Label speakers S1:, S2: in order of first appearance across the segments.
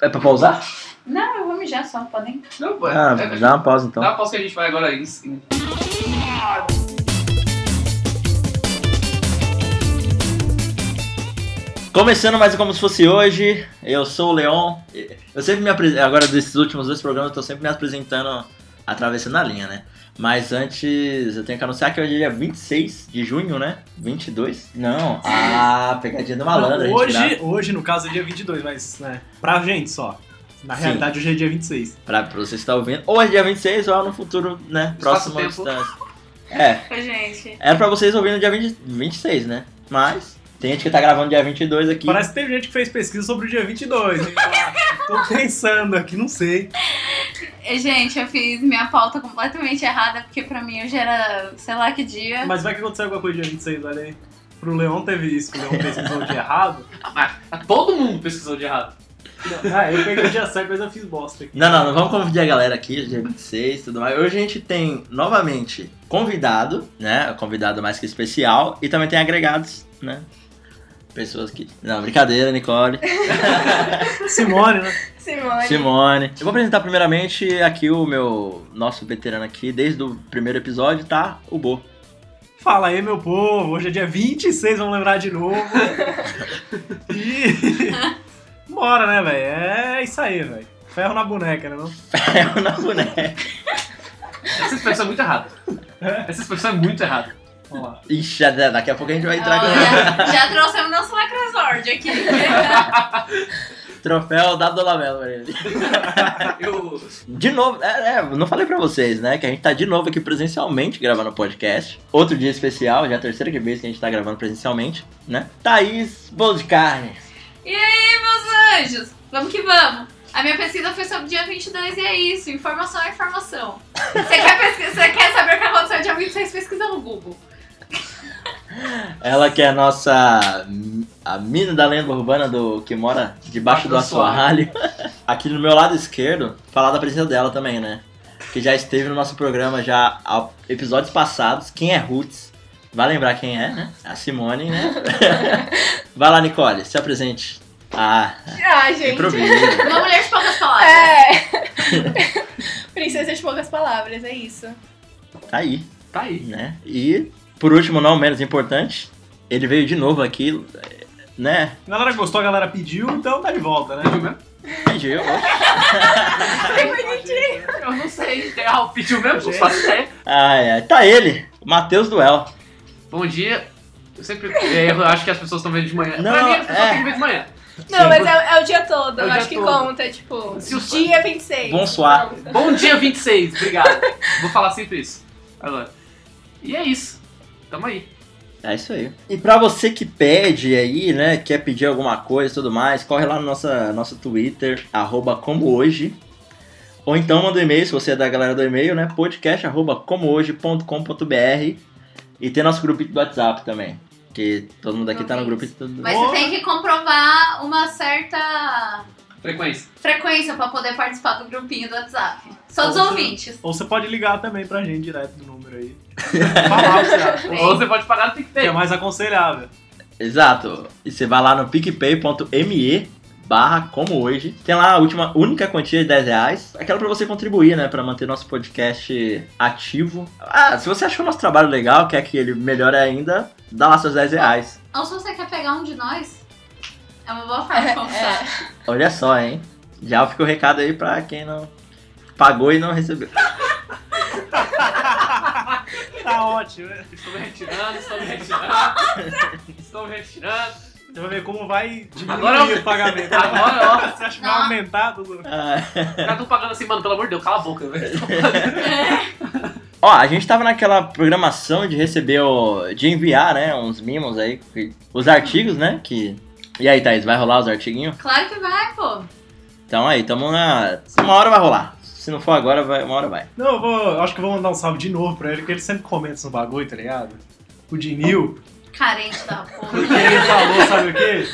S1: É pra pausar?
S2: Não, eu vou mijar só, podem.
S3: Não, pô.
S1: Ah,
S3: é,
S1: dá uma pausa então.
S3: dá uma pausa que a gente vai agora em né? cima.
S1: Começando mais um como se fosse hoje, eu sou o Leon. Eu sempre me apresento, agora desses últimos dois programas, eu tô sempre me apresentando atravessando a linha, né? Mas antes, eu tenho que anunciar que hoje é dia 26 de junho, né? 22? Não. Ah, pegadinha do malandro. a gente grava.
S4: hoje, hoje, no caso, é dia 22, mas né, pra gente só. Na
S1: Sim.
S4: realidade, hoje é dia 26.
S1: Pra, pra você estar ouvindo, ou é dia 26 ou no futuro, né? Próximo
S3: Espaço-tempo.
S1: distância. É,
S2: Ô, gente.
S1: era pra vocês ouvindo dia 20, 26, né? Mas tem gente que tá gravando dia 22 aqui.
S4: Parece que teve gente que fez pesquisa sobre o dia 22. hein? Tô pensando aqui, não sei.
S2: É, Gente, eu fiz minha pauta completamente errada, porque pra mim hoje era sei lá que dia.
S4: Mas vai que aconteceu alguma coisa dia 26, olha aí. Pro Leon teve isso, que o Leon pesquisou de errado.
S3: Ah, Todo mundo pesquisou de errado.
S4: Não, ah, eu peguei o dia certo, mas eu fiz bosta aqui.
S1: Não, não, não vamos convidar a galera aqui, hoje é dia 26 e tudo mais. Hoje a gente tem, novamente, convidado, né? Convidado mais que especial. E também tem agregados, né? Pessoas que. Não, brincadeira, Nicole.
S4: Simone, né?
S2: Simone.
S1: Simone. Eu vou apresentar primeiramente aqui o meu nosso veterano aqui, desde o primeiro episódio, tá? O Bo.
S4: Fala aí, meu povo. Hoje é dia 26, vamos lembrar de novo. E. Bora, né, velho? É isso aí, velho. Ferro na boneca, né? Não?
S1: Ferro na boneca.
S3: Essa expressão é muito errada. Essa expressão é muito errada.
S4: Vamos lá.
S1: Ixi, já- daqui a pouco a gente vai
S2: Ah,
S1: entrar com
S2: Olha, já trouxemos nosso lacrosord aqui.
S1: o troféu da Dolamelo pra ele.
S3: Eu.
S1: De novo, é, é, eu não falei pra vocês, né? Que a gente tá de novo aqui presencialmente gravando podcast. Outro dia especial, já é a terceira que vez que a gente tá gravando presencialmente, né? Thaís, bolo de carne.
S2: E aí, meus anjos? Vamos que vamos. A minha pesquisa foi sobre o dia 22 e é isso. Informação é informação. Você quer, pesquisa, você quer saber o que aconteceu dia 26? Pesquisa no Google.
S1: Ela que é a nossa. A mina da lenda urbana do que mora debaixo do
S3: Do assoalho.
S1: assoalho. Aqui no meu lado esquerdo, falar da presença dela também, né? Que já esteve no nosso programa já há episódios passados. Quem é Roots? Vai lembrar quem é, né? A Simone, né? Vai lá, Nicole, se apresente. Ah,
S5: Ah,
S1: é
S5: gente.
S1: improviso.
S2: Uma mulher de poucas palavras.
S5: É. Princesa de poucas palavras, é isso.
S1: Tá aí,
S3: Tá aí.
S1: né? E, por último, não menos importante, ele veio de novo aqui, né?
S4: A galera gostou, a galera pediu, então tá de volta, né?
S3: Pediu mesmo?
S1: Pediu.
S3: Eu não sei. Ah, pediu mesmo? Não faço ideia.
S1: Ai, ai. Tá ele, Matheus Duel.
S3: Bom dia. Eu sempre. é, Eu acho que as pessoas estão vendo de manhã.
S1: Não,
S3: pra mim, as pessoas
S1: é.
S3: têm que ver de manhã.
S5: Não, mas é, é o dia todo.
S3: É o
S5: eu
S3: dia
S5: acho que
S3: todo.
S5: conta, tipo,
S3: Se o-
S5: dia 26.
S1: Bonsoir.
S3: Bom dia, 26. Obrigado. Vou falar sempre isso. Agora. E é isso. Tamo aí.
S1: É isso aí. E pra você que pede aí, né, quer pedir alguma coisa e tudo mais, corre lá no nossa, nosso Twitter, arroba como hoje. Ou então manda um e-mail, se você é da galera do e-mail, né, podcast arroba como hoje.com.br. E tem nosso grupinho do WhatsApp também, que todo mundo aqui tá no grupo.
S2: Mas você tem que comprovar uma certa
S3: Frequência.
S2: frequência pra poder participar do grupinho do WhatsApp. Só dos
S4: Nossa.
S2: ouvintes.
S4: Ou você pode ligar também pra gente direto do número aí. Falar o que você acha.
S3: Ou você pode pagar no
S4: Que é
S3: PicPay.
S4: mais aconselhável.
S1: Exato. E você vai lá no picpay.me barra como hoje. Tem lá a última, única quantia de 10 reais. Aquela pra você contribuir, né? Pra manter nosso podcast ativo. Ah, se você achou nosso trabalho legal, quer que ele melhore ainda, dá lá seus 10 reais.
S2: Ou se você quer pegar um de nós, é uma boa forma de conversar.
S1: Olha só, hein? Já fica o recado aí pra quem não pagou e não recebeu.
S4: Tá ótimo, né?
S3: Estou me retirando, estou me retirando. estou me retirando.
S4: Você vai ver como vai diminuir
S3: Agora eu-
S4: o pagamento.
S3: Agora,
S4: você acha que vai aumentar? Dudu?
S1: Ah.
S3: Os caras tão pagando assim, mano, pelo amor de Deus, cala a boca, velho.
S1: Ó, a gente tava naquela programação de receber o. de enviar, né? Uns mimos aí. que- Os artigos, né? Que. E aí, Thaís, vai rolar os artiguinhos?
S2: Claro que vai, pô.
S1: Então aí, tamo na. Uma hora vai rolar. Se não for agora, vai- uma hora vai.
S4: Não, eu vou, eu acho que eu vou mandar um salve de novo pra ele, porque ele sempre comenta no bagulho, tá ligado? O Dinil,
S2: Carente da
S4: porque
S2: porra.
S4: ele falou, sabe o quê?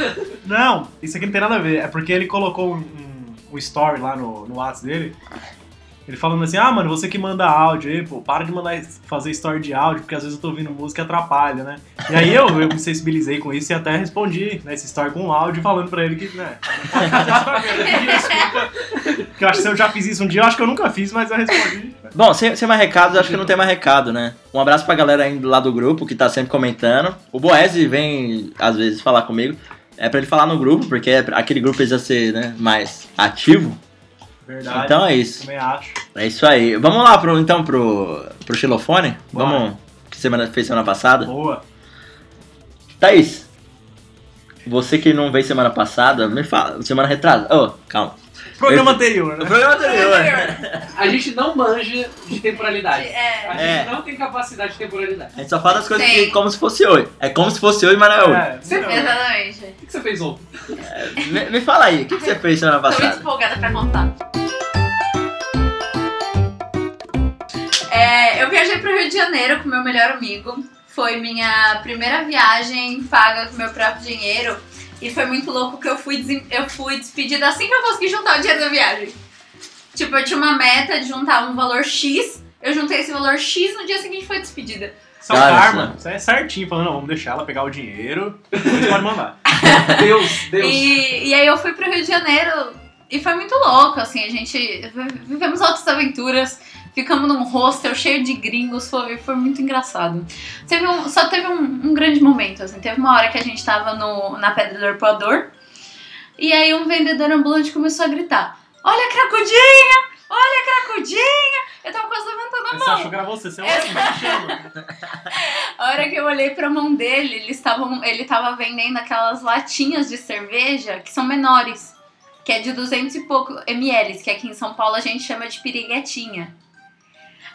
S4: Não, isso aqui não tem nada a ver. É porque ele colocou um, um- um story lá no, no WhatsApp dele, Ele falando assim, ah, mano, você que manda áudio aí, pô, para de mandar fazer story de áudio, porque às vezes eu tô ouvindo música e atrapalha, né? E aí eu, eu me sensibilizei com isso e até respondi, né, esse story com áudio, falando pra ele que, né, desculpa, que eu acho que se eu já fiz isso um dia, eu acho que eu nunca fiz, mas eu respondi.
S1: Bom, sem, sem mais recados, acho que não tem mais recado, né? Um abraço pra galera ainda lá do grupo que tá sempre comentando. O Boese vem, às vezes, falar comigo. É pra ele falar no grupo, porque é- aquele grupo precisa ser né, mais ativo.
S4: Verdade,
S1: Então é isso.
S4: também acho.
S1: É isso aí. Vamos lá, pro, então, pro, pro xilofone?
S4: Bora.
S1: Vamos. Que semana fez semana passada?
S4: Boa.
S1: Thaís, você que não veio semana passada, me fala. Semana retrasada. Ô, calma.
S4: Programa anterior, né?
S1: programa
S3: A gente não manja de temporalidade.
S2: É.
S3: A gente
S1: É.
S3: não tem capacidade de temporalidade.
S1: A gente só fala as coisas
S2: Sim.
S1: que, como se fosse hoje. É como se fosse hoje, mas não é hoje.
S4: É,
S3: Você-
S4: então,
S2: Exatamente.
S3: O que que você fez ontem?
S4: É,
S1: Me, me fala aí, o que, que você fez semana
S2: Tô muito
S1: passada?
S2: empolgada pra contar. É, eu viajei pro Rio de Janeiro com meu melhor amigo. Foi minha primeira viagem paga com meu próprio dinheiro. E foi muito louco que eu fui, desem- eu fui despedida assim que eu consegui juntar o dinheiro da viagem. Tipo, eu tinha uma meta de juntar um valor X. Eu juntei esse valor X no dia seguinte foi despedida.
S4: Só
S1: Cara,
S4: karma.
S1: sim.
S4: Isso aí é certinho, falando, não, vamos deixar ela pegar o dinheiro, depois pode mandar.
S3: Deus, Deus.
S2: E, e aí eu fui pro Rio de Janeiro e foi muito louco, assim, a gente vi- vivemos outras aventuras, ficamos num hostel cheio de gringos, foi, foi muito engraçado. Teve um- só teve um, um grande momento, assim, teve uma hora que a gente tava no, na Pedra do Arpoador e aí um vendedor ambulante começou a gritar, olha a cracudinha, olha a cracudinha, eu tava quase levantando a
S4: Você
S2: mão.
S4: achou que era você, você é ótimo, chama.
S2: A hora que eu olhei pra mão dele, eles estavam, ele tava vendendo aquelas latinhas de cerveja que são menores, que é de 200 e pouco ml, que aqui em São Paulo a gente chama de piriguetinha.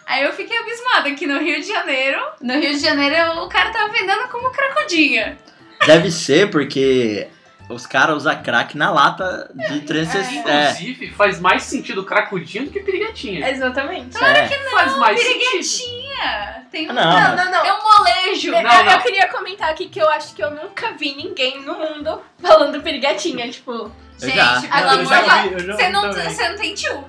S2: Aí eu fiquei abismada que no Rio de Janeiro, no Rio de Janeiro o cara tava vendendo como cracudinha.
S1: Deve ser porque os caras usam crack na lata de 360. É,
S3: Inclusive, faz mais sentido cracudinho do que piriguetinha.
S5: Exatamente.
S1: é.
S3: faz mais sentido.
S2: Piriguetinha, tem um,
S1: Não,
S5: Não, não, não.
S2: é
S5: Eu,
S2: um molejo.
S5: eu-
S3: Não, não.
S5: eu queria comentar aqui que eu acho que eu nunca vi ninguém no mundo falando piriguetinha, tipo.
S1: Eu já.
S2: Gente,
S5: Eu
S2: pelo amor de
S5: já
S2: Deus,
S4: vi, eu já
S2: você
S4: vi
S2: não,
S4: também.
S2: você não tem tio.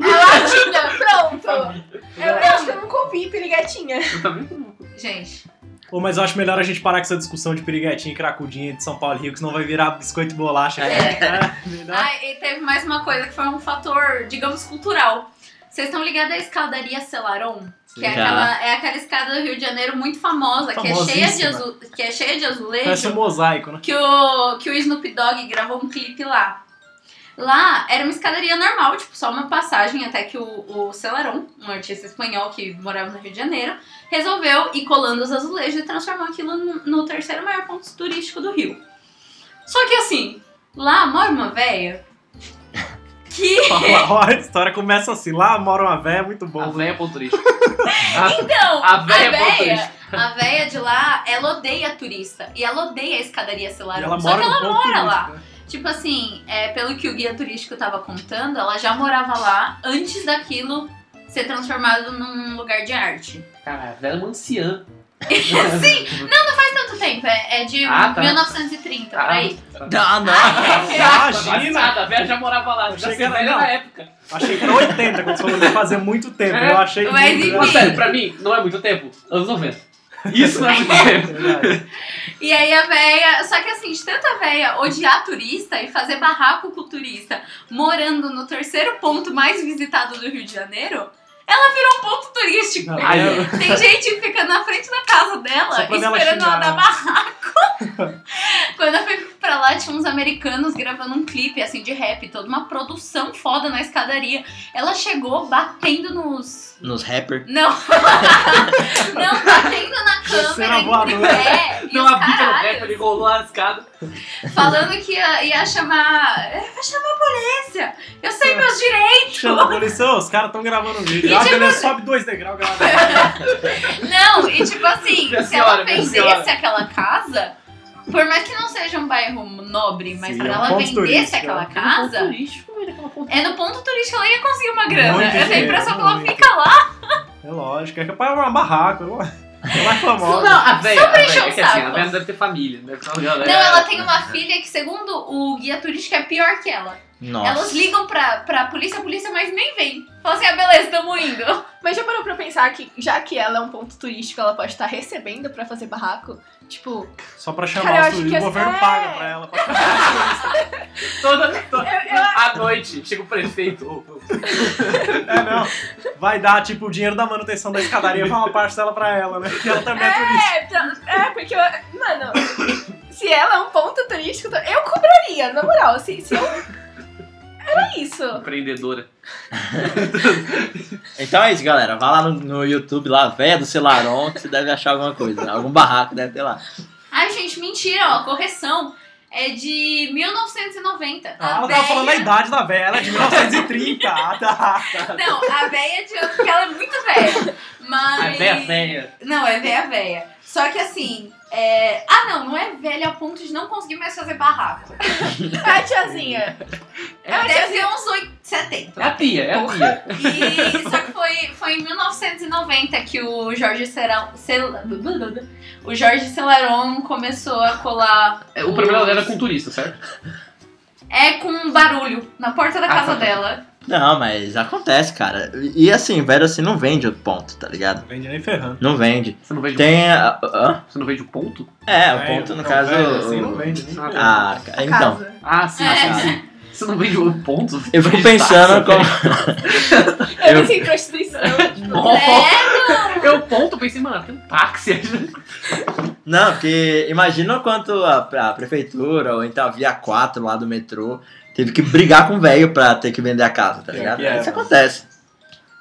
S5: A latinha, pronto! Eu, eu acho que eu nunca ouvi piriguetinha.
S3: Eu também não.
S2: Gente,
S4: Ô, mas eu acho melhor a gente parar com essa discussão de piriguetinha e cracudinha de São Paulo e Rio, que senão vai virar biscoito e bolacha.
S1: É.
S4: cara. É, melhor.
S2: ah, e teve mais uma coisa que foi um fator, digamos, cultural. Vocês estão ligados à escadaria Celaron? Que é
S1: Já.
S2: aquela, é aquela escada do Rio de Janeiro muito famosa, que é, cheia de
S4: Famosíssima.
S2: azu, que é cheia de
S4: Parece
S2: azulejo,
S4: um mosaico, né?
S2: que o, que o Snoop Dogg gravou um clipe lá. Lá era uma escadaria normal, tipo, só uma passagem até que o, o Celarón, um artista espanhol que morava no Rio de Janeiro, resolveu ir colando os azulejos e transformar aquilo no, no terceiro maior ponto turístico do Rio. Só que assim, lá mora uma véia que
S4: Ó, a história começa assim, lá mora uma véia, muito
S3: A
S4: bom.
S3: véia é ponturista.
S2: Então,
S3: A
S4: Ah.
S2: a
S3: véia
S2: véia,
S3: é motorista.
S2: a véia de lá, ela odeia turista. E ela odeia a escadaria
S4: E
S2: celular.
S4: ela
S2: Só
S4: mora
S2: que ela
S4: no ponto
S2: mora lá.
S4: turístico, né?
S2: Tipo assim, é, pelo que o guia turístico tava contando, ela já morava lá antes daquilo ser transformado num lugar de arte.
S3: Cara, a véia é uma anciã.
S2: Sim,
S3: não,
S2: Quanto tempo? É, é de
S3: Ah, tá.
S2: 1930, por aí.
S1: Ah, não.
S4: Imagina!
S3: Nada, é a velha já morava lá, já
S4: Achei
S3: se
S4: que era-
S3: velha
S4: não.
S3: na época.
S4: Achei que era 80, quando você falou que fazia muito tempo. Eu achei
S2: Mas
S4: muito,
S2: enfim.
S4: né?
S3: Mas sério, pra mim, não é muito tempo. Anos 90. Isso não é muito tempo.
S4: Verdade.
S2: E aí a véia. Só que assim, de tanta véia odiar turista e fazer barraco com o turista morando no terceiro ponto mais visitado do Rio de Janeiro, ela virou um ponto turístico.
S4: Não,
S3: Ai,
S4: eu-
S2: Tem gente que fica na frente da casa dela,
S4: Só pra ver ela
S2: esperando ela
S4: xingar.
S2: dar barraco. Quando eu fui pra lá, tinha uns americanos gravando um clipe, assim, de rap, toda uma produção foda na escadaria. Ela chegou batendo nos...
S1: Nos rappers.
S2: Não! Não, batendo na câmera,
S4: Terceira
S2: em
S4: voadora.
S2: tripé, e
S3: Não,
S2: os
S3: a bica no
S2: caralhos,
S3: rap, é ele rolou a escada.
S2: falando que ia, ia chamar... Ia chamar a polícia! Eu sei
S4: É.
S2: meus direitos!
S4: Chama a polícia, ô, os caras estão gravando um
S2: E tipo
S4: vídeo. Ah,
S2: de
S4: beleza, sobe dois degraus, galera.
S2: Não, e tipo assim,
S3: Minha
S2: se
S3: senhora,
S2: ela
S3: minha
S2: vendesse
S3: senhora.
S2: aquela casa, por mais que não seja um bairro nobre, mas
S4: Sim,
S2: pra
S4: é um
S2: ela
S4: ponto
S2: vendesse
S4: turístico,
S2: aquela
S4: é um
S3: Ponto
S2: casa,
S3: turístico, velho, aquela ponta.
S2: é no ponto turístico ela ia conseguir uma grana. É
S4: Muito
S2: Eu tenho a
S4: dinheiro,
S2: impressão que ela
S4: muito.
S2: fica lá.
S4: É lógico, é capaz de uma barraca. eu- Ela é famosa.
S2: Não, ah,
S3: a velha,
S2: só pra
S3: a
S2: encher
S3: velha,
S2: o
S3: que assim,
S2: saco.
S3: a velha deve ter família, deve ter uma galera.
S2: Não, ela tem uma filha que, segundo o guia turístico, é pior que ela.
S1: Nossa.
S2: Elas ligam pra, pra polícia, a polícia, mas nem vem. Fala assim, ah, beleza, tamo indo.
S5: Mas já parou pra pensar que, já que ela é um ponto turístico, ela pode estar recebendo pra fazer barraco? Tipo,
S4: Só pra
S5: Cara, eu
S4: chamar os
S5: acho que
S4: turistas. O
S5: essa-
S4: governo
S5: é.
S4: paga pra ela. pra-
S3: Toda, toda
S5: eu- eu-
S3: à noite chega o prefeito. ô, ô,
S4: É, não. Vai dar, tipo, o dinheiro da manutenção da escadaria vai uma parcela pra ela, né? Porque ela também é turista.
S5: é, pra- é, porque, eu- mano, se ela é um ponto turístico, eu cobraria, na moral. Se, se eu. Era isso.
S3: empreendedora.
S1: Então é isso, galera. Vá lá no, no YouTube, lá, véia do Celaron, que você deve achar alguma coisa. Algum barraco deve ter lá.
S2: Ai, gente, mentira, ó, correção. É de
S5: É,
S2: 1990.
S4: Ah, ela
S2: véia...
S4: tava falando da idade da velha, ela é de 1930. Ah, tá.
S2: Não, a véia de ano, porque ela é muito velha.
S3: A
S2: Mas...
S3: velha velha.
S2: Não, é véia véia. Só que assim, é... Ah, não, não é velha a ponto de não conseguir mais fazer barraco.
S5: A tiazinha. É uma
S2: Deve
S3: assim-
S5: tiazinha.
S2: ter uns 8, 70.
S3: É a pia, é a pia.
S2: E só que foi, foi em 1990 que o Jorge Serão, Cel, o Jorge Celaron começou a colar
S3: É, O problema dela era com turista, certo?
S2: é com um barulho na porta da
S3: Ah,
S2: casa
S3: tá.
S2: dela.
S1: Não, mas acontece, cara. E e assim, velho assim não vende o ponto, tá ligado?
S4: Vende nem ferrando.
S1: Não vende.
S3: Você não vende,
S1: Tem. a- hã?
S3: você não vende o ponto?
S1: É, o ponto, no
S4: não,
S1: caso.
S4: velho, assim
S1: o-
S4: não vende nem
S3: Ah,
S4: ferrando.
S1: Ah, cara, então.
S5: Casa.
S3: Ah, sim,
S2: É.
S3: sim, sim. Você não vende o ponto? tá
S1: Eu fico pensando como.
S5: Eu
S1: Eu-
S5: pensei em prostituição.
S2: É,
S3: Eu ponto, pensei, mano, tem um táxi.
S1: Não, porque imagina o quanto a, a prefeitura ou então a Via 4 lá do metrô teve que brigar com o velho pra ter que vender a casa, tá
S4: É,
S1: ligado?
S4: é,
S1: Isso
S4: mano.
S1: acontece.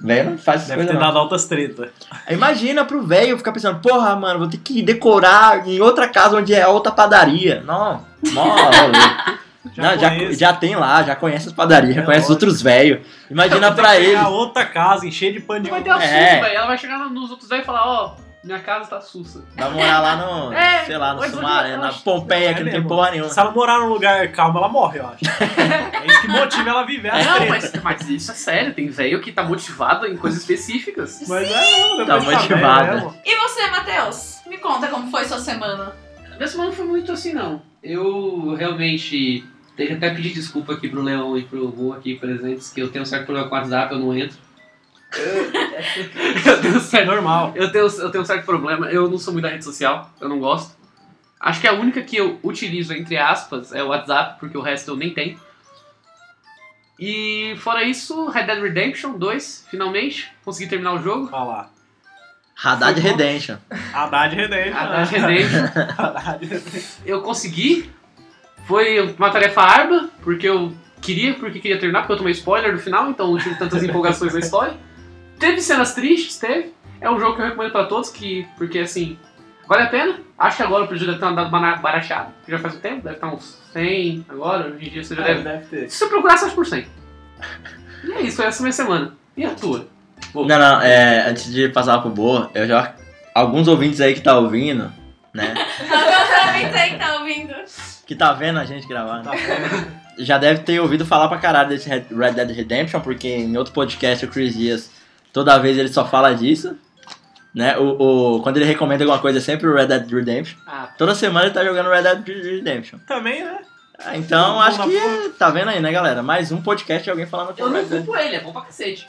S1: O velho não faz essas
S4: Deve
S1: coisas.
S4: ter
S1: não.
S4: dado altas treta.
S1: Aí Imagina pro velho ficar pensando, porra, mano, vou ter que decorar em outra casa onde é outra padaria. Não, mó rolê. Não, já,
S4: conheço.
S1: já tem lá, já conhece as padarias, já
S4: É,
S1: conhece
S4: lógico.
S1: outros velhos. Imagina
S4: Tem que
S1: pra ele.
S4: pegar outra casa, encher de pano de
S3: Vai ter
S1: É.
S3: a SUS, velho. Ela vai chegar nos outros velhos e falar, ó, minha casa tá sussa.
S1: Vai morar lá no,
S3: É,
S1: sei lá, no
S3: mas onde
S1: Sumaré,
S3: ela-
S1: na Pompeia, que não tem
S4: É mesmo.
S1: porra nenhuma.
S4: Se ela morar num lugar calmo, ela morre, eu acho. É isso que motiva ela a viver as
S3: Não,
S4: tretas.
S3: mas, mas isso é sério, tem velho que tá motivado em coisas específicas.
S4: Mas é, não, depois
S1: Tá
S4: de saber,
S1: motivada.
S4: né, amor?
S2: E você, Matheus? Me conta como foi sua semana.
S3: Minha semana não foi muito assim, não. Eu realmente. Tenho que até pedir desculpa aqui pro Leon e pro Gu aqui presentes, que eu tenho um certo problema com o WhatsApp, eu não entro. eu tenho um
S4: É
S3: certo.
S4: normal.
S3: Eu tenho, eu tenho um certo problema, eu não sou muito da rede social, eu não gosto. Acho que a única que eu utilizo, entre aspas, é o WhatsApp, porque o resto eu nem tenho. E fora isso, Red Dead Redemption 2, finalmente, consegui terminar o jogo.
S4: Olha lá.
S1: Haddad
S3: Foi bom.
S1: Redemption.
S4: Haddad Redemption. né?
S3: A Red Dead Redemption.
S4: Haddad Redemption.
S3: eu consegui. Foi uma tarefa árdua, porque eu queria, porque queria terminar, porque eu tomei spoiler do final, então não tive tantas empolgações na história. Teve cenas tristes, teve. É um jogo que eu recomendo pra todos, que, porque assim, vale a pena. Acho que agora o prejuízo deve ter andado bana- barateado, que já faz um tempo, deve estar uns 100 agora, hoje em dia você já deve.
S4: Deve ter.
S3: Se você procurar, você acha por 100. E é isso, foi essa minha semana. E a tua?
S1: Não, não, é, antes de passar pro Boa, eu já. Alguns ouvintes aí que tá ouvindo, né?
S2: Agora parabéns aí que tá ouvindo.
S1: Que tá vendo a gente gravar, né?
S4: Tá bom.
S1: já deve ter ouvido falar pra caralho desse Red Red Dead Redemption, porque em outro podcast o Chris Dias, toda vez ele só fala disso. Né? O, o- quando ele recomenda alguma coisa é sempre o Red Dead Redemption.
S3: Ah,
S1: Toda semana ele tá jogando Red Dead Redemption.
S4: Também, né?
S1: Ah, Então
S4: Não,
S1: acho
S4: não,
S1: que é- tá vendo aí, né, galera? Mais um podcast de alguém falando que é
S3: eu não
S1: Red Dead.
S3: culpo ele, é bom pra cacete.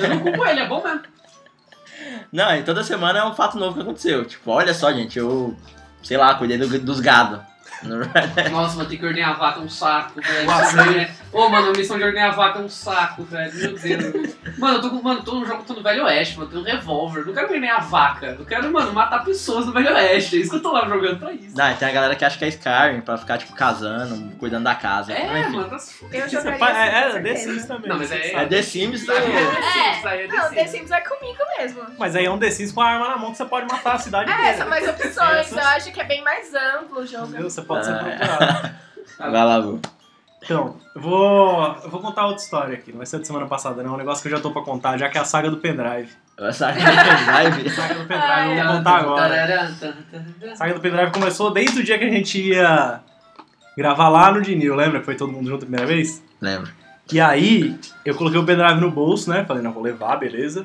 S3: Eu não culpo ele, é bom mesmo.
S1: Não, e toda semana é um fato novo que aconteceu. Tipo, olha só, gente, eu, sei lá, cuidei do- dos gado. No Red-
S3: Nossa, vou ter que ordenhar a vaca é um saco, velho.
S4: Nossa,
S3: Isso aí é- Ô, mano, a missão de ordenhar a vaca é um saco, velho. Meu Deus. Mano, eu tô, com- mano, tô num jogo tô no Velho Oeste, mano. Tenho um revólver. Não quero ordenhar a vaca. Eu quero, mano, matar pessoas no Velho Oeste. É isso que eu tô lá jogando pra isso.
S1: Não, e tem a galera que acha que é Skyrim pra ficar, tipo, casando, cuidando da casa.
S3: É,
S1: Enfim.
S3: mano, tá se fudendo.
S5: Eu
S4: Você
S5: jogaria
S4: faz-
S5: assim,
S4: é,
S5: com
S4: é The
S5: certeza.
S4: Sims também.
S3: Não, mas é-
S1: É The Sims
S3: Isso
S1: do.
S3: aí é The
S2: É.
S3: Sims, isso aí é The
S5: Não, The
S3: Sims.
S5: Sims é comigo mesmo.
S4: Mas aí é um The Sims com a arma na mão que você pode matar a cidade
S5: É, são
S4: inteira.
S5: mais né? opções.
S4: Essa-
S5: Eu acho que é bem mais amplo o jogo.
S4: Entendeu? Você pode ser
S1: Ah, é.
S4: procurado.
S1: Vai lá, Lu.
S4: Então, eu vou, eu vou contar outra história aqui. Não vai ser de semana passada, não. É um negócio que eu já tô pra contar, já que é a saga do pendrive.
S1: Essa live.
S4: Saga do
S5: Ai,
S4: pendrive, eu
S3: Tá,
S4: vou contar
S3: tá,
S4: agora.
S3: tarará, tarará.
S4: A saga do pendrive começou desde o dia que a gente ia gravar lá no Dinil, lembra? que Foi todo mundo junto a primeira vez?
S1: Lembra?
S4: E aí, eu coloquei o pendrive no bolso, né? Falei, não, vou levar, beleza.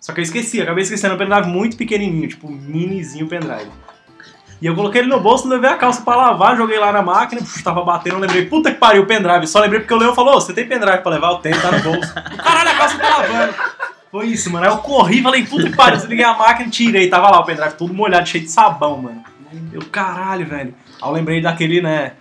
S4: Só que eu esqueci, eu acabei esquecendo, é um pendrive muito pequenininho, tipo minizinho pendrive. E eu coloquei ele no bolso, levei a calça pra lavar, joguei lá na máquina, puf, tava batendo, eu lembrei, puta que pariu, pendrive. Só lembrei porque o Leão falou, "Ô, você tem pendrive pra levar? Eu tenho, tá no bolso. Caralho, a calça tá lavando. Foi isso, mano. Aí eu corri, falei, puta que pariu, desliguei a máquina, tirei, tava lá o pendrive todo molhado, cheio de sabão, mano. Eu, caralho, velho. Aí eu lembrei daquele, né,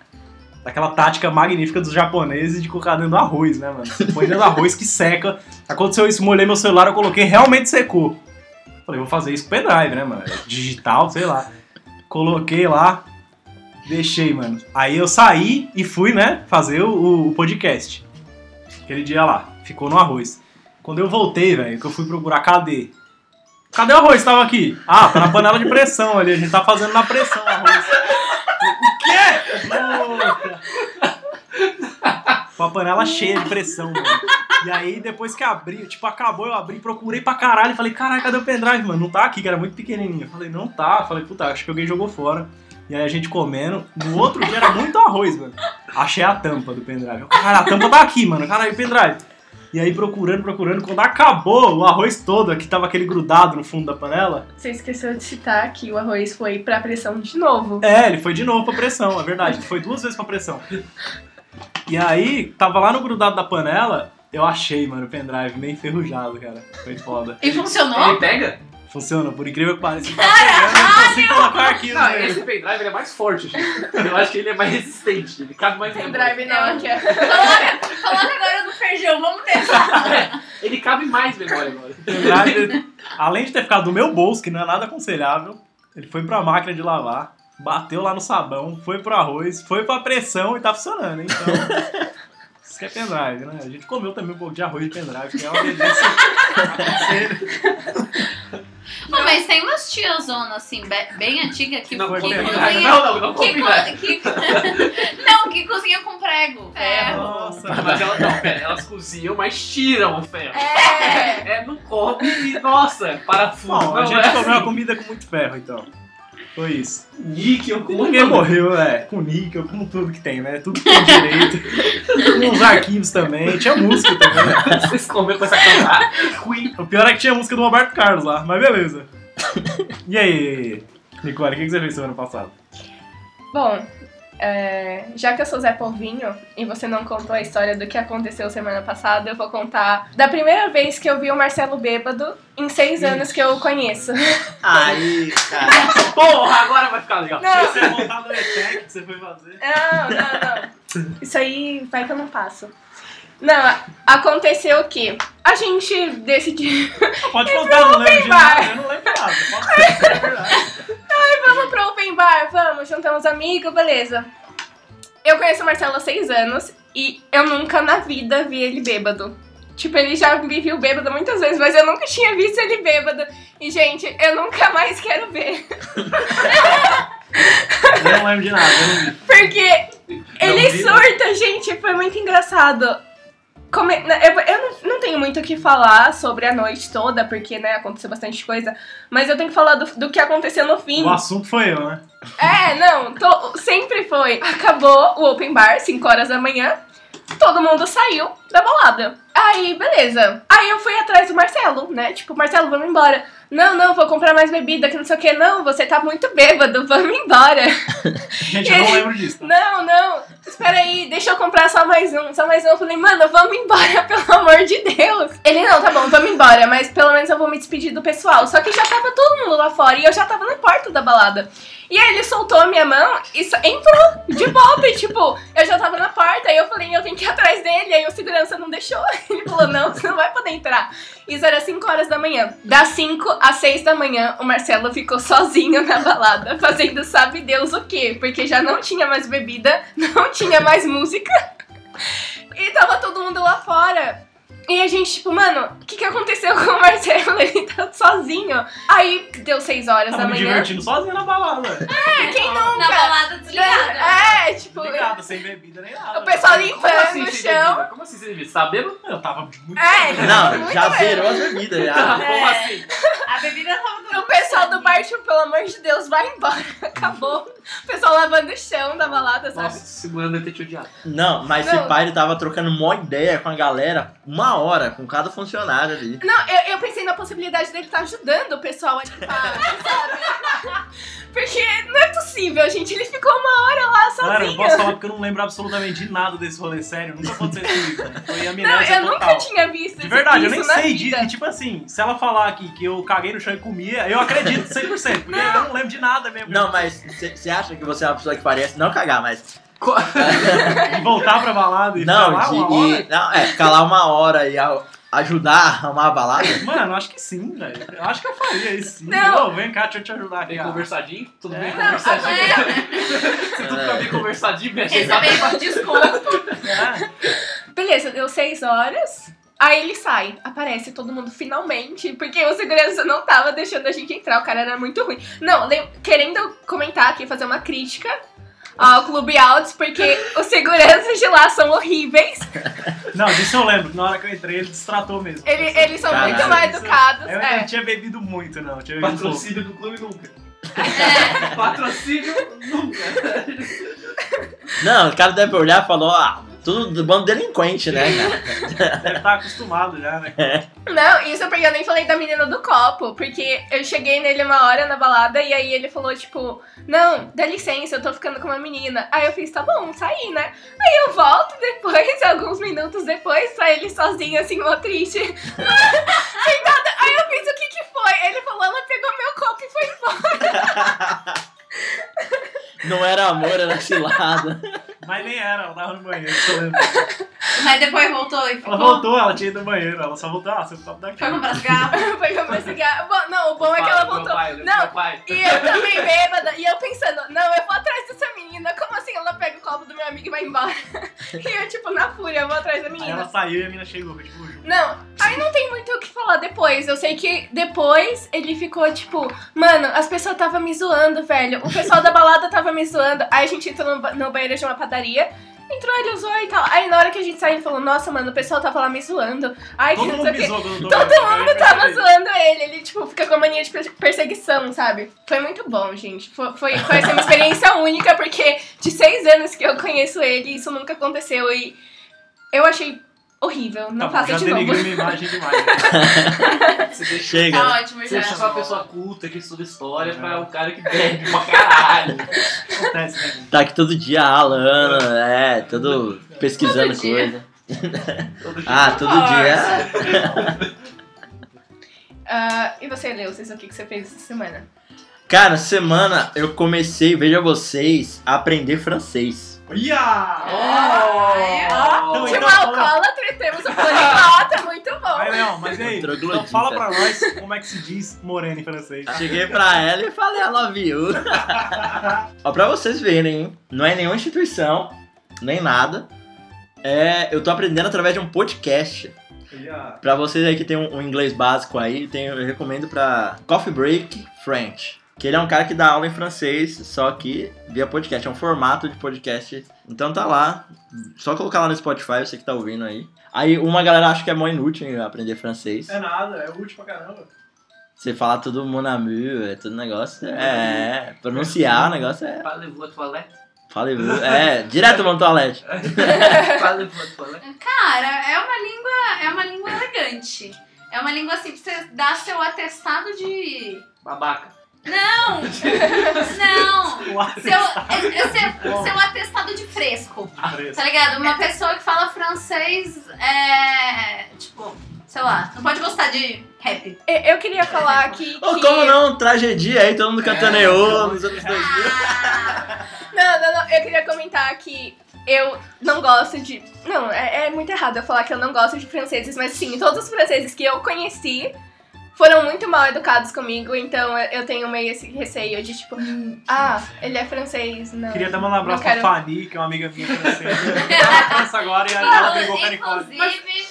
S4: daquela tática magnífica dos japoneses de colocar dentro do arroz, né, mano? Você põe dentro do arroz que seca. Aconteceu isso, molhei meu celular, eu coloquei, realmente secou. Falei, vou fazer isso com pendrive, né, mano? Digital, sei lá. Coloquei lá, deixei, mano. Aí eu saí e fui, né, fazer o, o podcast. Aquele dia lá, ficou no arroz. Quando eu voltei, velho, que eu fui procurar, cadê? Cadê o arroz? Tava aqui. Ah, tá na panela de pressão ali, a gente tá fazendo na pressão o arroz. O quê? Puta. Com a panela cheia de pressão, mano. E aí, depois que abri, tipo, acabou, eu abri, procurei pra caralho. Falei, caralho, cadê o pendrive, mano? Não tá aqui, que era muito pequenininho. Eu falei, não tá. Eu Falei, puta, acho que alguém jogou fora. E aí a gente comendo. No outro dia era muito arroz, mano. Achei a tampa do pendrive. Eu, Caralho, a tampa tá aqui, mano. Caralho, o pendrive. E aí procurando, procurando. Quando acabou o arroz todo, aqui tava aquele grudado no fundo da panela.
S5: Você esqueceu de citar que o arroz foi pra pressão de novo.
S4: É, ele foi de novo pra pressão, é verdade. Ele foi duas vezes pra pressão. E aí, tava lá no grudado da panela, eu achei, mano, o pendrive meio enferrujado, cara. Foi foda.
S2: E
S3: Ele
S2: funcionou?
S3: pega?
S4: Funciona, por incrível que pareça. Caralho! Eu consigo colocar aqui,
S3: Não,
S4: né?
S3: esse pendrive ele é mais forte, gente. Eu acho que ele é mais resistente. Ele cabe mais na memória.
S5: Pendrive não, que é.
S2: Coloca- Falando agora do feijão, vamos testar.
S3: É, Ele cabe mais memória agora.
S4: pendrive, além de ter ficado no meu bolso, que não é nada aconselhável, ele foi pra máquina de lavar, bateu lá no sabão, foi pro arroz, foi pra pressão e tá funcionando, hein? Então. Isso que é pendrive, né? A gente comeu também um pouco de arroz de pendrive, que é uma delícia.
S2: Pô, mas tem umas tiazonas, assim, be- bem antigas que,
S3: Não,
S2: que
S4: foi
S3: não,
S4: bem-
S2: cozinha...
S3: não, não, não
S2: Que,
S3: combina.
S2: co- que- não, que cozinha com prego. É.
S4: Nossa,
S3: Tá, Mas elas não, pera, elas cozinham, mas tiram o ferro.
S5: É.
S3: É, não come e, nossa, parafuso.
S4: Bom,
S3: não,
S4: a gente
S3: é
S4: comeu
S3: assim.
S4: a comida com muito ferro, então. Foi isso.
S3: Níquel, com
S4: Ninguém morreu, é. Com níquel, com tudo que tem, né? Tudo que tem direito. com os arquivos também. Tinha música também. né?
S3: Vocês comeram com essa cara. Queen.
S4: O pior é que tinha música do Roberto Carlos lá, mas beleza. E aí, Nicole, o que que você fez semana passada?
S5: Bom, é, já que eu sou Zé Polvinho e você não contou a história do que aconteceu semana passada, eu vou contar da primeira vez que eu vi o Marcelo bêbado em seis anos que eu o conheço.
S1: Aí, cara.
S3: Porra, agora vai ficar legal.
S5: Não,
S4: Você voltar no ETEC que você foi fazer.
S5: Não, não, não. Isso aí vai que eu não passo. Não, aconteceu o quê? A gente decidiu.
S4: Pode
S5: Então
S4: contar, não lembro de nada. Eu não lembro de nada. Pode ser, é verdade.
S5: Vamos pro open bar, vamos, juntamos amigos, beleza. Eu conheço o Marcelo há seis anos e eu nunca na vida vi ele bêbado. Tipo, ele já me viu bêbado muitas vezes, mas eu nunca tinha visto ele bêbado. E, gente, eu nunca mais quero ver.
S4: Eu não lembro de nada. Eu não vi.
S5: Porque Ele
S4: vi, né?
S5: surta, gente, foi muito engraçado. Come- na- Eu, eu não, não tenho muito o que falar sobre a noite toda, porque, né, aconteceu bastante coisa, mas eu tenho que falar do, do que aconteceu no fim.
S4: O assunto foi eu, né?
S5: É, não, to- sempre foi. Acabou o open bar, 5 horas da manhã, todo mundo saiu da balada. Aí, beleza. Aí eu fui atrás do Marcelo, né, tipo, Marcelo, vamos embora. Não, não, vou comprar mais bebida, que não sei o que. Não, você tá muito bêbado, vamos embora.
S4: Gente, eu não lembro disso. tá?
S5: Não, não, espera aí, deixa eu comprar só mais um, só mais um. Eu falei, mano, vamos embora, pelo amor de Deus. Ele, não, tá bom, vamos embora, mas pelo menos eu vou me despedir do pessoal. Só que já tava todo mundo lá fora e eu já tava na porta da balada. E aí ele soltou a minha mão e só- entrou de volta, e, tipo, eu já tava na porta, aí eu falei, eu tenho que ir atrás dele, aí o segurança não deixou. Ele falou, não, você não vai poder entrar. Isso era 5 horas da manhã. Das 5 às 6 da manhã, o Marcelo ficou sozinho na balada, fazendo sabe Deus o quê, porque já não tinha mais bebida, não tinha mais música. E tava todo mundo lá fora. E a gente, tipo, mano, o que, que aconteceu com o Marcelo? Ele tá sozinho. Aí deu 6 horas
S3: Tá
S5: da
S4: Tava me
S5: manhã.
S4: divertindo sozinho na balada.
S5: É, quem não?
S2: Na balada desligada.
S5: É, tipo,
S4: Ligado, sem bebida nem nada.
S5: o pessoal
S3: Como
S5: limpando
S3: assim,
S5: o
S3: sem
S5: tá chão.
S3: bebida? Como assim, sem bebida? Você tá bêbado?
S4: Eu tava muito.
S5: É,
S1: Não,
S5: muito
S1: já
S5: bem.
S3: Tá.
S1: zerou as bebidas, já.
S3: Como assim?
S2: A bebida tava do
S5: O pessoal do bar, tipo, pelo amor de Deus, vai embora. Acabou. O pessoal lavando o chão da balada, sabe?
S3: Nossa, segurando deve ter te odiado.
S1: Não, mas
S5: Não.
S1: esse pai ele tava trocando mó ideia com a galera, uma hora, com cada funcionário ali.
S5: Não, eu, eu pensei na possibilidade dele estar ajudando o pessoal a limpar, sabe? Porque não é possível, gente. Ele ficou uma hora lá
S4: Galera, eu não
S5: sozinho.
S4: posso falar porque eu não lembro absolutamente de nada desse rolê, sério. Nunca aconteceu isso. né? Foi a
S5: Não,
S4: amnésia
S5: eu
S4: total.
S5: nunca tinha visto
S4: De verdade, eu
S5: isso
S4: nem
S5: na
S4: sei
S5: vida.
S4: disso. E, Tipo assim, se ela falar aqui que eu caguei no chão e comia, eu acredito 100%, porque eu não lembro de nada mesmo.
S1: Não, mas você acha que você é uma pessoa que parece não cagar, mas.
S4: E voltar pra balada e
S1: Não,
S4: falar
S1: de.
S4: uma hora.
S1: e- não, é, ficar lá uma hora e a- ajudar a arrumar a balada.
S4: Mano, acho que sim, velho. Eu acho que eu faria isso sim.
S5: Não.
S4: Ô, vem cá, deixa eu te ajudar aqui.
S3: Bem
S4: ó.
S3: conversadinho, tudo
S4: É.
S3: bem
S4: Não,
S3: conversadinho.
S5: né?
S1: É.
S3: Tudo fica bem conversadinho, mexe exatamente.
S2: Receber um desconto.
S4: É.
S5: Beleza, deu seis horas. Aí ele sai, aparece todo mundo finalmente, porque o segurança não tava deixando a gente entrar, o cara era muito ruim. Não, le- querendo comentar aqui, fazer uma crítica ao Clube Altos, porque os seguranças de lá são horríveis,
S4: Não, disso eu lembro. que Na hora que eu entrei, ele destratou mesmo. Tipo assim,
S5: ele- eles são
S1: Caralho.
S5: muito mal educados.
S4: Eu
S5: é.
S4: não tinha bebido muito, não. Eu Tinha bebido pouco.
S3: Patrocínio do clube nunca.
S5: É.
S3: Patrocínio nunca.
S1: Não, o cara deve olhar e falar, ó, tudo do bando delinquente, né, cara?
S4: Deve estar acostumado já, né?
S5: Não, isso porque eu nem falei da menina do copo, porque eu cheguei nele uma hora na balada e aí ele falou, tipo, não, dá licença, eu tô ficando com uma menina. Aí eu fiz, tá bom, saí, né? Aí eu volto depois, alguns minutos depois, sai ele sozinho, assim, mó triste. Sentada. aí eu fiz, o que que foi? Ele falou, ela pegou meu copo e foi embora.
S1: Não era amor, era cilada.
S4: Mas nem era, ela tava no banheiro, isso eu lembro.
S2: Mas depois voltou e
S4: Ela
S2: ficou.
S4: voltou, ela tinha ido no banheiro, ela só voltou, ah, seu copo daqui.
S2: Foi comprar cigarro.
S5: Foi comprar cigarro. Bom, não, o bom é que ela voltou. Não,
S3: Meu pai.
S5: E eu também bêbada, e eu pensando, não, eu vou atrás dessa menina, como assim ela pega o copo do meu amigo e vai embora? E eu, tipo, na fúria, eu vou atrás da
S4: Aí ela
S5: menina.
S4: saiu e a menina chegou, tipo, junto.
S5: Não, aí não tem muito o que falar depois. Eu sei que depois ele ficou, tipo, mano, as pessoas tava me zoando, velho. O pessoal da balada tava me zoando. Aí a gente entrou no, ba- no banheiro de uma padaria. Entrou, ele usou e tal. Aí na hora que a gente saiu, ele falou, nossa, mano, o pessoal tava lá me zoando. Ai, que
S4: Todo
S5: não sei
S4: mundo
S5: o quê.
S4: pisou quando eu tô né?
S5: Todo
S4: bêbado, eu
S5: mundo tava
S4: percebi.
S5: zoando ele, ele, tipo, fica com a mania de perse- perseguição, sabe? Foi muito bom, gente. Foi, foi, foi assim, uma experiência única, porque de seis anos que eu conheço ele, isso nunca aconteceu e eu achei horrível.
S4: Tá
S5: Não
S4: bom,
S5: faça
S4: já
S5: de novo.
S4: denigrei minha imagem demais. né?
S3: Você deixa,
S1: Chega. né?
S2: Tá
S5: é.
S2: ótimo
S3: você
S2: já.
S3: deixa só uma pessoa culta que estuda história pra um cara que bebe pra caralho.
S4: Acontece, né? gente?
S1: Tá aqui todo dia ralando, é, todo pesquisando
S2: Todo dia.
S1: coisa.
S3: Todo jeito.
S1: Ah, todo dia.
S4: né,
S5: Ah, e você, Leucis, o que, que você fez essa semana?
S1: Cara, semana eu comecei, veja vocês, a aprender francês.
S4: Ia!
S3: Oh!
S4: Então,
S5: de
S4: então,
S5: uma
S4: fala-
S5: alcoólatra, temos um poliglota, muito
S4: Aí,
S5: bom.
S4: Leão, mas e aí?
S1: Troglodita.
S4: Então fala pra nós como é que se diz moreno em francês.
S1: Cheguei pra ela e falei, ela viu. Ó, pra vocês verem, hein? não é nenhuma instituição, nem nada. É, eu tô aprendendo através de um podcast.
S4: Ia.
S1: Pra vocês aí que tem um, um inglês básico aí, tem- eu recomendo pra Coffee Break French. Que ele é um cara que dá aula em francês, só que via podcast. É um formato de podcast. Então tá lá. Só colocar lá no Spotify, você que tá ouvindo aí. Aí uma galera acha que é mó inútil hein, aprender francês.
S4: É nada, é útil pra caramba.
S1: Você fala tudo mon ami, é tudo negócio. É, é, pronunciar o negócio é.
S3: Parlez-vous à toilette?
S1: Falei, é, direto no toalete.
S3: Parlez-vous à toilette?
S2: Cara, é uma língua. É uma língua elegante. É uma língua assim pra você dar seu atestado de.
S3: Babaca.
S2: Não! Não!
S4: Uai,
S2: Seu, é- é seu, seu atestado de fresco.
S4: preço.
S2: Tá ligado? Uma pessoa que fala francês é. Tipo, sei lá, não pode gostar de rap.
S5: E- Eu queria falar que.
S1: Ou
S5: que-
S1: como não? Tragedia aí, todo mundo cantando
S3: É,
S1: EO nos anos 2000.
S2: Ah,
S5: Não, não, não. Eu queria comentar que eu não gosto de. Não, é, é muito errado eu falar que eu não gosto de franceses, mas sim, todos os franceses que eu conheci foram muito mal educados comigo, então eu eu tenho meio esse receio de tipo, ah, ele é francês, não.
S4: Queria até mandar um abraço
S5: Não quero.
S4: pra Fanny, que é uma amiga minha francesa. Ela na França agora e aí ela pegou o caricórnio.
S2: Inclusive.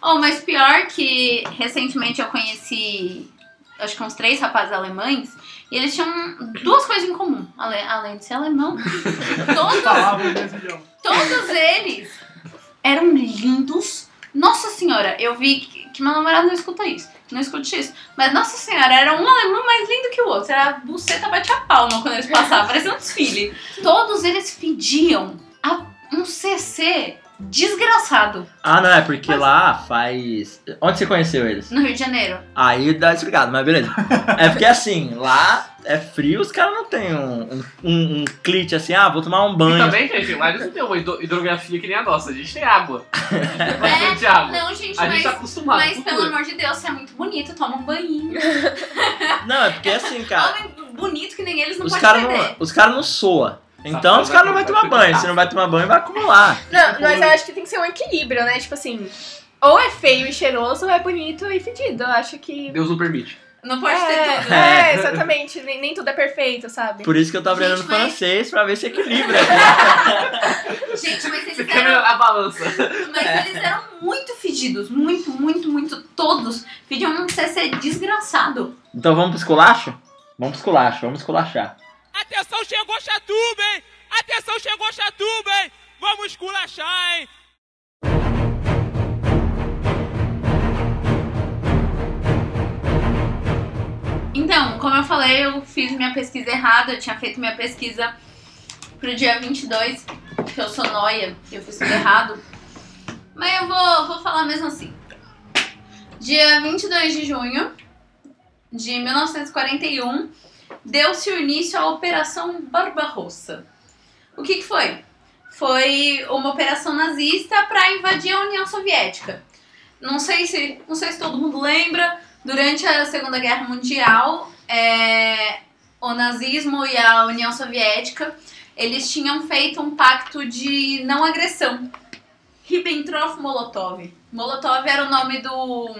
S2: Oh, mas pior que recentemente eu conheci acho que uns três rapazes alemães e eles tinham duas coisas em comum, ale- além de ser alemão. Todos,
S4: Falava o mesmo idioma.
S2: todos eles eram lindos. Nossa senhora, eu vi que, que meu namorado não escuta isso. Não escute isso. Mas, nossa senhora, era um alemão mais lindo que o outro. Era a buceta bate a palma quando eles passavam. Parecia um desfile. Todos eles fediam a um CC desgraçado
S1: Ah, não, é porque lá faz. Onde você conheceu eles?
S2: no Rio de Janeiro.
S1: Aí dá explicado, mas beleza. É porque assim, lá é frio, os caras não tem um, um, um, um clit assim, ah, vou tomar um
S3: E
S1: banho.
S3: também, gente, lá eles não tem uma hidro- hidrografia que nem a nossa. A gente tem água. A gente tem
S5: É,
S3: bastante água.
S2: Não, gente,
S3: a gente
S2: mas.
S3: tá acostumado.
S2: Mas
S3: com
S2: pelo
S3: tudo.
S2: amor de Deus, você é muito bonito, toma um banhinho.
S1: Não, é porque assim, cara,
S2: Homem bonito que nem eles não
S1: os
S2: pode
S1: caras
S2: perder.
S1: não, os cara não soa. Então
S3: Safado
S1: os caras não
S3: vai
S1: vão tomar
S3: ficar-
S1: banho. Se não vai tomar banho, vai acumular.
S5: Não, mas eu acho que tem que ser um equilíbrio, né? Tipo assim, ou é feio e cheiroso, ou é bonito e fedido. Eu acho que.
S3: Deus não permite.
S2: Não, pode ter
S5: É,
S2: tudo. né?
S5: é, exatamente. Nem, nem tudo é perfeito, sabe?
S1: Por isso que eu tava
S2: Gente,
S1: aprendendo
S2: mas-
S1: francês pra ver se equilibra. aqui.
S2: Gente, mas eles
S3: Você quer
S2: eram,
S3: é a balança.
S2: mas eles eram muito fedidos. Muito, muito, muito. Todos pediam um CC desgraçado.
S1: Então vamos pro esculacho? Vamos pro esculacho, vamos esculachar.
S6: Atenção, chegou Chatuba, hein? Atenção, chegou Chatuba, hein? Vamos culachar, hein?
S2: Então, como eu falei, eu fiz minha pesquisa errada. Eu tinha feito minha pesquisa pro dia 22, porque eu sou noia e eu fiz tudo errado. Mas eu vou, vou falar mesmo assim. Dia 22 de junho de 1941, deu-se o início à Operação Barbarossa. O que, que foi? Foi uma operação nazista para invadir a União Soviética. Não sei se, não sei se todo mundo lembra, Durante a Segunda Guerra Mundial, é, o nazismo e a União Soviética eles tinham feito um pacto de não agressão. Ribbentrop-Molotov. Molotov era o nome do.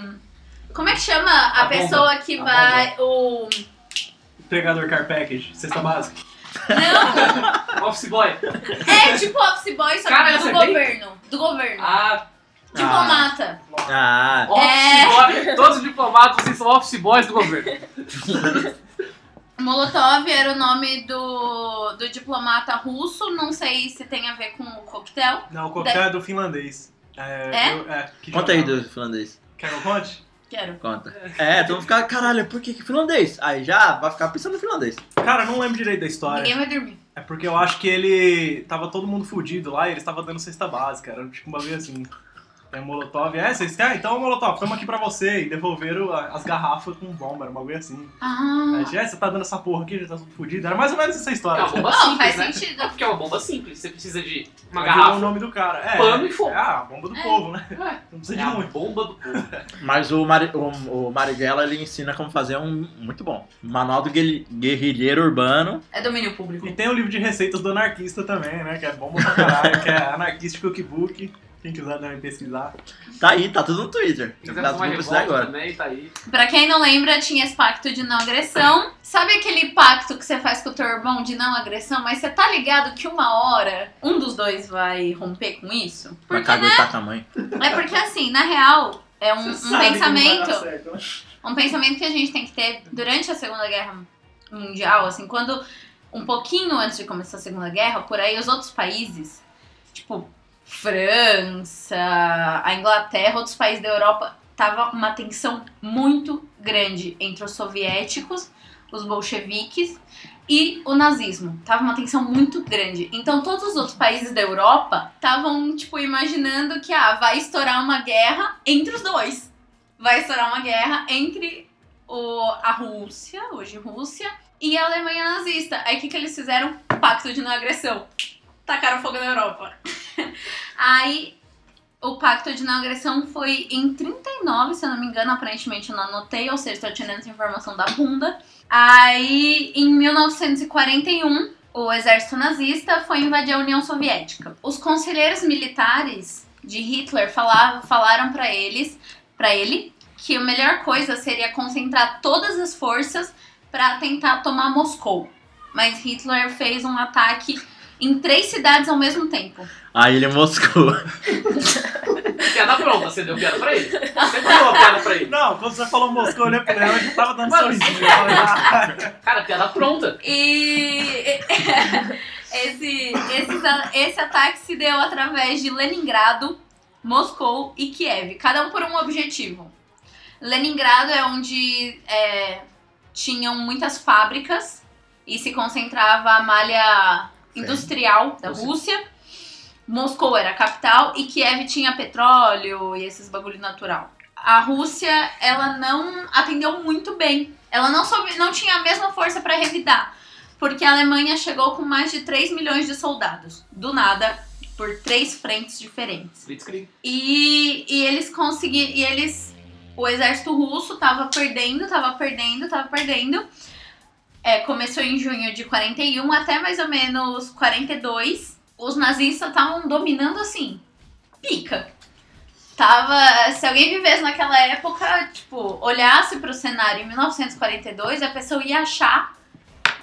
S2: Como é que chama a,
S3: A bomba.
S2: pessoa que
S3: A
S2: vai. O.
S4: Entregador Car Package, cesta básica.
S2: Não!
S3: Office boy.
S2: É tipo office boy, só que
S3: Cara,
S2: do
S3: você tem-
S2: governo. Do governo.
S3: Ah,
S2: Diplomata.
S1: Ah,
S5: É.
S3: office boy. Todos os diplomatas, vocês são office boys do governo.
S2: Molotov era o nome do, do diplomata russo, não sei se tem a ver com o coquetel.
S4: Não, o coquetel é do finlandês.
S2: É?
S4: Eu, é que
S1: conta aí
S4: jornal?
S1: do finlandês.
S4: Quer que eu conte?
S2: Quero.
S1: Conta. É, então vou ficar, caralho, por que que finlandês? Aí já vai ficar pensando no finlandês.
S4: Cara, eu não lembro direito da história.
S2: Ninguém vai dormir.
S4: É porque eu acho que ele. Tava todo mundo fudido lá e eles estavam dando cesta básica. Era tipo um bagulho assim. Aí o Molotov, é, vocês querem? Então, Molotov, tamo aqui pra você. E devolveram a- as garrafas com bomba, era um bagulho assim.
S2: Ah.
S4: Aí, é, você tá dando essa porra aqui, já tá tudo fudido. Era mais ou menos essa
S3: É
S4: história.
S3: uma bomba
S2: Não,
S3: simples,
S2: faz
S3: né?
S2: sentido.
S3: É porque é uma bomba simples. Você precisa de uma
S4: Aí virou o
S3: garrafa.
S4: nome do cara. É,
S3: Pano e fogo.
S4: É a bomba do
S2: É.
S4: povo, né?
S3: É,
S4: Não precisa
S3: é
S4: de
S3: a
S4: muito.
S3: bomba do povo.
S1: Mas o, Mari, o, o Marighella, ele ensina como fazer um muito bom. Manual do guerri- guerrilheiro urbano.
S2: É domínio público.
S4: E tem o livro de receitas do anarquista também, né? Que é bomba pra caralho, que é anarquista cookbook. Quem quiser também pesquisar.
S1: Tá aí, tá tudo no Twitter.
S3: Se
S1: Tá
S3: quiser fazer
S1: tudo
S3: uma
S1: pra pesquisar
S3: revolta
S1: agora.
S3: também, tá aí.
S2: Pra quem não lembra, tinha esse pacto de não agressão. Sabe aquele pacto que você faz com o teu irmão de não agressão? Mas você tá ligado que uma hora um dos dois vai romper com isso?
S1: Pra
S2: Porque,
S1: caguetar tamanho.
S2: é porque assim, na real, é um, um
S4: Você sabe que não vai dar
S2: pensamento.
S4: certo, né?
S2: um pensamento que a gente tem que ter durante a Segunda Guerra Mundial, assim, quando um pouquinho antes de começar a Segunda Guerra, por aí os outros países, tipo França, a Inglaterra, outros países da Europa, tava uma tensão muito grande entre os soviéticos, os bolcheviques e o nazismo. Tava uma tensão muito grande. Então todos os outros países da Europa estavam tipo imaginando que ah, vai estourar uma guerra entre os dois vai estourar uma guerra entre o, a Rússia, hoje Rússia, e a Alemanha nazista. Aí o que, que eles fizeram? Pacto de não agressão. Tacaram fogo na Europa. Aí o pacto de não agressão foi em 39, se eu não me engano, aparentemente eu não anotei, ou seja, estou tirando essa informação da bunda. Aí em 1941. O exército nazista foi invadir a União Soviética. Os conselheiros militares de Hitler falavam, falaram para eles, para ele, que a melhor coisa seria concentrar todas as forças para tentar tomar Moscou. Mas Hitler fez um ataque em três cidades ao mesmo tempo.
S1: Aí ele moscou.
S3: Piada pronta, você deu piada pra ele. Você deu uma piada pra ele.
S4: Não, quando você falou Moscou, eu olhei pra ele, ela já tava dando
S3: Mano, é
S4: sorrisinho. Eu falei, ah,
S3: Cara, piada pronta.
S2: E esse, esses a- esse, ataque se deu através de Leningrado, Moscou e Kiev, cada um por um objetivo. Leningrado é onde é, tinham muitas fábricas e se concentrava a malha industrial da
S3: Rússia.
S2: Rússia. Moscou era a capital e Kiev tinha petróleo e esses bagulho natural. A Rússia, ela não atendeu muito bem. Ela não soube, não tinha a mesma força para revidar, porque a Alemanha chegou com mais de 3 milhões de soldados, do nada, por três frentes diferentes.
S3: Blitzkrieg.
S2: E, e eles conseguiram. E eles. O exército russo tava perdendo, tava perdendo, tava perdendo. É, começou em junho de 41 até mais ou menos 42. Os nazistas estavam dominando assim. Pica. Tava. Se alguém vivesse naquela época, tipo, olhasse pro cenário em 1942, a pessoa ia achar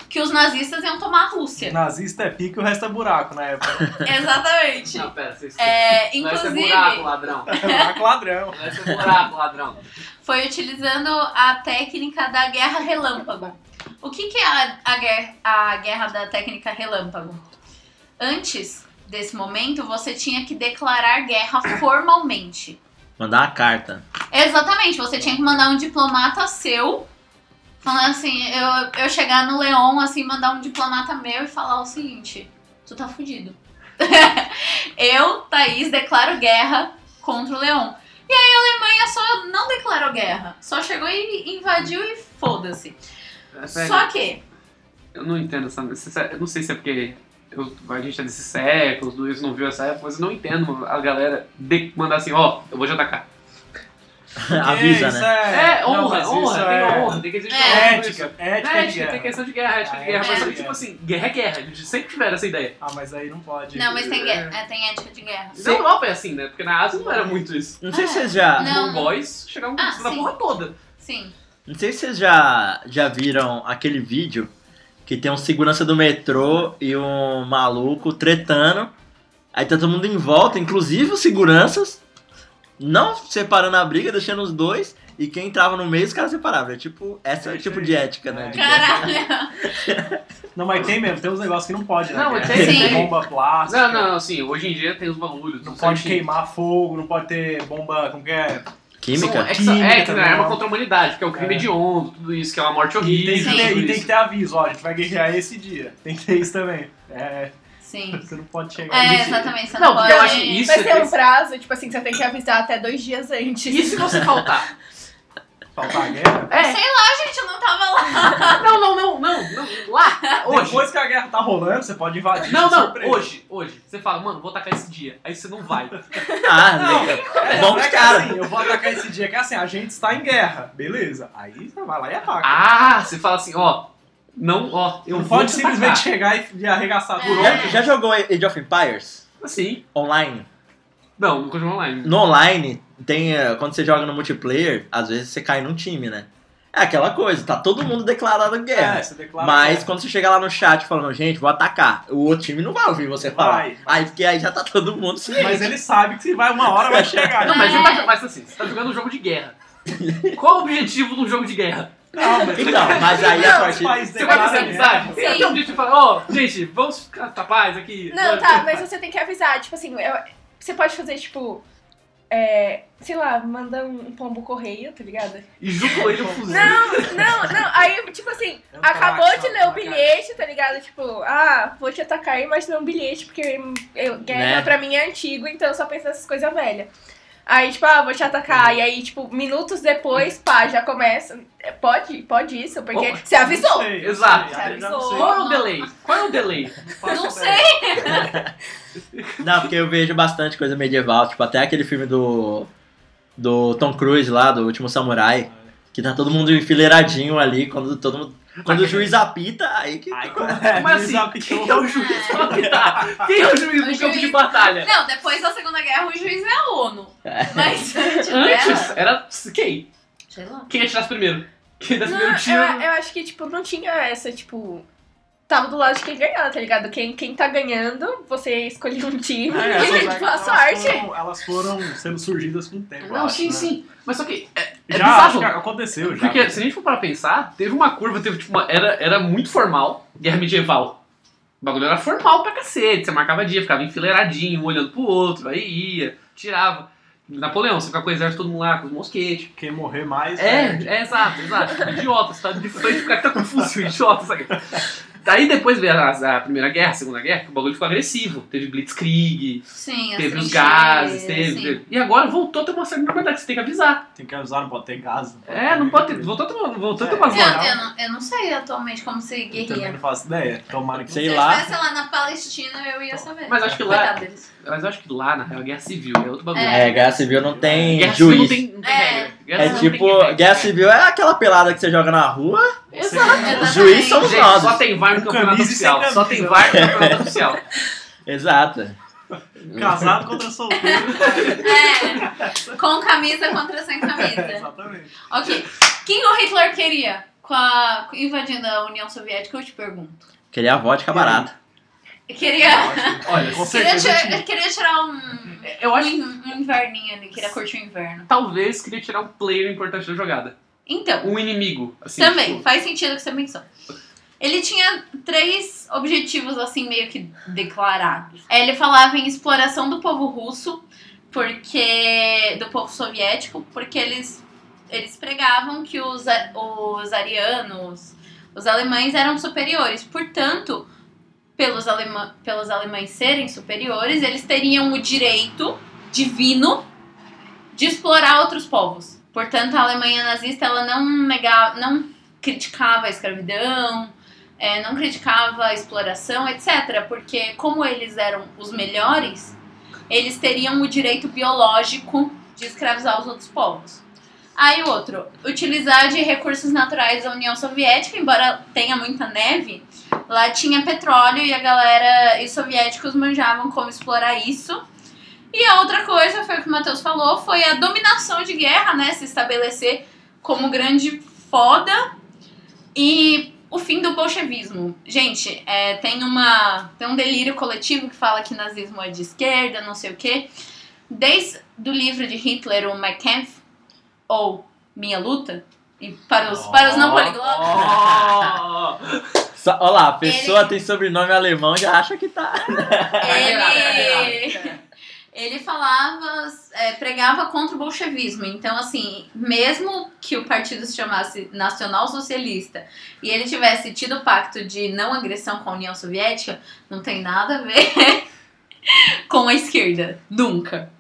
S2: que os nazistas iam tomar a Rússia.
S4: Nazista é pica e o resto é buraco na época.
S2: Exatamente.
S3: Não, pera, vocês.
S2: É,
S3: Não, esse é
S2: inclusive.
S3: buraco, ladrão.
S4: É buraco ladrão.
S3: Não, esse é buraco, ladrão.
S2: foi utilizando a técnica da guerra relâmpago. O que, que é a, a guer- a guerra da técnica relâmpago? Antes desse momento, você tinha que declarar guerra formalmente.
S1: Mandar uma carta.
S2: Exatamente, você tinha que mandar um diplomata seu. Falar assim, eu, eu chegar no Leon, assim, mandar um diplomata meu e falar o seguinte: tu tá fudido. eu, Thaís, declaro guerra contra o Leon. E aí a Alemanha só não declarou guerra. Só chegou e invadiu e foda-se.
S3: É, sério.
S2: Só que.
S3: Eu não entendo essa. essa- Eu não sei se é porque eu, a gente é desse século, os dois não viu essa época, mas eu não entendo a galera de mandar assim, ó, eu vou te atacar.
S1: Avisa,
S4: isso
S1: né?
S3: É,
S4: não,
S3: honra,
S4: mas
S3: honra,
S4: isso
S3: tem
S4: é-
S3: honra, tem que existir
S2: É.
S3: honra.
S4: Ética,
S3: nisso.
S4: ética,
S3: É,
S4: de
S3: ética,
S4: guerra.
S3: tem questão de guerra, ética
S4: Ah,
S3: de guerra, mas
S2: é.
S3: só que, tipo assim, guerra é guerra, eles sempre tiveram essa ideia.
S4: Ah, mas aí não pode.
S2: Não, mas tem, guerra, é, tem ética de guerra.
S3: Na Europa é assim, né? Porque na Ásia não era muito isso.
S1: Não sei se vocês já.
S2: Não.
S3: Os mongóis chegavam
S2: Ah,
S3: na
S2: sim.
S3: porra toda.
S2: Sim.
S1: Não sei se vocês já, já viram aquele vídeo que tem um segurança do metrô e um maluco tretando. Aí tá todo mundo em volta, inclusive os seguranças, não separando a briga, deixando os dois. E quem entrava no meio, os caras separavam. É tipo, essa é o tipo de ética, né? de guerra.
S2: Caralho.
S4: Não, mas tem mesmo, tem uns negócios que não pode, né?
S3: Não, mas
S4: Guerra.
S2: tem-
S4: Bomba plástica.
S3: Não, não, não, sim, hoje em dia tem os bagulhos.
S4: Não pode
S3: sei se-
S4: queimar fogo, não pode ter bomba, como que é?
S1: Química?
S3: São- é que
S4: Química
S3: são- É, que
S4: também,
S3: né, é uma
S4: não.
S3: contra a humanidade, porque é o crime
S4: É.
S3: hediondo, tudo isso, que é uma morte
S4: E
S3: horrível.
S4: tem, que
S2: Sim.
S4: ter, e
S3: tudo
S4: tem que
S3: isso.
S4: ter aviso, ó, a gente vai guerrear esse dia. Tem que ter isso também. É,
S2: Sim.
S4: você não pode chegar.
S2: É,
S4: Gente,
S2: exatamente. Você não,
S3: Não,
S2: pode.
S3: porque eu acho que isso.
S5: Mas
S3: é
S5: tem um prazo, tipo assim, que você tem que avisar até dois dias antes.
S3: E se você faltar?
S4: Faltar a guerra.
S3: É.
S2: A gente não tava lá.
S3: Não, não, não, não, não. Lá,
S2: Ah,
S3: hoje.
S4: Depois que a guerra tá rolando, você pode invadir.
S3: Não,
S4: de
S3: não,
S4: surpresa.
S3: hoje, hoje. Você fala, mano, vou atacar esse dia. Aí você não vai.
S1: Ah,
S4: Não,
S1: legal.
S4: É,
S1: Bom
S4: não é
S1: pros
S4: que
S1: caras.
S4: assim, eu vou atacar esse dia que é assim, a gente está em guerra. Beleza. Aí você vai lá e ataca.
S3: Ah, você fala assim, ó. Não, ó. Eu
S4: não
S3: vou
S4: pode
S3: te
S4: simplesmente
S3: atacar.
S4: chegar e- e arregaçar por
S2: É.
S4: onde.
S1: Já, já jogou Age of Empires?
S3: Assim.
S1: Online?
S3: Não, não continua online.
S1: No online, tem, eh, quando você joga no multiplayer, às vezes você cai num time, né? É aquela coisa, tá todo mundo declarado guerra.
S4: É, você declara
S1: Mas
S4: guerra.
S1: quando você chega lá no chat falando, gente, vou atacar, o outro time não vai ouvir você falar.
S4: Vai.
S1: Aí porque aí já tá todo mundo ciente.
S4: Mas ele sabe que se vai uma hora vai chegar.
S3: Não,
S4: Não,
S3: mas,
S2: É.
S3: você tá, mas assim, você tá jogando um jogo de guerra. Qual o objetivo de um jogo de guerra?
S4: mas
S1: Então, mas aí a
S4: Não,
S1: partir-
S4: os países
S3: Você vai fazer
S4: declaram
S3: amizade?
S4: guerra.
S3: Você tem um objetivo de falar, ó, gente, vamos ficar tá paz aqui.
S5: Não,
S3: Vamos-
S5: tá, mas você tem que avisar, tipo assim, eu- você pode fazer, tipo, é, sei lá, mandar um pombo correio, tá ligado?
S3: E junto ele um fuzil.
S5: Não, não, não, aí, tipo assim,
S4: É um
S5: acabou
S4: craque,
S5: de
S4: não,
S5: ler o
S4: craque.
S5: bilhete, tá ligado? Tipo, ah, vou te atacar e mais ler um bilhete, porque eu- eu- guerra
S1: Né?
S5: pra mim é antigo, então eu só penso nessas coisas velhas. Aí, tipo, ah, vou te atacar. E aí, tipo, minutos depois, pá, já começa. É, Pode, pode isso, porque
S3: Opa.
S5: você avisou.
S4: Sei,
S3: Exato.
S4: sei, eu já
S5: Avisou.
S4: sei.
S3: Qual é o delay? Qual é o delay?
S2: Não
S4: Faço
S2: sei.
S4: ideia.
S1: Não, porque eu vejo bastante coisa medieval, tipo, até aquele filme do. do Tom Cruise lá, do Último Samurai. Que tá todo mundo enfileiradinho ali, quando todo mundo. Quando o juiz apita, aí que.
S4: Ai, como é?
S3: Mas assim,
S4: Avisar pitou.
S3: quem é o juiz pra apitar? Quem é o juiz
S2: O
S3: no campo de
S2: juiz-
S3: batalha?
S2: Não, depois da Segunda Guerra, o juiz é a ONU. Mas antes
S3: É. Antes
S2: dela.
S3: era quem?
S2: Sei lá.
S3: Quem atirasse primeiro? Quem desse
S5: Não,
S3: primeiro tiro?
S5: eu, eu acho que, tipo, não tinha essa, tipo. Tava do lado de quem ganhava, tá ligado? Quem, quem tá ganhando, você escolhia um time
S4: É,
S5: e
S4: essas
S5: gente,
S4: regras,
S5: boa
S4: elas
S5: sorte.
S4: foram- elas foram sendo surgidas com o tempo. eu
S3: Não,
S4: acho,
S3: sim,
S4: né?
S3: sim. Mas só que é, é
S4: Já acho
S3: bizarro.
S4: que aconteceu, já. né?
S3: Porque se a gente for para pensar, teve uma curva, teve tipo uma. Era, era muito formal, guerra medieval. O bagulho era formal pra cacete. Você marcava dia, ficava enfileiradinho, um olhando pro outro, aí ia, tirava. Napoleão, você fica com o exército todo mundo lá, com os mosquetes.
S4: Quem morrer mais.
S3: É,
S4: perde.
S3: é exato, exato. Idiota, você tá distante, o cara tá com fuzil, idiota, sabe? Daí depois veio a, a Primeira Guerra, a Segunda Guerra, que o bagulho ficou agressivo. Teve Blitzkrieg,
S2: Sim, as
S3: teve os
S2: trincheiras,
S3: gases, teve,
S2: sim.
S3: teve- E agora voltou a ter uma certa liberdade, você tem que avisar.
S4: Tem que avisar, não pode ter gás. pode
S3: É, não pode ter.
S4: bebida.
S3: Voltou a ter, uma- voltou a ter
S4: É.
S3: umas
S2: Eu,
S3: normas.
S2: eu não, eu não sei atualmente como se
S4: Então, Eu Também não
S2: guerreia.
S4: faço ideia. Tomara que
S2: Se
S1: Sei
S2: eu
S1: lá.
S2: estivesse lá na Palestina, eu ia saber.
S3: Então, Mas acho que lá-
S2: Coitado deles.
S3: Mas eu acho que lá, na real, é guerra civil, é outro bagulho.
S1: É, Guerra Civil não tem
S3: Guerra civil não
S1: juiz.
S3: tem, não tem
S2: É.
S3: regra. Guerra
S1: É
S3: civil não
S1: tipo,
S3: tem regra.
S1: Guerra Civil é aquela pelada que você joga na rua.
S2: Exato.
S1: Juiz são-
S3: É. Gente,
S1: Nós.
S3: só tem VAR no
S4: Com
S3: campeonato
S4: camisa e sem
S3: oficial. Só
S4: camisa.
S3: tem VAR no campeonato oficial.
S1: Exato.
S4: Casado contra solteiro.
S2: É. Com camisa contra sem
S4: É,
S2: camisa.
S4: exatamente.
S2: Ok. Quem o Hitler queria com a, invadindo a União Soviética? Eu te pergunto.
S1: Queria a vodka barata.
S2: Queria,
S3: Olha,
S4: Com
S2: queria,
S4: certeza.
S2: tirar, queria tirar um,
S3: eu acho que
S2: um inverninho ali, queria curtir o inverno.
S3: talvez queria tirar um player importante da jogada.
S2: Então,
S3: Um inimigo. Assim,
S2: Também,
S3: tipo,
S2: faz sentido que você pensou. Ele tinha três objetivos, assim, meio que declarados. É, Ele falava em exploração do povo russo, porque. do povo soviético, porque eles, eles pregavam que os, a- os arianos, os alemães eram superiores. Portanto, pelos, alema, pelos alemães serem superiores, eles teriam o direito divino de explorar outros povos. Portanto, a Alemanha nazista ela não negava, não criticava a escravidão, é, não criticava a exploração, etc. Porque como eles eram os melhores, eles teriam o direito biológico de escravizar os outros povos. Aí o outro, utilizar de recursos naturais da União Soviética, embora tenha muita neve, lá tinha petróleo e a galera e os soviéticos manjavam como explorar isso. E a outra coisa foi o que o Matheus falou, foi a dominação de guerra, né? Se estabelecer como grande foda e o fim do bolchevismo. Gente, é, tem, uma, tem um delírio coletivo que fala que nazismo é de esquerda, não sei o quê. Desde do livro de Hitler, o Mein Kampf, ou Minha Luta, e para os, para os não poliglotas,
S3: Ó, ó,
S2: Tá
S3: ó.
S1: Só, olha lá, a pessoa tem sobrenome alemão e já acha que tá.
S2: ele, ele falava, é, pregava contra o bolchevismo. Então, assim, mesmo que o partido se chamasse Nacional Socialista e ele tivesse tido o pacto de não agressão com a União Soviética, não tem nada a ver com a esquerda. Nunca.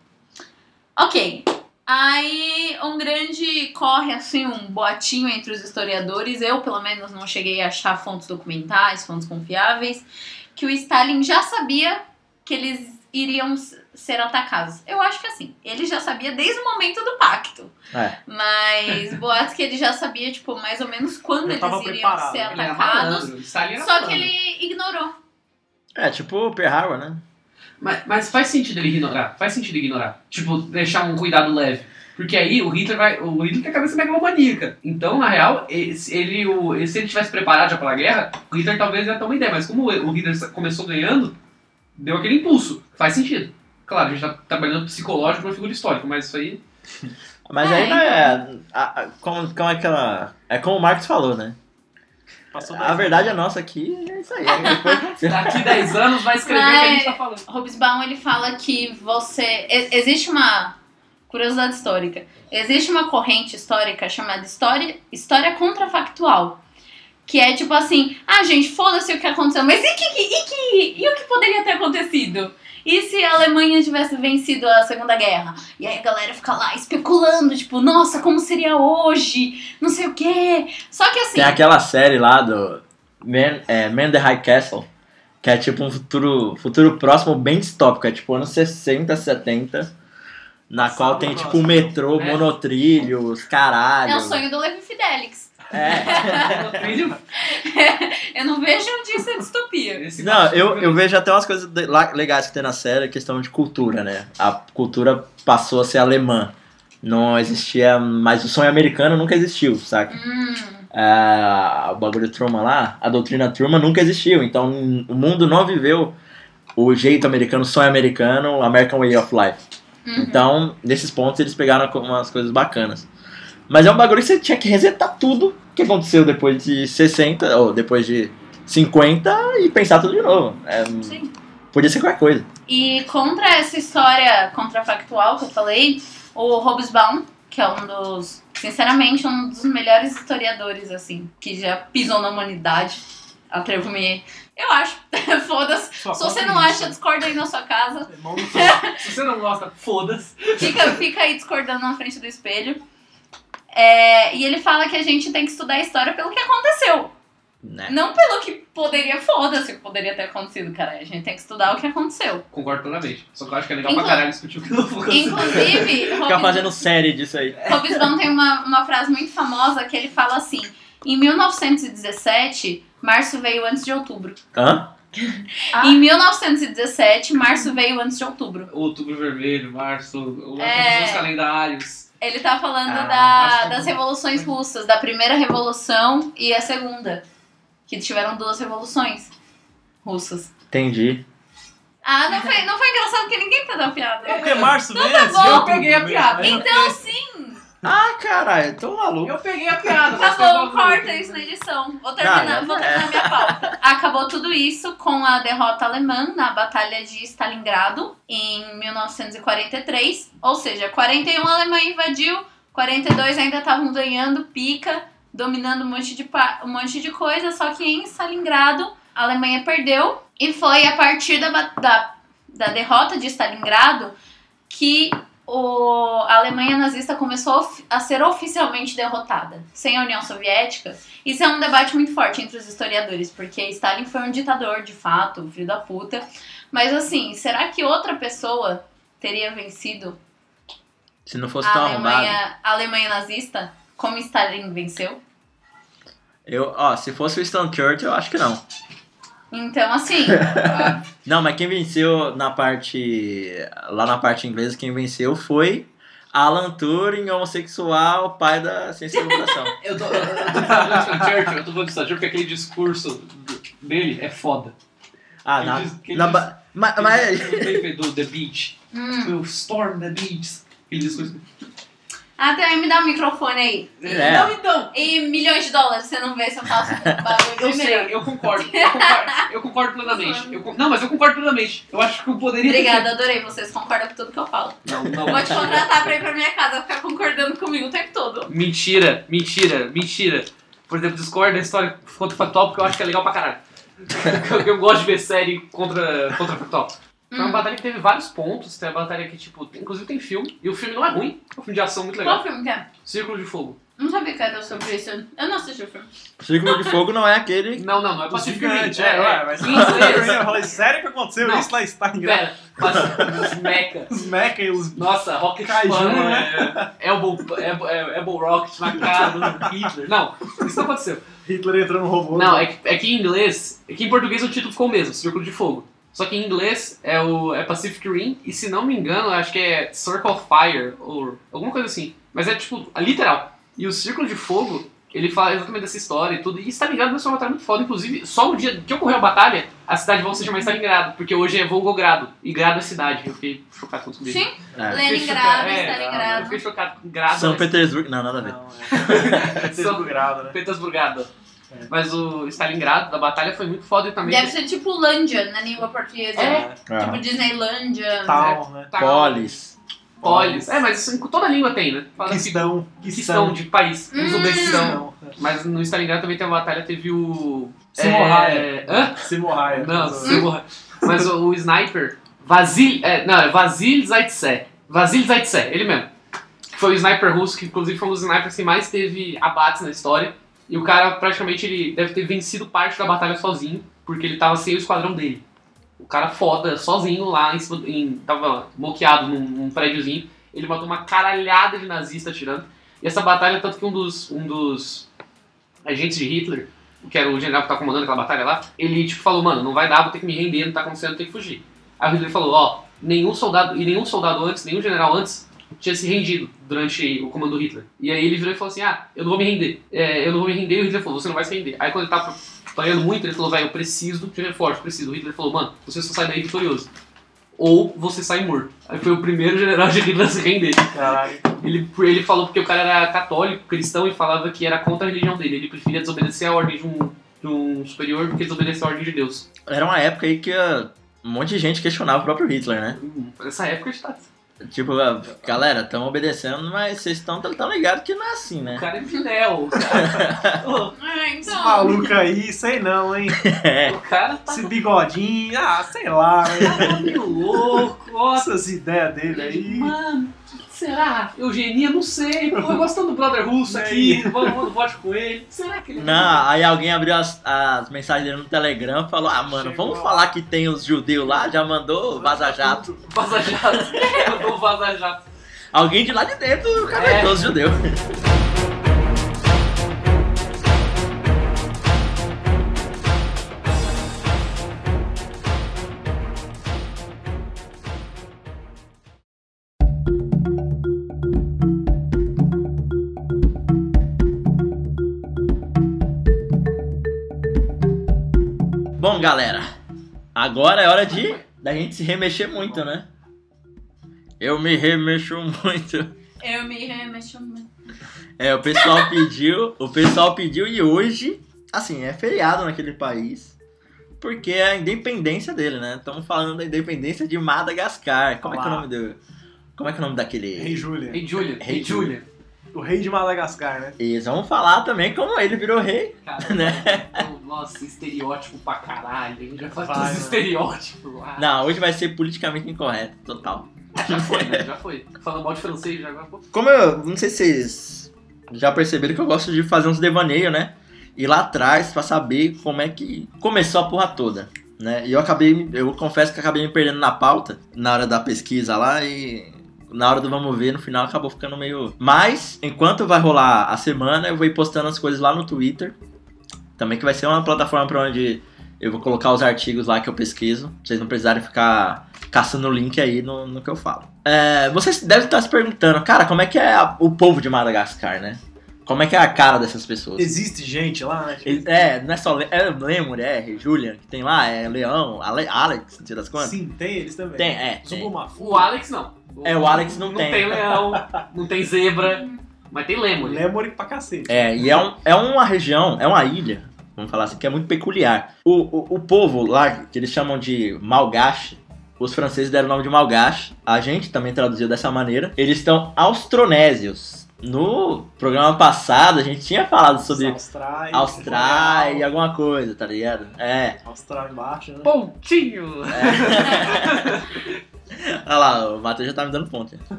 S2: Ok. Aí um grande corre assim, um boatinho entre os historiadores. Eu, pelo menos, não cheguei a achar fontes documentais, fontes confiáveis, que o Stalin já sabia que eles iriam s- ser atacados. Eu acho que assim, ele já sabia desde o momento do pacto.
S1: É.
S2: Mas boatos que ele já sabia, tipo, mais ou menos quando
S4: Eu
S2: eles
S4: tava
S2: iriam
S4: preparado,
S2: ser
S4: ele
S3: Ele era
S2: atacados.
S3: malandro, Stalin era
S2: Só que
S3: malandro.
S2: ele ignorou.
S1: É, tipo o Pearl Harbor, né?
S3: Mas, mas faz sentido ele ignorar. Faz sentido ignorar. Tipo, deixar um cuidado leve. Porque aí o Hitler vai. O Hitler tem a cabeça megalomaníaca. Então, na real, esse- ele, o, esse- se ele tivesse preparado já pra guerra, o Hitler talvez ia ter uma ideia. Mas como o Hitler começou ganhando, deu aquele impulso. Faz sentido. Claro, a gente tá trabalhando psicológico uma figura histórica, mas isso aí.
S1: Mas
S2: É,
S1: aí não é. a- a- como, como é aquela. É como o Marx falou, né?
S4: Passou
S1: A
S4: daí.
S1: verdade é nossa aqui, é isso aí. Depois-
S3: Daqui 10 anos vai escrever o que a gente tá falando.
S2: Hobsbawm ele fala que você e- existe uma curiosidade histórica. Existe uma corrente histórica chamada história história contrafactual, que é tipo assim, ah gente, foda-se o que aconteceu, mas e que, e que e o que poderia ter acontecido? E se a Alemanha tivesse vencido a Segunda Guerra? E aí a galera fica lá especulando, tipo, nossa, como seria hoje? Não sei o quê. Só que assim,
S1: Tem aquela série lá do Man, é, Man in the High Castle, que é tipo um futuro, futuro próximo bem distópico, é tipo anos 60, 70, na
S4: Passado
S1: qual tem tipo
S4: próximo.
S1: metrô,
S3: É.
S1: monotrilhos, caralho.
S2: é o sonho do Levi Fidelix.
S1: É.
S2: Eu não vejo onde isso é distopia.
S3: Esse é
S1: Não, eu, eu vejo até umas coisas de- lá- legais que tem na série, questão de cultura, né? A cultura passou a ser alemã. Não existia mais o sonho americano nunca existiu, saca?
S2: Hum.
S1: Ah, o bagulho Truman lá, a doutrina Truman nunca existiu. Então o mundo não viveu o jeito americano, o sonho americano, o American Way of Life.
S2: Uhum.
S1: Então, nesses pontos, eles pegaram co- umas coisas bacanas. Mas é um bagulho que você tinha que resetar tudo que aconteceu depois de 60, ou depois de 50, e pensar tudo de novo. É,
S2: Sim.
S1: podia ser qualquer coisa.
S2: E contra essa história contrafactual que eu falei, o Hobsbawm, que é um dos, sinceramente, um dos melhores historiadores, assim, que já pisou na humanidade. Atrevo-me. Eu acho. Foda-se.
S4: Sua
S2: Se você
S4: conta
S2: não
S4: nisso.
S2: acha, discorda aí na sua casa.
S4: Irmão do seu-
S3: Se você não gosta, foda-se.
S2: Fica, fica aí discordando na frente do espelho. É, e ele fala que a gente tem que estudar a história pelo que aconteceu.
S1: Né?
S2: Não pelo que poderia, foda-se, o que poderia ter acontecido, cara. A gente tem que estudar o que aconteceu.
S3: Concordo plenamente. Só que eu acho que é legal
S2: Inclu-
S3: pra caralho discutir o que não vou
S2: Inclusive,
S1: Ficar
S2: Hobbes,
S1: fazendo série disso aí.
S2: Hobbes Bawm tem uma, uma frase muito famosa que ele fala assim: em 1917, março veio antes de outubro.
S1: Hã?
S5: Ah.
S2: Em 1917, março veio antes de outubro.
S3: Outubro vermelho, março, o-
S2: É.
S3: os calendários.
S2: Ele tá falando
S1: Ah,
S2: da-
S3: acho que-
S2: das revoluções russas, da primeira revolução e a segunda. Que tiveram duas revoluções russas.
S1: Entendi.
S2: Ah, não foi, não foi engraçado que ninguém pegou a piada.
S4: Porque é março
S3: Então
S4: mesmo.
S2: bom,
S4: eu
S3: tá peguei a piada.
S2: Então sim,
S1: Ah, caralho, tô maluco.
S3: Eu peguei a piada.
S2: Tá
S3: mas
S2: bom,
S3: maluco.
S2: corta isso na edição. Vou
S1: Cara,
S2: terminar, vou
S1: é.
S2: terminar minha pauta. Acabou tudo isso com a derrota alemã na Batalha de Stalingrado em 1943. Ou seja, 41 a Alemanha invadiu, 42 ainda estavam ganhando pica, dominando um monte, de pa- um monte de coisa. Só que em Stalingrado, a Alemanha perdeu. E foi a partir da, ba- da, da derrota de Stalingrado que o- a Alemanha nazista começou a of- a ser oficialmente derrotada, sem a União Soviética. Isso é um debate muito forte entre os historiadores, porque Stalin foi um ditador, de fato, um filho da puta. Mas assim, será que outra pessoa teria vencido
S1: Se não fosse
S2: a
S1: tão arrombado.
S2: Ah, Alemanha, a Alemanha nazista como Stalin venceu?
S1: Eu, ó, se fosse o Stan Churchill, eu acho que não.
S2: Então, assim,
S1: Não, mas quem venceu na parte. Lá na parte inglesa, quem venceu foi Alan Turing, homossexual, pai da ciência da computação.
S3: Eu tô, eu tô falando de Winston Churchill, eu tô falando de Winston Churchill porque aquele discurso dele é foda.
S1: Ah,
S3: Quem
S1: na.
S3: diz- quem
S1: na
S3: diz-
S1: ba- ma- Ah, mas,
S3: Aquele baby do The Beach.
S2: hum,
S3: Meu, Storm the Beach. Aquele discurso.
S2: até aí me dá o microfone aí.
S1: É.
S3: Não, então.
S2: E milhões de dólares, você não vê se eu faço barulho
S3: Eu
S2: primeiro.
S3: sei, eu concordo. Eu concordo, eu concordo plenamente. Eu con- não, mas eu concordo plenamente. Eu acho que eu poderia. ter
S2: Obrigada, adorei. Vocês concordam com tudo que eu falo.
S3: feito- Não, não.
S2: Vou te contratar pra ir pra minha casa ficar concordando comigo o tempo todo.
S3: Mentira, mentira, mentira. Por exemplo, Discord é história contrafactual porque eu acho que é legal pra caralho. eu, eu gosto de ver série contra, contrafactual. Foi uma
S2: Hum.
S3: batalha que teve vários pontos. Tem uma batalha que, tipo, tem- inclusive tem filme. E o filme não é ruim. É um filme de ação muito legal.
S2: Qual filme que é?
S3: Círculo de Fogo.
S2: Não sabia que era sobre isso. Eu não assisti o filme.
S1: Círculo de Fogo não é aquele.
S3: Não, não, não é
S4: Os
S3: Pacific
S4: gigantes,
S3: Rim.
S4: é, ué, mas.
S3: Isso, isso.
S4: Eu falei, sério que aconteceu
S3: Não. É.
S4: isso lá está engraçado.
S3: Pera, Pacific- os mecha.
S4: Os mecha e os.
S3: Nossa, Rocket
S4: Kaiju, né?
S3: Man, é, Elbow, Elbow, Elbow Rocket, Macado, Hitler. Não, isso não aconteceu.
S4: Hitler entrando no robô.
S3: Não, é que, é que em inglês. É que em português o título ficou o mesmo, Círculo de Fogo. Só que em inglês é o é Pacific Rim, e se não me engano, acho que é Circle of Fire, ou alguma coisa assim. Mas é tipo, a literal. E o Círculo de Fogo, ele fala exatamente dessa história e tudo. E Stalingrado vai ser uma batalha é muito foda. Inclusive, só o dia que ocorreu a batalha, a cidade vai se chamar Stalingrado, porque hoje é Volgogrado. E Grado é cidade. Eu fiquei chocado com tudo isso.
S2: Sim,
S1: É.
S3: Eu fiquei
S2: Leningrado,
S3: chocado- é, Eu
S2: Stalingrado.
S3: fiquei chocado com Grado. né?
S1: São
S3: mas-
S1: Petersburgo. Não, nada a ver.
S4: Não, é. São grado, né?
S3: Petersburgado.
S4: É.
S3: Mas o Stalingrado da batalha foi muito foda e também.
S2: Deve ser tipo Lândia na língua portuguesa.
S3: É.
S2: Tipo
S1: Aham.
S2: Disneylândia.
S4: Tal, né?
S3: Tá-
S1: Ah. Polis.
S3: Polis. É, mas isso em toda língua tem, né? Fala que,
S4: Cristão.
S3: que são de país.
S2: Hum.
S3: Uzbequistão.
S4: Cristão.
S3: Mas no Stalingrado também tem uma batalha, teve o.
S4: Simoraia.
S3: É... Hã?
S4: Simoraia.
S3: Não, Simorra. Mas o, o sniper. Vasil. É, não, é Vasil Zaitsev. Vasil Zaitsev, ele mesmo. Foi o sniper russo, que inclusive foi um dos snipers que mais teve abates na história. E o cara praticamente ele deve ter vencido parte da batalha sozinho, porque ele tava sem o esquadrão dele. O cara foda, sozinho lá, em, cima- em, tava moqueado num, num prédiozinho. Ele matou uma caralhada de nazista atirando. E essa batalha, tanto que um dos, um dos agentes de Hitler, que era o general que tá comandando aquela batalha lá, ele tipo falou, mano, não vai dar, vou ter que me render, não tá acontecendo, tem que fugir. Aí o Hitler falou, ó, nenhum soldado, e nenhum soldado antes, nenhum general antes, tinha se rendido durante o comando do Hitler. E aí ele virou e falou assim, ah, eu não vou me render, é, eu não vou me render, e o Hitler falou, você não vai se render. Aí quando ele tava apanhando muito, ele falou, velho, eu preciso de reforço, preciso. O Hitler falou, mano, você só sai daí vitorioso. Ou você sai morto. Aí foi o primeiro general de Hitler a se render.
S4: Caralho.
S3: Ele, ele falou porque o cara era católico, cristão, e falava que era contra a religião dele. Ele preferia desobedecer a ordem de um, de um superior do que desobedecer a ordem de Deus.
S1: Era uma época aí que ah, um monte de gente questionava o próprio Hitler, né?
S3: Hum, Nessa época, a gente tá
S1: Tipo, galera, estão obedecendo, mas vocês estão tão, tão ligados que não é assim,
S3: O
S1: né?
S3: cara é pinel. cara.
S2: Ah,
S4: Esse
S2: então.
S4: maluco aí, sei não, hein?
S1: É.
S3: O cara tá
S4: Esse bigodinho, ah, sei lá, hein?
S3: meio louco. Ó,
S4: Essas ideias dele aí.
S3: Mano, o que será? Eugenia, não sei. Pô, eu gosto tanto do brother russo aqui. Vamos, vamos, vote com ele. Será que ele é
S1: Não, aí alguém abriu as, as mensagens dele no Telegram e falou: Ah, mano,
S4: Chegou.
S1: vamos falar que tem os judeus lá, já mandou Vaza Jato.
S3: um Vaza Jato? Eu dou Vaza Jato.
S1: Alguém de lá de dentro é canetou os judeus. Bom, galera, agora é hora de da gente se remexer muito, né? Eu me remexo muito.
S2: Eu me remexo muito.
S1: É, o pessoal pediu, o pessoal pediu e hoje, assim, é feriado naquele país, porque é a independência dele, né? Estamos falando da independência de Madagascar. Como é que é o
S4: Olá.
S1: nome do Como é que é o nome
S4: Rei
S1: daquele?
S4: Júlia.
S3: Ei, Julia.
S1: Hey,
S3: Ei, Julia.
S4: O rei de Madagascar, né?
S1: E eles vão falar também como ele virou rei,
S3: Cara,
S1: né?
S3: nossa, estereótipo pra caralho. hein? Já faz
S4: Vai,
S3: todos os
S4: né?
S3: estereótipos lá.
S1: Não, hoje vai ser politicamente incorreto, total.
S3: Já foi, né? Já foi. Falando mal de francês, já agora. pô.
S1: Como eu, não sei se vocês já perceberam que eu gosto de fazer uns devaneios, né? Ir lá atrás pra saber como é que começou a porra toda, né? E eu acabei, me- eu confesso que acabei me perdendo na pauta na hora da pesquisa lá e na hora do vamos ver, no final acabou ficando meio. Mas, enquanto vai rolar a semana, eu vou ir postando as coisas lá no Twitter. Também que vai ser uma plataforma pra onde eu vou colocar os artigos lá que eu pesquiso. pra Vocês não precisarem ficar caçando o link aí no, no que eu falo. É, vocês devem estar se perguntando, cara, como é que é a- o povo de Madagascar, né? Como é que é a cara dessas pessoas?
S4: Existe gente lá, né?
S1: Eles- é, não é só Le- é Lemur, é Julian, que tem lá, é Leão, Ale- Alex, não sei das quantas.
S4: Sim, tem eles também.
S1: Tem, é. tem.
S4: Subumafu.
S3: O Alex não.
S1: É, o Alex não
S3: não
S1: tem.
S3: tem leão, não tem zebra, mas tem lemo. né?
S4: Lemore pra cacete.
S1: É, e é, um- é uma região, é uma ilha, vamos falar assim, que é muito peculiar. O, o, o povo lá, que eles chamam de Malgache, os franceses deram o nome de Malgache, a gente também traduziu dessa maneira, eles estão austronésios. No programa passado, a gente tinha falado sobre
S4: Austrália.
S1: Austrália, alguma coisa, tá ligado? É.
S4: Austrália embaixo, né?
S3: Pontinho!
S1: Olha lá, o Matheus já tá me dando ponto.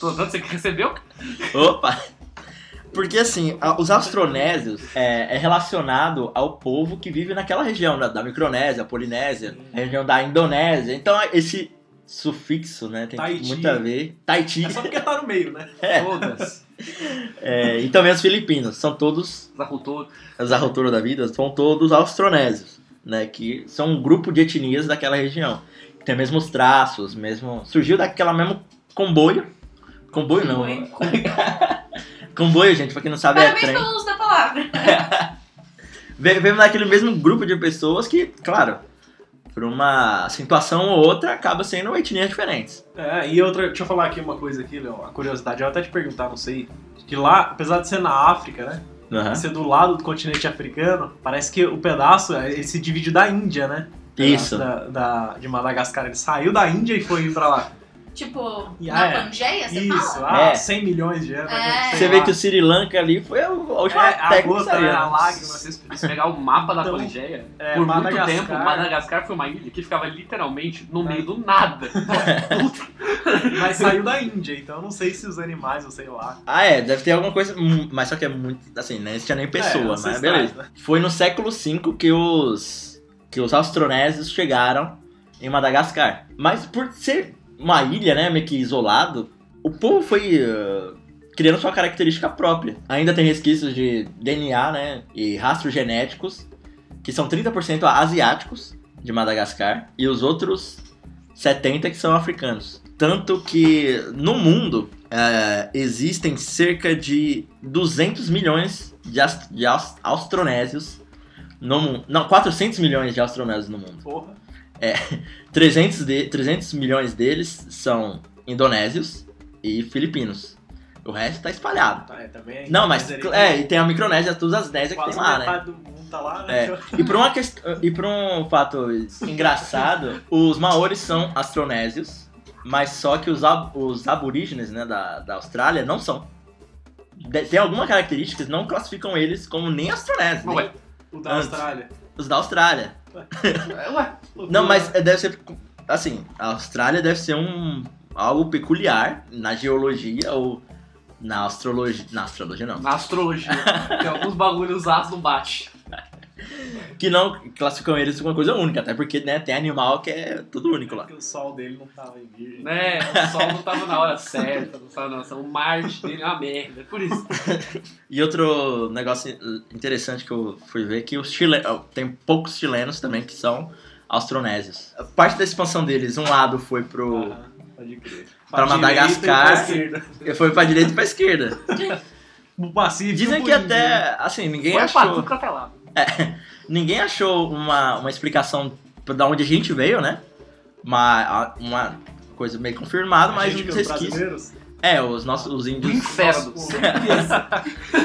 S3: Pô, Você que recebeu?
S1: Opa! Porque assim, a- os austronésios é, é relacionado ao povo que vive naquela região, da, da Micronésia, Polinésia, região da Indonésia. Então esse sufixo, né, tem
S4: Tahiti.
S1: muito a ver. Tahiti.
S4: É só porque tá no meio, né?
S3: Todas.
S1: É, e também os filipinos, são todos,
S3: Zarrotou.
S1: as arroturas da vida, são todos austronésios, né, que são um grupo de etnias daquela região. Tem mesmos traços, mesmo... Surgiu daquela mesmo comboio. Comboio não.
S2: Comboio.
S1: comboio, gente, pra quem não sabe é
S2: Parabéns
S1: trem.
S2: pelo uso da palavra.
S1: Ve- Vemos naquele mesmo grupo de pessoas que, claro, por uma situação ou outra, acaba sendo etnias diferentes.
S4: É, e outra, deixa eu falar aqui uma coisa aqui, Leon, a curiosidade, eu até te perguntar, não sei, que lá, apesar de ser na África, né, ser do lado do continente africano, parece que o pedaço, é, ele se divide da Índia, né? O pedaço
S1: Isso.
S4: Da, da- de Madagascar, ele saiu da Índia e foi pra lá.
S2: Tipo,
S4: E
S2: na
S4: é.
S2: Pangeia, você
S4: Isso,
S2: fala?
S4: ah,
S1: É.
S4: 100 milhões de anos.
S2: É.
S4: sei
S1: Você vê
S4: lá.
S1: que o Sri Lanka ali foi a última
S4: É, a
S1: técnica que
S4: gota,
S1: saiu,
S4: né,
S1: né?
S4: a lágrima,
S3: Se
S4: assim,
S3: vocês pegarem o mapa da
S4: Então,
S3: Pangeia,
S4: é,
S3: por
S4: Madagascar.
S3: muito tempo, Madagascar foi uma ilha que ficava literalmente
S1: É.
S3: no meio do nada.
S4: mas saiu da Índia, então eu não sei se os animais, eu sei lá.
S1: Ah, é, deve ter alguma coisa, hum, mas só que é muito, assim, não existia nem
S4: É,
S1: pessoa, mas
S4: ancestrais,
S1: beleza.
S4: né?
S1: Foi no século V que os, que os austronésios chegaram em Madagascar. Mas por ser uma ilha, né, meio que isolado, o povo foi eh, criando sua característica própria. Ainda tem resquícios de DNA, né, e rastros genéticos, que são 30% asiáticos de Madagascar, e os outros 70% que são africanos. Tanto que no mundo eh, existem cerca de 200 milhões de, aus- de aus- austronésios no mundo. Não, 400 milhões de austronésios no mundo.
S4: Porra.
S1: 300, de, 300 milhões deles são indonésios e filipinos. O resto tá espalhado.
S4: Tá, é, também é
S1: Não, mas
S4: ele-
S1: é, e tem a Micronésia, todas as 10 que tem
S4: Quase
S1: lá, né? É.
S4: metade do mundo tá lá, né?
S1: E por, uma quest- e por um fato engraçado, os maores são austronésios Mas só que os, ab- os aborígenes né, da, da Austrália não são. De- tem alguma característica que não classificam eles como nem austronésios, nem
S3: Ué,
S4: O da
S1: Antes.
S4: Austrália.
S1: os da Austrália.
S3: ué.
S1: Não, mas é, deve ser. Assim, a Austrália deve ser um. algo peculiar na geologia ou na astrologia. Na astrologia não.
S3: Na astrologia, tem alguns bagulhos as não bate.
S1: Que não classificam eles como uma coisa única, até porque né, tem animal que é tudo único lá.
S4: Porque o sol dele não tava em virgem.
S3: Né? O sol não tava na hora certa, não tava na hora. O Marte dele é uma merda. Por isso.
S1: E outro negócio interessante que eu fui ver é que os chilenos. Tem poucos chilenos também que são austronésios. Parte da expansão deles, um lado foi pro.
S4: Ah, pode crer.
S1: Pra
S4: direita
S1: Madagascar.
S4: e pra esquerda.
S1: Foi pra direita e pra esquerda.
S4: Pro Pacífico.
S1: Dizem
S4: pro
S1: que
S4: Índico.
S1: até. Assim, ninguém
S3: Foi pra
S1: achou.
S3: tudo quanto é lado.
S1: Ninguém achou uma, uma explicação pra- da onde a gente veio, né? Uma, uma coisa meio confirmada,
S4: A
S1: mas
S4: gente
S1: um
S4: que é os
S1: resquício.
S4: brasileiros. Hum,
S1: É, os nossos os
S3: Do
S1: índios
S3: inferno.
S4: Pô,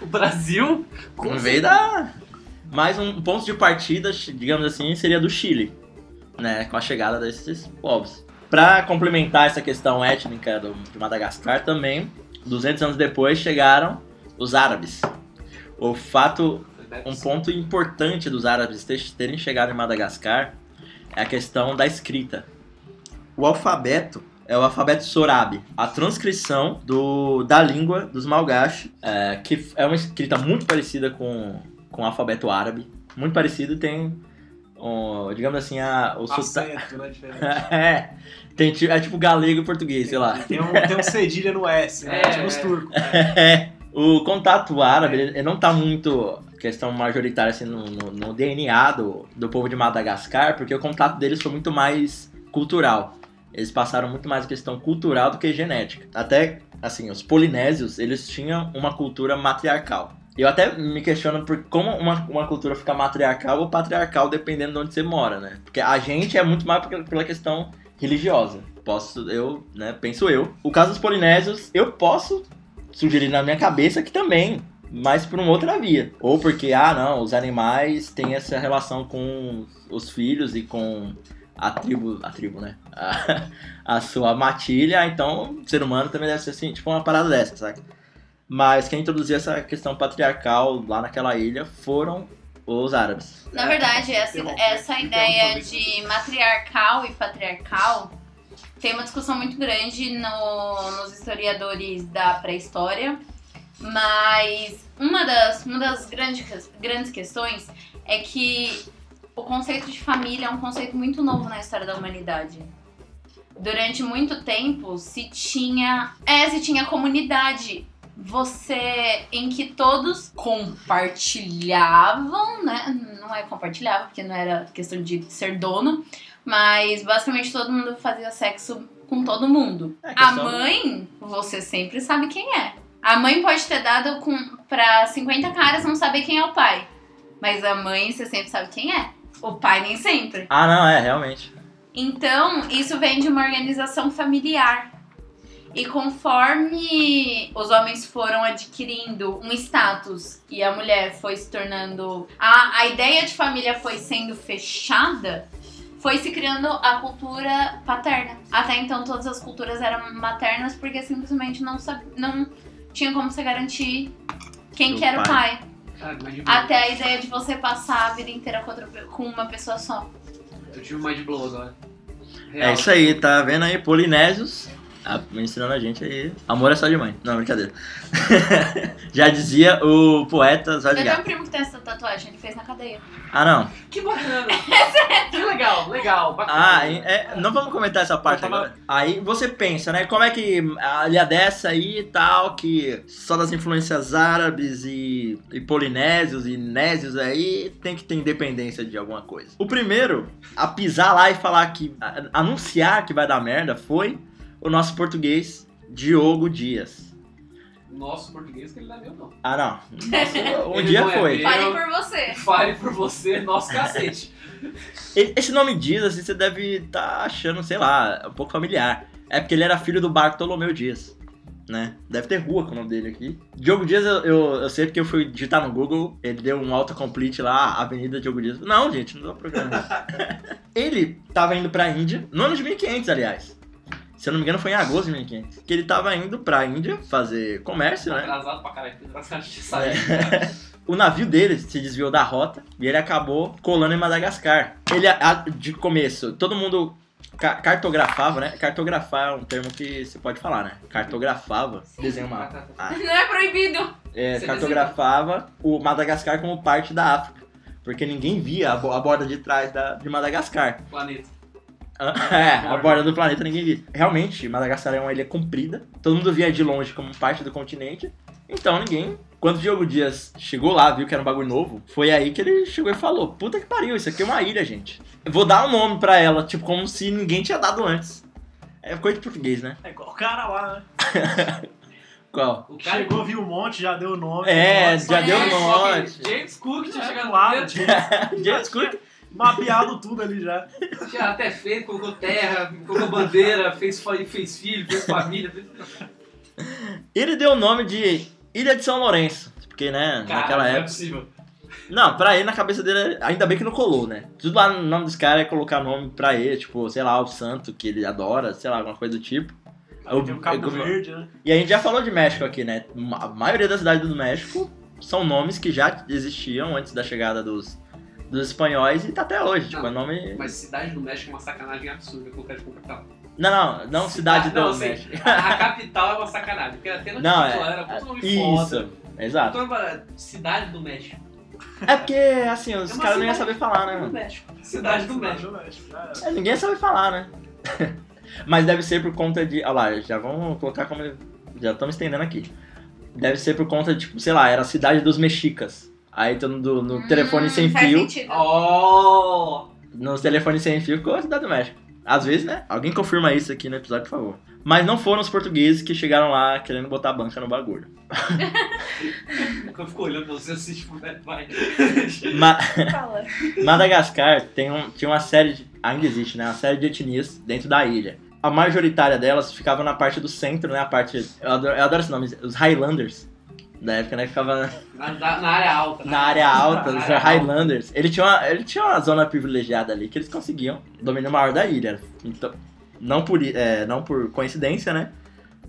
S3: o Brasil.
S1: não é veio da. Mas um ponto de partida, digamos assim, seria do Chile, né? Com a chegada desses povos. Pra complementar essa questão étnica do, de Madagascar também, 200 anos depois chegaram os árabes. O fato Um ponto importante dos árabes ter- terem chegado em Madagascar é a questão da escrita. O alfabeto é o alfabeto sorabe, a transcrição do, da língua dos malgaches, é, que é uma escrita muito parecida com, com o alfabeto árabe, muito parecido e tem, ó, digamos assim, a, o sotaque...
S4: Acento, né? Diferente.
S1: é, tem, ti- é tipo galego e português, sei lá.
S4: Tem um, tem um cedilha no S, né?
S3: É,
S4: tipo os
S3: é.
S4: turcos.
S1: O contato árabe ele ele não tá muito questão majoritária assim, no, no- no DNA do, do povo de Madagascar, porque o contato deles foi muito mais cultural. Eles passaram muito mais questão cultural do que genética. Até, assim, os polinésios, eles tinham uma cultura matriarcal. Eu até me questiono por como uma, uma cultura fica matriarcal ou patriarcal, dependendo de onde você mora, né? Porque a gente é muito mais pela- pela questão religiosa. Posso, eu, né, penso eu. O caso dos polinésios, eu posso sugerir na minha cabeça que também, mas por uma outra via. Ou porque, ah, não, os animais têm essa relação com os filhos e com a tribo, a tribo, né? A, a sua matilha, então o ser humano também deve ser assim, tipo uma parada dessa, saca? Mas quem introduziu essa questão patriarcal lá naquela ilha foram os árabes.
S2: Na verdade, essa,
S4: Interrompe,
S2: essa
S4: interrompe
S2: ideia
S4: também.
S2: de matriarcal e patriarcal tem uma discussão muito grande no- nos historiadores da pré-história, mas uma das, uma das grandes, grandes questões é que o conceito de família é um conceito muito novo na história da humanidade. Durante muito tempo se tinha. É, se tinha comunidade. Você. em que todos compartilhavam, né? Não é compartilhava, porque não era questão de ser dono, mas basicamente todo mundo fazia sexo com todo mundo.
S1: É,
S2: A
S1: questão-
S2: mãe, você sempre sabe quem é. A mãe pode ter dado com, pra 50 caras não saber quem é o pai. Mas a mãe, você sempre sabe quem é. O pai, nem sempre.
S1: Ah, não, é, realmente.
S2: Então, isso vem de uma organização familiar. E conforme os homens foram adquirindo um status e a mulher foi se tornando. A, a ideia de família foi sendo fechada, foi se criando a cultura paterna. Até então, todas as culturas eram maternas porque simplesmente não, sab- não tinha como se garantir quem
S1: Do
S2: que era o pai.
S3: Cara, imagina.
S2: Até a ideia de você passar a vida inteira com, outra, pe- com uma pessoa só.
S3: Eu tive um mind blow agora. Real.
S1: É isso aí, tá vendo aí? Polinésios a- ensinando a gente aí. Amor é só de mãe. Não, brincadeira. Já dizia o poeta Zé
S2: Eu
S1: de
S2: tenho um
S1: Gato.
S2: primo que tem essa tatuagem, ele fez na cadeia.
S1: Ah, não.
S3: Que bacana. que legal, legal. Bacana.
S1: Ah, é- é- não vamos comentar essa parte
S3: Eu tava-
S1: agora. Aí você pensa, né? Como é que a ilha dessa aí e tal, que só das influências árabes e, e polinésios e nésios aí, tem que ter independência de alguma coisa. O primeiro a pisar lá e falar que. a- anunciar que vai dar merda foi o nosso português Diogo Dias.
S3: Nosso português que ele não é meu, não.
S1: Ah, não. Nossa, um
S3: Ele
S1: dia
S3: não é
S1: foi.
S3: dele.
S2: Fale
S3: Eu-
S2: por você.
S3: Fale por você, nosso cacete.
S1: E- Esse nome diz, assim, você deve estar achando, sei lá, um pouco familiar. É porque ele era filho do Bartolomeu Dias, né? Deve ter rua com o nome dele aqui. Diogo Dias, eu, eu, eu sei porque eu fui digitar no Google, ele deu um autocomplete lá, Avenida Diogo Dias. Não, gente, não dá problema. ele tava indo pra Índia, no ano de 1500, aliás. Se eu não me engano, foi em agosto de 2015. Que ele tava indo pra Índia fazer comércio, né?
S3: Atrasado pra caralho, porque atrasado de sair.
S1: É. O navio dele se desviou da rota e ele acabou colando em Madagascar. Ele, a- de começo, todo mundo ca- cartografava, né? Cartografar é um termo que você pode falar, né? Cartografava, desenha um mapa.
S3: Tá,
S2: Não é proibido.
S1: É,
S3: Você
S1: cartografava o Madagascar como parte da África. Porque ninguém via a, bo- a borda de trás da- de Madagascar.
S3: Planeta.
S1: É, a borda do planeta ninguém via. Realmente, Madagascar é uma ilha comprida. Todo mundo via de longe como parte do continente. Então ninguém. Quando o Diogo Dias chegou lá, viu que era um bagulho novo, foi aí que ele chegou e falou: Puta que pariu, isso aqui é uma ilha, gente. Eu Vou dar um nome pra ela, tipo, como se ninguém tinha dado antes. É coisa de português, né?
S4: É igual o cara lá, né?
S1: Qual?
S3: O cara
S4: Chegou, viu um monte, já deu o nome.
S1: É,
S4: Nossa,
S1: já deu
S3: É,
S1: um nome.
S3: só que James Cook tinha
S4: É,
S3: chegado
S4: claro,
S3: lá,
S4: tinha-
S1: Gente, escuta.
S4: mapeado tudo ali já.
S3: tinha até feito, colocou terra, colocou bandeira, fez, fa- fez filho, fez família. Fez...
S1: Ele deu o nome de Ilha de São Lourenço. Porque, né,
S3: Cara,
S1: naquela
S3: não é
S1: época.
S3: possível.
S1: Não, pra ele na cabeça dele, ainda bem que não colou, né? Tudo lá no nome dos caras é colocar nome pra ele, tipo, sei lá, o santo que ele adora, sei lá, alguma coisa do tipo. Eu-
S4: Tem o Cabo
S1: eu-
S4: Verde, né?
S1: E a gente já falou de México aqui, né? A maioria das cidades do México são nomes que já existiam antes da chegada dos, dos espanhóis e tá até hoje. Tipo,
S3: Não,
S1: é nome.
S3: Ah, Mas cidade do México é uma sacanagem absurda colocar de capital. Ah,
S1: Não, não, não cidade
S3: não,
S1: do
S3: sim.
S1: México.
S3: A capital é uma sacanagem, porque até
S1: Não,
S3: não
S1: é-
S3: era muito nome foda.
S1: Isso, exato.
S3: Então, agora, Cidade do México.
S1: É porque, assim, os
S3: É uma
S1: caras não iam saber
S3: cidade-
S1: falar, né, mano?
S3: Cidade do México.
S4: já era.
S1: É, ninguém sabe falar, né? Mas deve ser por conta de. Olha lá, já vamos colocar como. Já estamos estendendo aqui. Deve ser por conta de, tipo, sei lá, era a cidade dos mexicas. Aí todo mundo no telefone
S2: Hum,
S1: sem
S2: faz
S1: fio.
S2: sentido.
S3: Oh!
S1: Nos telefones sem fio ficou a cidade do México. Às vezes, né? Alguém confirma isso aqui no episódio, por favor. Mas não foram os portugueses que chegaram lá querendo botar a banca no bagulho.
S3: Eu fico olhando pra você assim, tipo, vai. vai.
S1: Ma-
S5: Fala.
S1: Madagascar tem um, tinha uma série de. Ainda existe, né? Uma série de etnias dentro da ilha. A majoritária delas ficava na parte do centro, né? A parte. Eu adoro, eu adoro esse nome, os Highlanders. Da época, né? que Ficava
S3: Na, na- na área alta.
S1: na área alta, é
S3: Na
S1: os
S3: área
S1: Highlanders. Ele tinha, uma, ele tinha uma zona privilegiada ali que eles conseguiam. Domínio maior da ilha. Então, não por, i- é, não por coincidência, né?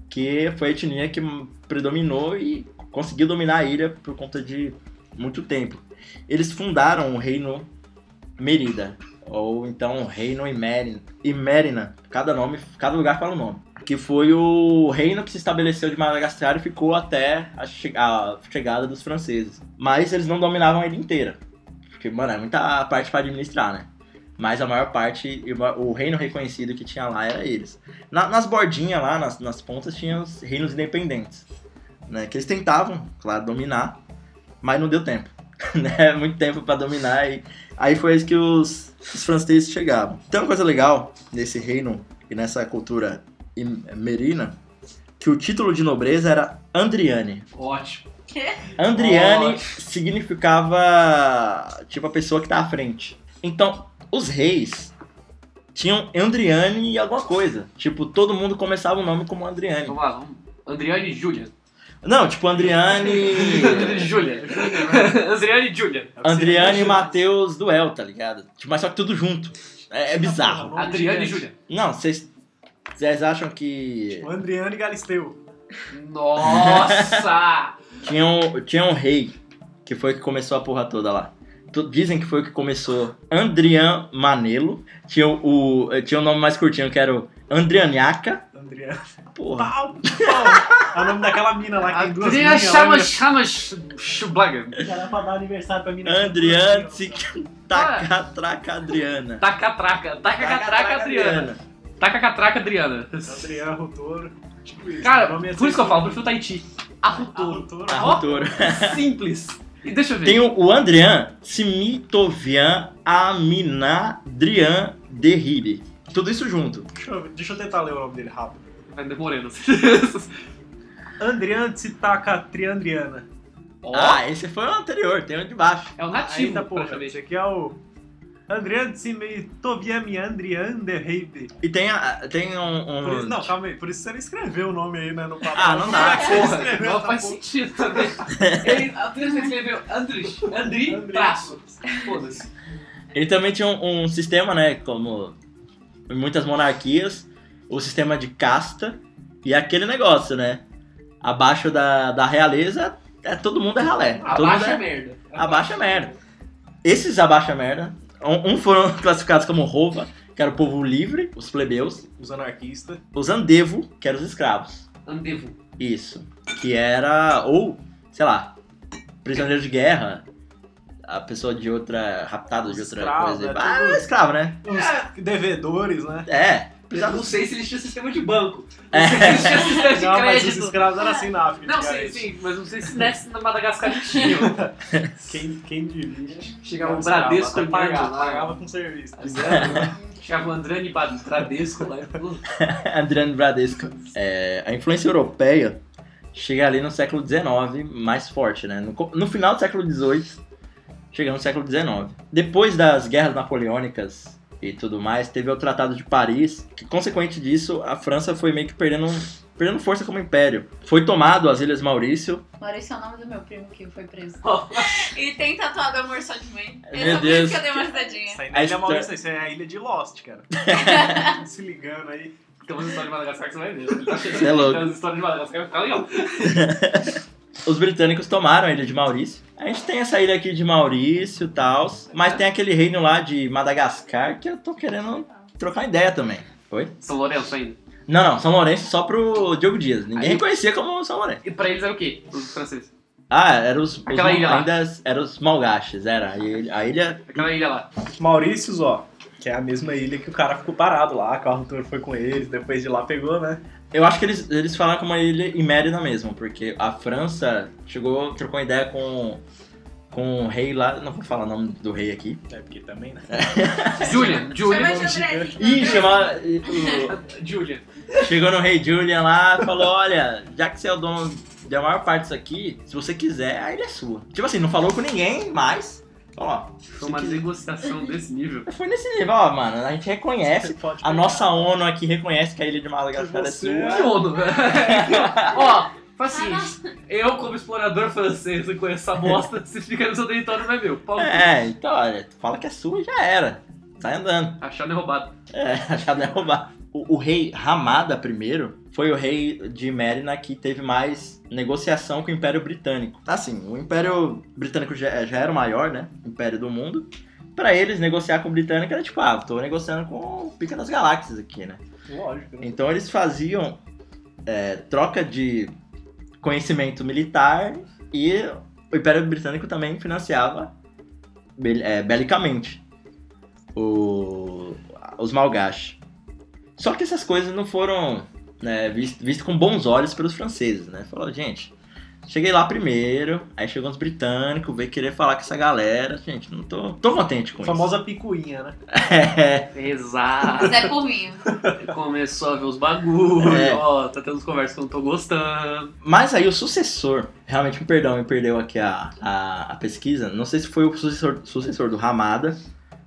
S1: Que foi a etnia que predominou e conseguiu dominar a ilha por conta de muito tempo. Eles fundaram o reino Merida, ou então o reino Imerina. Imerina, cada nome, cada lugar fala um nome. Que foi o reino que se estabeleceu de Madagascar e ficou até a, che- a chegada dos franceses. Mas eles não dominavam a ilha inteira. Porque, mano, é muita parte para administrar, né? Mas a maior parte, e o ma- o reino reconhecido que tinha lá era eles. Na- nas bordinhas lá, nas, nas pontas, tinha os reinos independentes. Né? Que eles tentavam, claro, dominar, mas não deu tempo. Né? Muito tempo para dominar e Aí foi isso que os, os franceses chegavam. Tem uma coisa legal nesse reino e nessa cultura im- merina, que o título de nobreza era Andriane.
S3: Ótimo.
S1: Andriane
S3: Ótimo.
S1: significava, tipo, a pessoa que tá à frente. Então, os reis tinham Andriane e alguma coisa. Tipo, todo mundo começava o nome como Andriane.
S3: Vamos lá, vamos. Andriane e Júlia.
S1: Não, tipo,
S3: Andriane e
S1: Andriane...
S3: Júlia. Andriane e Júlia.
S4: É o que
S1: Andriane
S4: você
S1: e
S4: imagina.
S1: Mateus Duel, tá ligado? Tipo, mas só que tudo junto. É, é bizarro.
S4: Nome
S3: Adriane e
S4: gigante.
S3: Júlia.
S1: Não, vocês vocês acham que
S4: O Andriane Galisteu.
S3: Nossa!
S1: tinha um, tinha um rei que foi o que começou a porra toda lá. Tu- Dizem que foi o que começou Andrian Manelo. Tinha o, o- tinha um nome mais curtinho que era o Andrianiaca.
S4: Andriane.
S1: Porra.
S4: Pau, pau. É o nome daquela mina lá que tem duas
S3: Adriane
S4: minas.
S3: chama chama Schublaga.
S4: Era pra dar aniversário pra mina.
S1: Andrian
S4: Sim.
S1: Tacatraca Adriana.
S3: Taca traca. Taca catraca Adriana. Taca catraca Adriana.
S4: Andriane Rotoro. Tipo isso. O
S3: Cara,
S4: nome é
S3: por isso que eu
S4: assim.
S3: falo, prefiro Tahiti.
S4: Ah,
S3: Arrutouro.
S4: Rotoro.
S1: Ah, Arturo.
S4: tá.
S3: Simples. E deixa eu ver.
S1: Tem o, o Andrian Simitovian Aminadrian Derribe. Tudo isso junto.
S4: Deixa eu- Deixa eu tentar ler o nome dele rápido.
S1: um-
S3: Vai demorando.
S4: Andriane Tsitaka Triandriana.
S3: Ó,
S1: Ah, esse foi o anterior, tem um de baixo.
S3: é o nativo,
S4: Ainda, porra.
S3: praticamente.
S4: Esse aqui é o... Andriane Tsitoviami Andriane Derreibe.
S1: E tem, a- tem um. um-
S4: Por isso, não, calma aí. Por isso você não escreveu o nome aí, né? No papel.
S1: Ah, não dá.
S4: Você
S3: Porra,
S4: escreveu
S3: não
S4: essa
S3: faz
S4: porra.
S3: sentido também. Ele, a Andrés escreveu Andris, Andri,
S4: Andri.
S3: traço. Foda-se.
S1: Ele também tinha um, um sistema, né? Como em muitas monarquias, o sistema de casta e aquele negócio, né? Abaixo da, da realeza, é, todo mundo é ralé. todo mundo
S3: Abaixa a
S1: é-
S3: merda.
S1: abaixa merda. Esses abaixa merda, um, um foram classificados como rouva, que era o povo livre, os plebeus,
S4: Os anarquistas.
S1: os andevo, que eram os escravos.
S3: Andevo.
S1: Isso. Que era, ou, sei lá, prisioneiro de guerra, a pessoa de outra, raptada de outra
S4: Escravo,
S1: coisa.
S4: é
S1: ah,
S4: tudo-
S1: era escravo, né?
S3: É.
S4: Os devedores, né?
S1: É.
S3: Eu
S1: Precisava
S3: não sei se existia sistema de banco. Não sei se
S1: É.
S3: existia sistema de
S4: Não, mas os
S3: crédito.
S4: escravos eram assim na África.
S3: Não, sim,
S4: antigamente.
S3: sim, mas não sei se nessa na Madagascar tinha.
S4: Quem, quem diria?
S3: Chegava
S4: Era
S3: o Bradesco
S4: escravo,
S3: e pagava. é
S4: pagava, pagava com serviço.
S3: Chegava o Andrani Bad- Bradesco lá e falou.
S1: Adriano Bradesco. É, a influência europeia chega ali no século XIX mais forte, né? No, co- no final do século XVIII, chega no século XIX. Depois das guerras napoleônicas e tudo mais, teve o Tratado de Paris, que consequente disso, a França foi meio que perdendo, um, perdendo força como império. Foi tomado as Ilhas Maurício.
S2: Maurício é o nome do meu primo que foi preso.
S3: Ó.
S2: e tem tatuado amor só de mim.
S1: Meu
S2: Esse é o
S1: Deus.
S2: primo que eu dei uma ajudadinha.
S4: Isso aí
S1: A
S4: não é ilha
S1: história-
S4: Maurício, isso aí é a ilha de Lost, cara. Se ligando aí.
S3: Tem umas histórias de Madagascar que você vai ver. Ele tá chegando.
S1: Você é louco.
S3: Tem umas histórias de Madagascar que fica legal.
S1: Os britânicos tomaram a Ilha de Maurício. A gente tem essa ilha aqui de Maurício e tal, mas tem aquele reino lá de Madagascar que eu tô querendo trocar ideia também. Oi?
S3: São Lourenço ainda.
S1: Não, não, São Lourenço só pro Diogo Dias. Ninguém
S3: Aí-
S1: reconhecia como São Lourenço.
S3: E pra eles era o quê? Os franceses.
S1: Ah, era os, os
S3: Aquela ilha lá.
S1: ainda era os malgaches, era. A ilha, a ilha-
S3: Aquela ilha lá.
S4: Maurícios, ó. Que é a mesma ilha que o cara ficou parado lá, que o Arthur foi com eles, depois de lá pegou, né?
S1: eu acho que eles, eles falaram como uma ilha imérida mesmo, porque a França chegou, trocou ideia com com o rei lá, não vou falar o nome do rei aqui.
S4: É porque também, né?
S3: Julian.
S5: Chama
S3: Julian.
S5: de Andrezinho.
S1: Ih, chamar
S3: Julian.
S1: Chegou no rei Julian lá, falou: "Olha, já que você é o dono da maior parte disso aqui, se você quiser, a ilha é sua". Tipo assim, não falou com ninguém, mas ó,
S3: Foi uma negociação desse nível.
S1: foi nesse nível, ó, mano, a gente reconhece
S4: pode
S1: A nossa ONU aqui reconhece que a ilha de Madagascar é
S4: Você
S1: sua.
S4: é-
S3: Que ono, velho. Ó, faz o seguinte. Eu, como explorador francês, eu conheço essa bosta. Se fica no seu território, não é meu. Paulo.
S1: É, então, olha, fala que é sua e já era. Sai andando.
S3: Achado é roubado.
S1: É, achado é roubar. O, o rei Ramada I foi o rei de Mérina que teve mais negociação com o Império Britânico. Assim, o Império Britânico já, já era o maior, né? Império do mundo. Pra eles, negociar com o britânico era tipo, ah, tô negociando com o Pica das Galáxias aqui, né?
S4: Lógico, né?
S1: Então eles faziam é, troca de conhecimento militar e o Império Britânico também financiava bel- é, belicamente o- os malgaches. Só que essas coisas não foram né, vistas com bons olhos pelos franceses, né? Falou, gente, cheguei lá primeiro, aí chegou os britânicos, veio querer falar com essa galera, gente, não tô, tô contente com
S4: A
S1: isso.
S4: famosa picuinha, né?
S3: Exato.
S2: Zé Povinho.
S3: Começou a ver os bagulho.
S1: É.
S3: Ó, tá tendo uns conversas que eu não tô gostando.
S1: Mas aí o sucessor, realmente, me perdão, me perdeu aqui a, a, a pesquisa. Não sei se foi o sucessor, sucessor do Ramada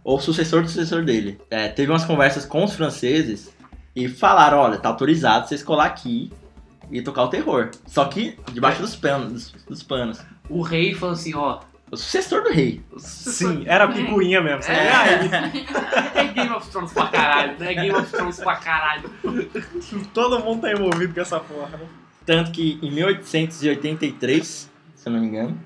S1: ou o sucessor do sucessor dele. É, teve umas conversas com os franceses e falaram: olha, tá autorizado vocês colar aqui e tocar o terror. Só que debaixo dos panos. Dos, dos panos.
S3: O rei falou assim, ó.
S1: O sucessor do rei.
S4: Sim, era picuinha mesmo. Você
S3: É.
S4: é.
S3: É Game of Thrones pra caralho, né? Game of Thrones pra caralho.
S4: todo mundo tá envolvido com essa porra, né?
S1: Tanto que em 1883, se eu não me engano,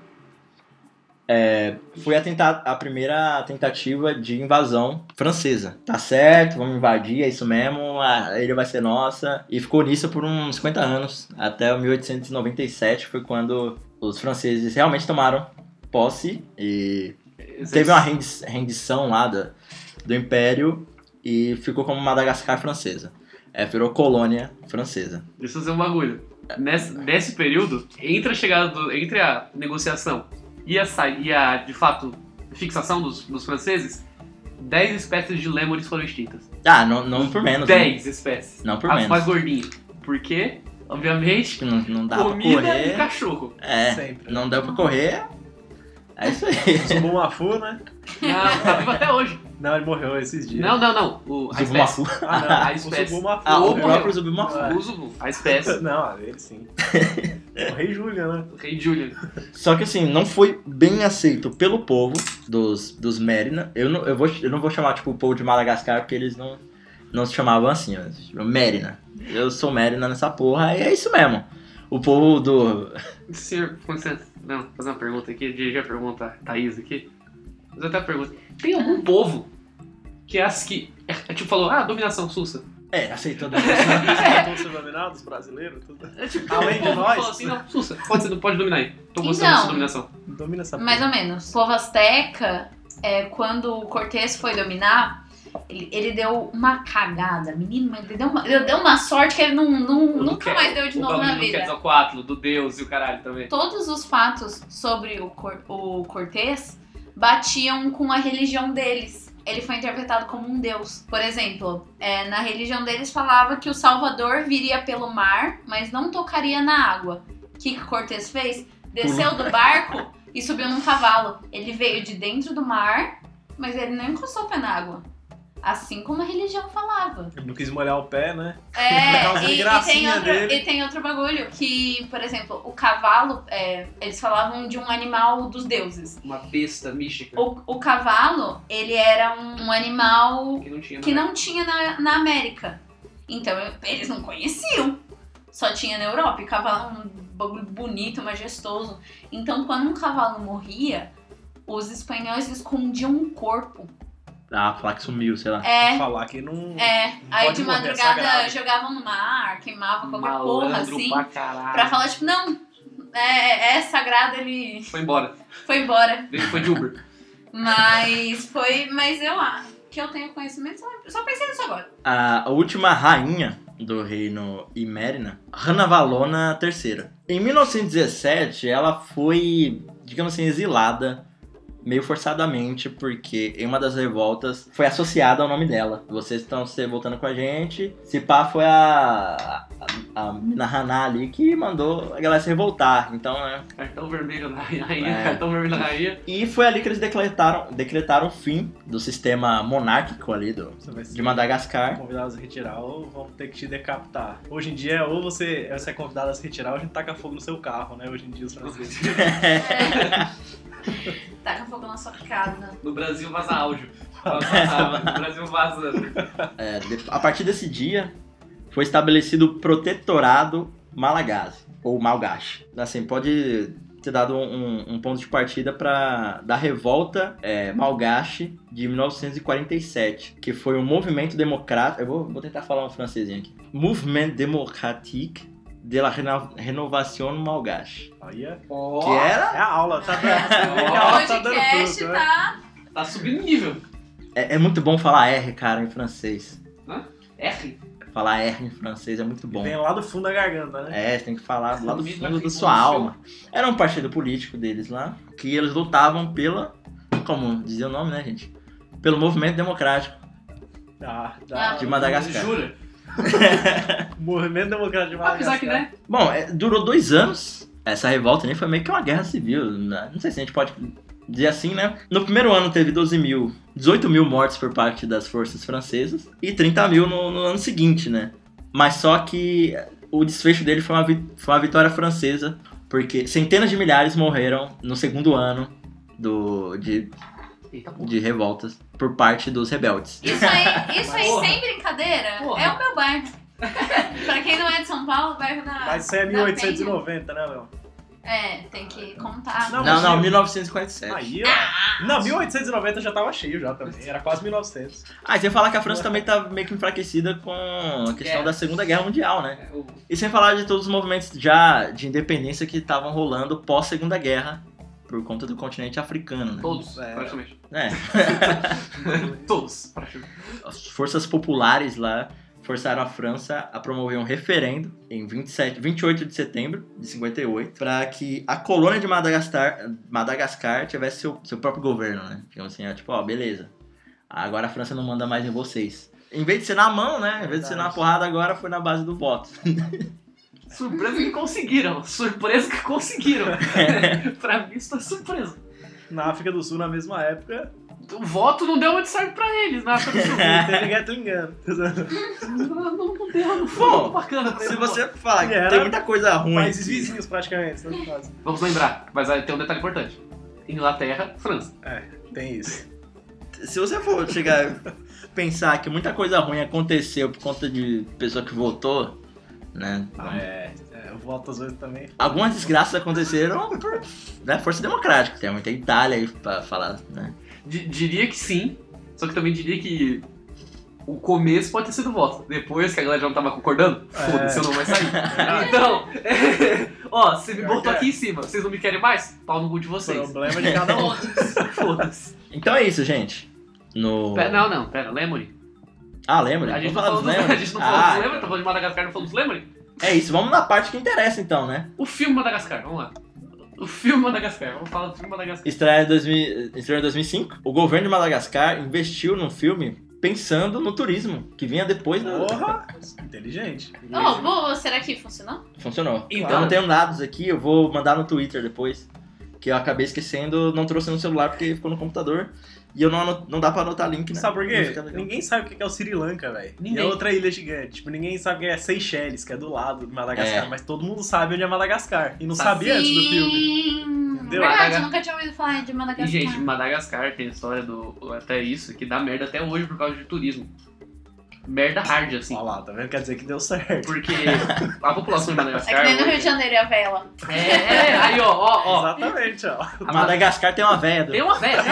S1: é, foi a, tenta- a primeira tentativa de invasão francesa. Tá certo, vamos invadir, é isso mesmo, a ilha vai ser nossa. E ficou nisso por uns 50 anos, até 1897 foi quando os franceses realmente tomaram posse e teve
S3: é
S1: uma rendi- rendição lá da- do Império e ficou como Madagascar francesa. É, virou colônia francesa.
S3: Deixa eu fazer um bagulho. Nesse, nesse período, entre a chegada do, entre a negociação e a, sa- e a de fato, fixação dos, dos franceses, 10 espécies de lêmures foram extintas.
S1: Ah, não, não por menos. né?
S3: 10 espécies.
S1: Não por
S3: As
S1: menos.
S3: mais gordinhas. Porque, obviamente,
S1: Não, não dá pra
S3: comida um e
S1: correr.
S3: cachorro.
S1: É,
S4: Sempre.
S1: não deu pra correr. É isso aí.
S4: Zubumafu, né?
S3: Não, tá vivo até hoje.
S4: Não, ele morreu esses dias.
S3: Não, não, não. O, a espécie.
S1: Zubumafu.
S4: Ah, não.
S3: A
S4: o
S3: espécie.
S4: Zubumafu.
S1: Ah, o
S3: Ou-
S1: próprio Zubumafu.
S4: Ah.
S3: O Zubu, a espécie.
S4: Não, ah, ele sim. o rei Júlia, né?
S3: O rei Julian.
S1: Só que assim, não foi bem aceito pelo povo dos, dos Mérina. Eu não, eu, vou, eu não vou chamar, tipo, o povo de Madagascar, porque eles não. não se chamavam assim, mas se chamavam Mérina. Eu sou Mérina nessa porra, e é isso mesmo. O povo do.
S3: Senhor, com licença, não, fazer uma pergunta aqui, dirigir a pergunta a Thaís aqui. Mas até a pergunta. Tem algum povo que é as que. é, tipo, falou, ah, dominação sussa.
S1: É, aceitou
S4: Todos os dominados, brasileiros, tudo.
S3: É tipo,
S4: Além
S3: um
S4: de
S3: povo que
S4: nós?
S3: falou assim, não, sussa, pode, ser- pode dominar aí. Tô gostando dessa
S2: Então.
S3: dominação.
S4: Domina essa
S2: Mais
S4: porra.
S2: ou menos. O povo asteca, é, quando o Cortés foi dominar, ele, ele deu uma cagada. Menino, mas ele deu uma, ele deu uma sorte que ele não, não-
S3: O do
S2: nunca
S3: Qué-
S2: mais deu de
S3: o
S2: novo na
S3: bagulho do
S2: vida.
S3: Quetzalcoatl, do Deus e o caralho também.
S2: Todos os fatos sobre o, Cor, o Cortés batiam com a religião deles. Ele foi interpretado como um deus. Por exemplo, é, na religião deles falava que o Salvador viria pelo mar, mas não tocaria na água. O que, que Cortés fez? Desceu do barco e subiu num cavalo. Ele veio de dentro do mar, mas ele não encostou o pé na água. Assim como a religião falava.
S4: Ele não quis molhar o pé, né? Por
S2: É,
S4: causa
S2: e,
S4: da
S2: e tem
S4: gracinha
S2: outro,
S4: dele.
S2: e tem outro bagulho que, por exemplo, o cavalo, é, eles falavam de um animal dos deuses.
S3: Uma besta mística
S2: O, o cavalo, ele era um, um animal
S3: que não tinha.
S2: que
S3: né?
S2: não tinha na, na América. Então eles não conheciam. Só tinha na Europa. E cavalo é um bagulho bonito, majestoso. Então quando um cavalo morria, os espanhóis escondiam um corpo.
S1: Ah, falar que sumiu, sei lá.
S2: É,
S4: Falar que não.
S2: é.
S4: Não
S2: Aí
S4: pode
S2: de
S4: morrer, é
S2: madrugada
S4: sagrado.
S2: jogavam no mar, queimavam qualquer porra
S3: Malandro
S2: assim.
S3: pra caralho.
S2: Pra falar, tipo, não, é, é sagrado, ele
S3: Foi embora.
S2: foi embora.
S3: Ele foi de Uber.
S2: Mas foi. Mas eu ah, que eu tenho conhecimento, só- só pensei nisso agora.
S1: A última rainha do reino Imérina, Hannah Valona III. Em 1917, ela foi, digamos assim, exilada meio forçadamente, porque em uma das revoltas foi associada ao nome dela. Vocês estão se revoltando com a gente. Se pá, foi a, a, a mina Haná ali que mandou a galera se revoltar. Então, né,
S3: Cartão vermelho na rainha.
S1: É.
S3: Cartão vermelho na rainha.
S1: E foi ali que eles decretaram, decretaram o fim do sistema monárquico ali do,
S4: Você vai ser
S1: de Madagascar.
S4: convidados a retirar ou vão ter que te decapitar. Hoje em dia, ou você, você é convidado a se retirar ou a gente taca fogo no seu carro, né? Hoje em dia, os franceses.
S2: É. Tá, Taca fogo na sua casa.
S3: No Brasil vaza áudio. Vaza- No Brasil vaza.
S1: É, de- a partir desse dia, foi estabelecido o protetorado Malagase, ou Malgache. Assim, pode ter dado um, um ponto de partida para da revolta é, Malgache de 1947, que foi um movimento democrático... Eu vou, vou tentar falar um francesinho aqui. Mouvement démocratique de la Reno- Renovation Malgache.
S4: Aí é,
S1: Que era...
S4: é a aula, tá dando.
S2: O
S4: a aula tá dando
S2: podcast
S4: fruto, né?
S2: tá.
S3: Tá subindo o nível.
S1: É, é muito bom falar R, cara, em francês.
S3: R.
S1: Falar R em francês é muito bom.
S4: Vem lá do fundo da garganta, né?
S1: É, você tem que falar lá do
S3: Medo
S1: fundo da
S3: daquele
S1: sua
S3: monstro.
S1: alma. Era um partido político deles lá, que eles lutavam pela. Como dizia o nome, né, gente? Pelo movimento democrático
S4: Dá,
S2: Ah.
S4: dá.
S1: É. de Madagascar.
S3: Jura?
S4: Movimento Democrático de Madagascar.
S3: Apesar que, né?
S1: Bom, é, durou dois anos. Essa revolta nem foi meio que uma guerra civil. né? Não sei se a gente pode dizer assim, né? No primeiro ano teve 12 mil, 18 mil mortes por parte das forças francesas e 30 mil no, no ano seguinte, né? Mas só que o desfecho dele foi uma, vi- foi uma vitória francesa, porque centenas de milhares morreram no segundo ano do, de,
S3: Eita porra.
S1: de revoltas por parte dos rebeldes.
S2: Isso aí, isso aí
S3: Porra.
S2: sem brincadeira,
S3: Porra.
S2: é o meu bairro. pra quem não é de São Paulo, o bairro da.
S4: Mas isso é
S2: da
S4: 1890, né, Léo?
S2: Penha. É, tem que contar.
S4: Não,
S1: Não,
S4: mas
S1: não,
S4: eu-
S1: 1947. Aí,
S4: Aí,
S2: Ah.
S4: ó. Não, 1890 já tava cheio já também. Era quase 1900.
S1: ah, e você falar que a França também tá meio que enfraquecida com a questão
S3: Guerra.
S1: da Segunda Guerra Mundial, né?
S3: É, o-
S1: E sem falar de todos os movimentos já de independência que estavam rolando pós Segunda Guerra, por conta do continente africano, né?
S3: Todos,
S4: É.
S3: praticamente.
S1: É,
S3: Todos, praticamente.
S1: as forças populares lá forçaram a França a promover um referendo em 27, 28 de setembro de 58 para que a colônia de Madagascar, Madagascar tivesse seu, seu próprio governo, né? Digamos assim, é tipo, ó, beleza. Agora a França não manda mais em vocês. Em vez de ser na mão, né? Em vez de ser na
S4: Verdade.
S1: porrada agora, foi na base do voto.
S3: Surpresa que conseguiram. Surpresa que conseguiram. pra mim, isso foi surpresa.
S4: Na África do Sul, na mesma época,
S3: O voto não deu muito certo pra eles, né?
S4: teve tá Gatling Gun.
S3: Não, não não deu, não foi
S1: Bom,
S3: muito um bacana pra
S1: Se
S3: eles,
S1: você falar que
S4: Era
S1: tem muita coisa ruim.
S4: Países vizinhos, praticamente. né? Quase.
S3: Vamos lembrar, mas aí tem um detalhe importante. Inglaterra, França.
S4: Tem isso.
S1: Se você for chegar pensar que muita coisa ruim aconteceu por conta de pessoa que votou, né?
S4: É, é, eu voto às vezes também.
S1: Algumas desgraças aconteceram por né, força democrática. Tem muita Itália aí pra falar, né?
S3: Di- diria que sim, só que também diria que o começo pode ter sido voto. Depois que a galera já não tava concordando,
S4: É.
S3: foda-se, eu não vou mais sair. então, ó, você me
S4: Pior
S3: botou
S4: que é.
S3: aqui em cima, vocês não me querem mais? Pau no cu de vocês.
S4: Problema de cada um.
S3: Foda-se.
S1: Então é isso, gente. No...
S3: Pera, não, não, pera, Lemony.
S1: Ah, lembra?
S3: A gente
S1: Vamos falar
S3: não
S1: dos
S3: falou dos
S1: lembra?
S3: A gente não falou
S1: Ah,
S3: dos Lemony, tá falando de Madagascar, não falou dos Lemony?
S1: É isso, vamos na parte que interessa então, né?
S3: O filme Madagascar, vamos lá. O filme Madagascar, vamos falar do filme Madagascar.
S1: Estreia em 2000 estreou em 2005. O governo de Madagascar investiu num filme pensando no turismo, que vinha depois da...
S4: Porra! Inteligente.
S2: Ó, boa, será que funcionou?
S1: Funcionou.
S3: Então-
S1: eu não tenho dados aqui, eu vou mandar no Twitter depois. Que eu acabei esquecendo, não trouxe no celular porque ficou no computador. E eu não, ano- não dá pra anotar link, né?
S4: Sabe por
S1: Não
S4: quê?
S1: fica legal.
S4: Ninguém sabe o que é o Sri Lanka, velho. E é
S3: Ninguém.
S4: outra ilha gigante. Tipo, ninguém sabe quem é Seychelles, que é do lado de Madagascar.
S1: É.
S4: Mas todo mundo sabe onde é Madagascar. E não sabia antes do filme.
S2: Sim.
S4: Entendeu?
S2: Verdade,
S3: Madaga-
S2: eu nunca tinha ouvido falar de
S3: E,
S2: Madagascar.
S3: gente, Madagascar tem a história do. Até isso, que dá merda até hoje por causa de turismo. Merda hard, assim.
S4: Olha lá, tá vendo? Quer dizer que deu certo.
S3: Porque a população
S2: é
S3: de
S2: que
S3: Madagascar.
S2: nem no
S3: hoje-
S2: Rio de Janeiro é a vela.
S3: É, é, aí, ó, ó, ó.
S4: Exatamente, ó.
S3: A Mada-
S1: Madagascar tem uma véia.
S3: Tem um uma véia, tem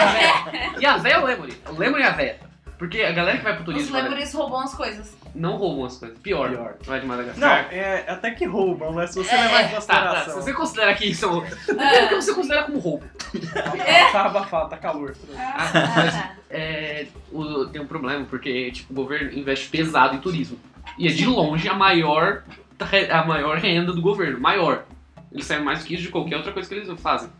S3: uma véia. E a véia é o Lemuri. O Lemuri é a véia. Porque a galera que vai pro
S2: Os
S3: turismo né,
S2: lemures roubam as coisas.
S3: não roubam as coisas. Pior,
S4: Pior.
S3: vai de
S4: Não,
S3: Madagascar.
S4: é até que roubam, mas se você
S2: É,
S4: levar em
S3: Tá, tá, se
S4: consideração.
S3: você considera que isso é um... O que você considera como roubo?
S4: Tá abafado, tá calor.
S2: Ah,
S3: É, o- tem um problema, porque tipo, o governo investe pesado em turismo. E é de longe a maior, a maior renda do governo, maior. Eles saem mais do que isso de qualquer outra coisa que eles fazem.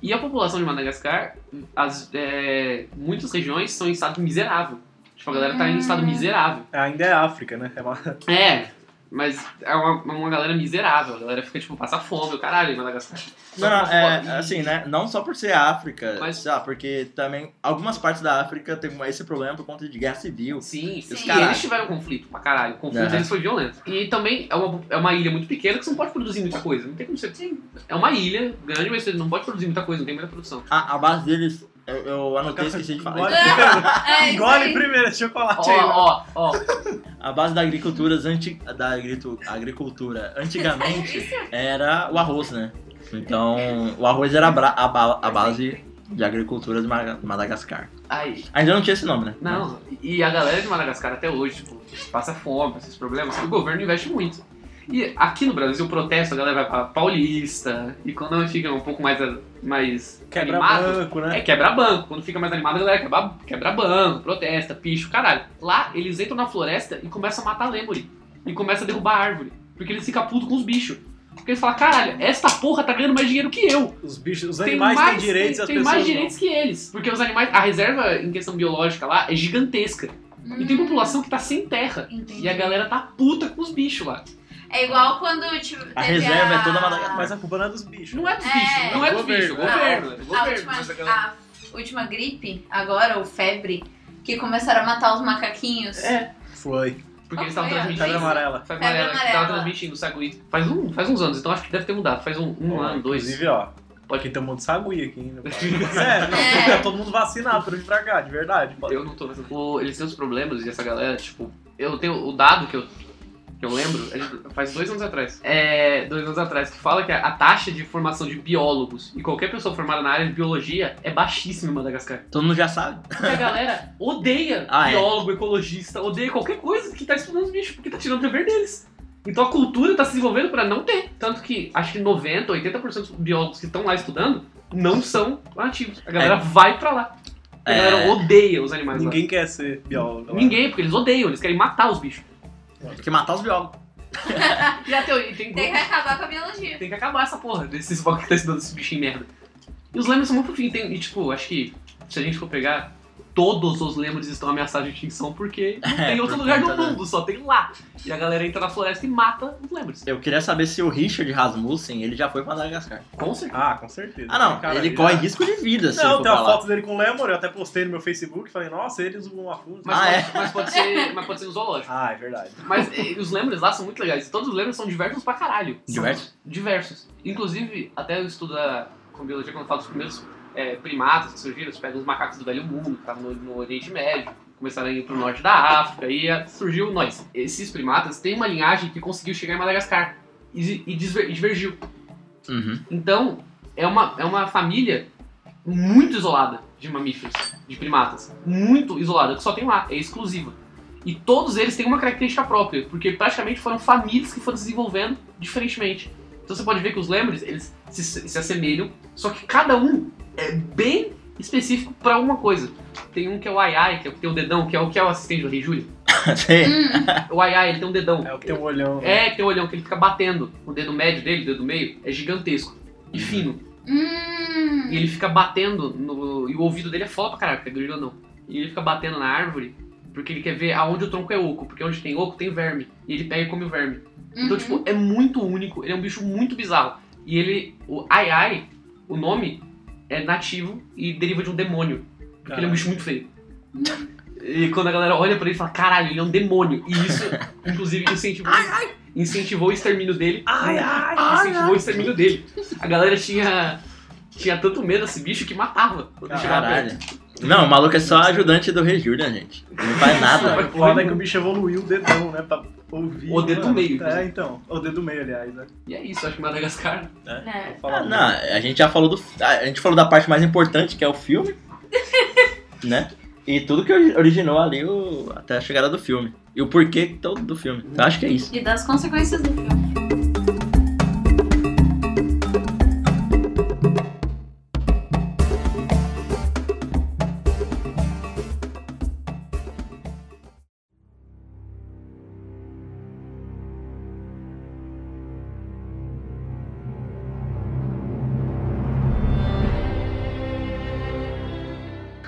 S3: E a população de Madagascar, as, é, muitas regiões são em estado miserável. Tipo, a galera tá em estado
S2: Hum.
S3: miserável.
S4: Ainda é África, né? É uma...
S3: É, mas é uma, uma galera miserável. A galera fica, tipo, passa fome, o caralho, em Madagascar.
S1: Não, não,
S3: Só que-
S1: é, assim, né? Não só por ser África,
S3: Mas-
S1: sei lá, porque também algumas partes da África tem esse problema por conta de guerra civil.
S3: Sim,
S2: Sim.
S3: E
S1: Caralho.
S3: eles tiveram conflito pra caralho. O conflito
S1: Aham.
S3: deles foi violento. E também é uma, é uma ilha muito pequena que você não pode produzir muita coisa. Não tem como você. É uma ilha grande, mas você não pode produzir muita coisa, não tem muita produção.
S1: A, a base deles, eu, eu anotei, esqueci de falar.
S4: Engole
S1: isso.
S4: primeiro,
S2: é, é isso
S4: Engole
S2: aí.
S4: primeiro esse chocolate aí. né? mano.
S3: Ó, ó, ó.
S1: A base da agricultura, anti, da agritu- agricultura
S3: É
S1: antigamente era o arroz, né? Então, o arroz era a, bra- a ba- a base de agricultura de Madaga- Madagascar.
S3: Aí.
S1: Ainda não tinha esse nome, né?
S3: Não, e a galera de Madagascar até hoje, tipo, passa fome, esses problemas, o governo investe muito. E aqui no Brasil, o protesto, a galera vai pra Paulista, e quando fica um pouco mais, mais
S4: Quebra
S3: animado,
S4: banco, né?
S3: É, quebra banco. Quando fica mais animado, a galera quebra, quebra banco, protesta, picha, o caralho. Lá, eles entram na floresta e começam a matar lêmure. E começam a derrubar árvore. Porque eles ficam putos com os bichos. Porque eles falam, caralho, esta porra tá ganhando mais dinheiro que eu.
S4: Os bichos, os
S3: Tem
S4: animais têm
S3: mais-
S4: direitos e as
S3: tem
S4: pessoas
S3: mais
S4: não.
S3: direitos que eles. Porque os animais, a reserva em questão biológica lá é gigantesca. E tem população que tá sem terra.
S2: Hum, Entendi.
S3: E a galera tá puta com os bichos lá.
S2: É igual quando tive- teve
S1: A reserva é toda um Madagascar.
S4: Mas a culpa não é dos bichos.
S3: Não é dos
S2: É.
S3: bichos, não é dos
S4: Governo,
S3: bichos, é o
S4: né?
S3: governo. é do
S2: A
S3: governo.
S2: última,
S3: Mas a galera-
S2: a última gripe, agora, o febre, que começaram a matar os macaquinhos.
S3: É,
S4: Foi.
S3: porque eles estavam
S2: Foi a
S3: transmitindo.
S4: Febre amarela.
S3: Febre
S2: Febre
S3: amarela, que tava
S2: amarela.
S3: transmitindo o sagui. Faz, um, faz uns anos, então acho que deve ter mudado. Faz um, um
S4: Ó,
S3: ano, dois.
S4: Inclusive, ó.
S3: Pode-
S4: Aqui tem um monte de sagui aqui ainda. pô. Sério, não,
S2: É.
S4: tá todo mundo vacinado pra vir pra cá, de verdade. pô.
S3: Eu não tô fazendo. O- Eles têm os problemas e essa galera, tipo, eu tenho o dado que eu, que eu lembro, é de- faz dois anos atrás. É, dois anos atrás, que fala que a, a taxa de formação de biólogos e qualquer pessoa formada na área de biologia é baixíssima em Madagascar.
S1: Todo mundo já sabe.
S3: Porque a galera odeia
S1: Ah, é.
S3: biólogo, ecologista, odeia qualquer coisa que tá estudando os bichos, porque tá tirando o dever deles. Então a cultura tá se desenvolvendo pra não ter. Tanto que acho que 90, 80% dos biólogos que estão lá estudando não são nativos. A galera
S1: É.
S3: vai pra lá. A
S1: É.
S3: galera odeia os animais lá.
S4: Ninguém quer ser biólogo. né? lá.
S3: Ninguém, porque eles odeiam, eles querem matar os bichos.
S1: Tem que matar os biólogos.
S3: E até e tem,
S2: Tem que acabar com a biologia.
S3: tem que acabar essa porra desses fogos que tá estudando esses bichinhos merda. E os lemos são muito fofinhos. Tem, e tipo, acho que se a gente for pegar, todos os lemos estão ameaçados de extinção porque não tem
S1: É,
S3: outro
S1: por
S3: lugar do
S1: conta da-
S3: mundo, só tem lá. E a galera entra na floresta e mata os lemos.
S1: Eu queria saber se o Richard Rasmussen, ele já foi pra Madagascar.
S3: Com certeza.
S4: Ah, com certeza.
S1: Ah, não.
S4: Cara,
S1: ele
S4: já-
S1: corre risco de vida, se
S4: Não,
S1: for
S4: tem uma
S1: pra lá.
S4: foto dele com o Lemur, eu até postei no meu Facebook, falei, nossa, eles zoam a fundo.
S3: Mas,
S1: Ah,
S3: pode,
S1: é?
S3: mas, pode ser, mas pode ser no zoológico.
S4: Ah, é verdade.
S3: Mas eh, os lembres lá são muito legais. Todos os lembres são diversos pra caralho. São
S1: Diversos?
S3: Diversos. Inclusive, até eu estudo a- com biologia é, quando eu falo dos primeiros eh, primatas que surgiram. Você pega os macacos do Velho Mundo, que estavam no, no Oriente Médio, começaram a ir pro norte da África e ah, surgiu nós. Esses primatas têm uma linhagem que conseguiu chegar em Madagascar e, e disver- divergiu.
S1: Uhum.
S3: Então, é uma, é uma família muito isolada de mamíferos, de primatas. Muito isolada, que só tem lá, é exclusiva. E todos eles têm uma característica própria, porque praticamente foram famílias que foram desenvolvendo diferentemente. Então você pode ver que os lembres, eles se, se assemelham, só que cada um é bem específico pra uma coisa. Tem um que é o Ai Ai, que é o que tem o dedão, que é o que é o assistente do Rei Júlio.
S1: Sim.
S2: Hum,
S3: O Ai Ai, ele tem um dedão.
S4: É o que tem um olhão.
S3: É, que tem um olhão que ele fica batendo. O dedo médio dele, o dedo meio, é gigantesco e
S4: Uhum.
S3: fino. E
S2: hum.
S3: ele fica batendo no. E o ouvido dele é foda pra caralho, porque é gorila não. E ele fica batendo na árvore porque ele quer ver aonde o tronco é oco. Porque onde tem oco tem verme. E ele pega e come o verme. Então,
S2: Uhum.
S3: tipo, é muito único. Ele é um bicho muito bizarro. E ele. O Ai Ai, o nome, é nativo e deriva de um demônio. Porque ele é um bicho muito feio. E quando a galera olha pra ele e fala, caralho, ele é um demônio. E isso, inclusive, incentivou, incentivou o extermínio dele.
S4: Ai, ai,
S3: incentivou o extermínio dele. A galera tinha. Tinha tanto medo desse bicho que matava. Quando chegava perto.
S1: Caralho. Não, o maluco é só ajudante do Rei Júlia, gente. Não faz nada.
S3: Vai
S4: O foda é que o bicho evoluiu o dedão, né? Pra ouvir.
S3: O dedo
S4: mano.
S3: meio,
S4: É,
S3: inclusive.
S4: então. O dedo meio, aliás, né?
S3: E é isso, acho que Madagascar.
S2: É.
S4: Fala
S1: Ah,
S4: bem.
S1: não, a gente já falou do. A gente falou da parte mais importante, que é o filme. né? E tudo que ori- originou ali o, até a chegada do filme. E o porquê todo do filme. Eu acho que é isso.
S2: E das consequências do filme.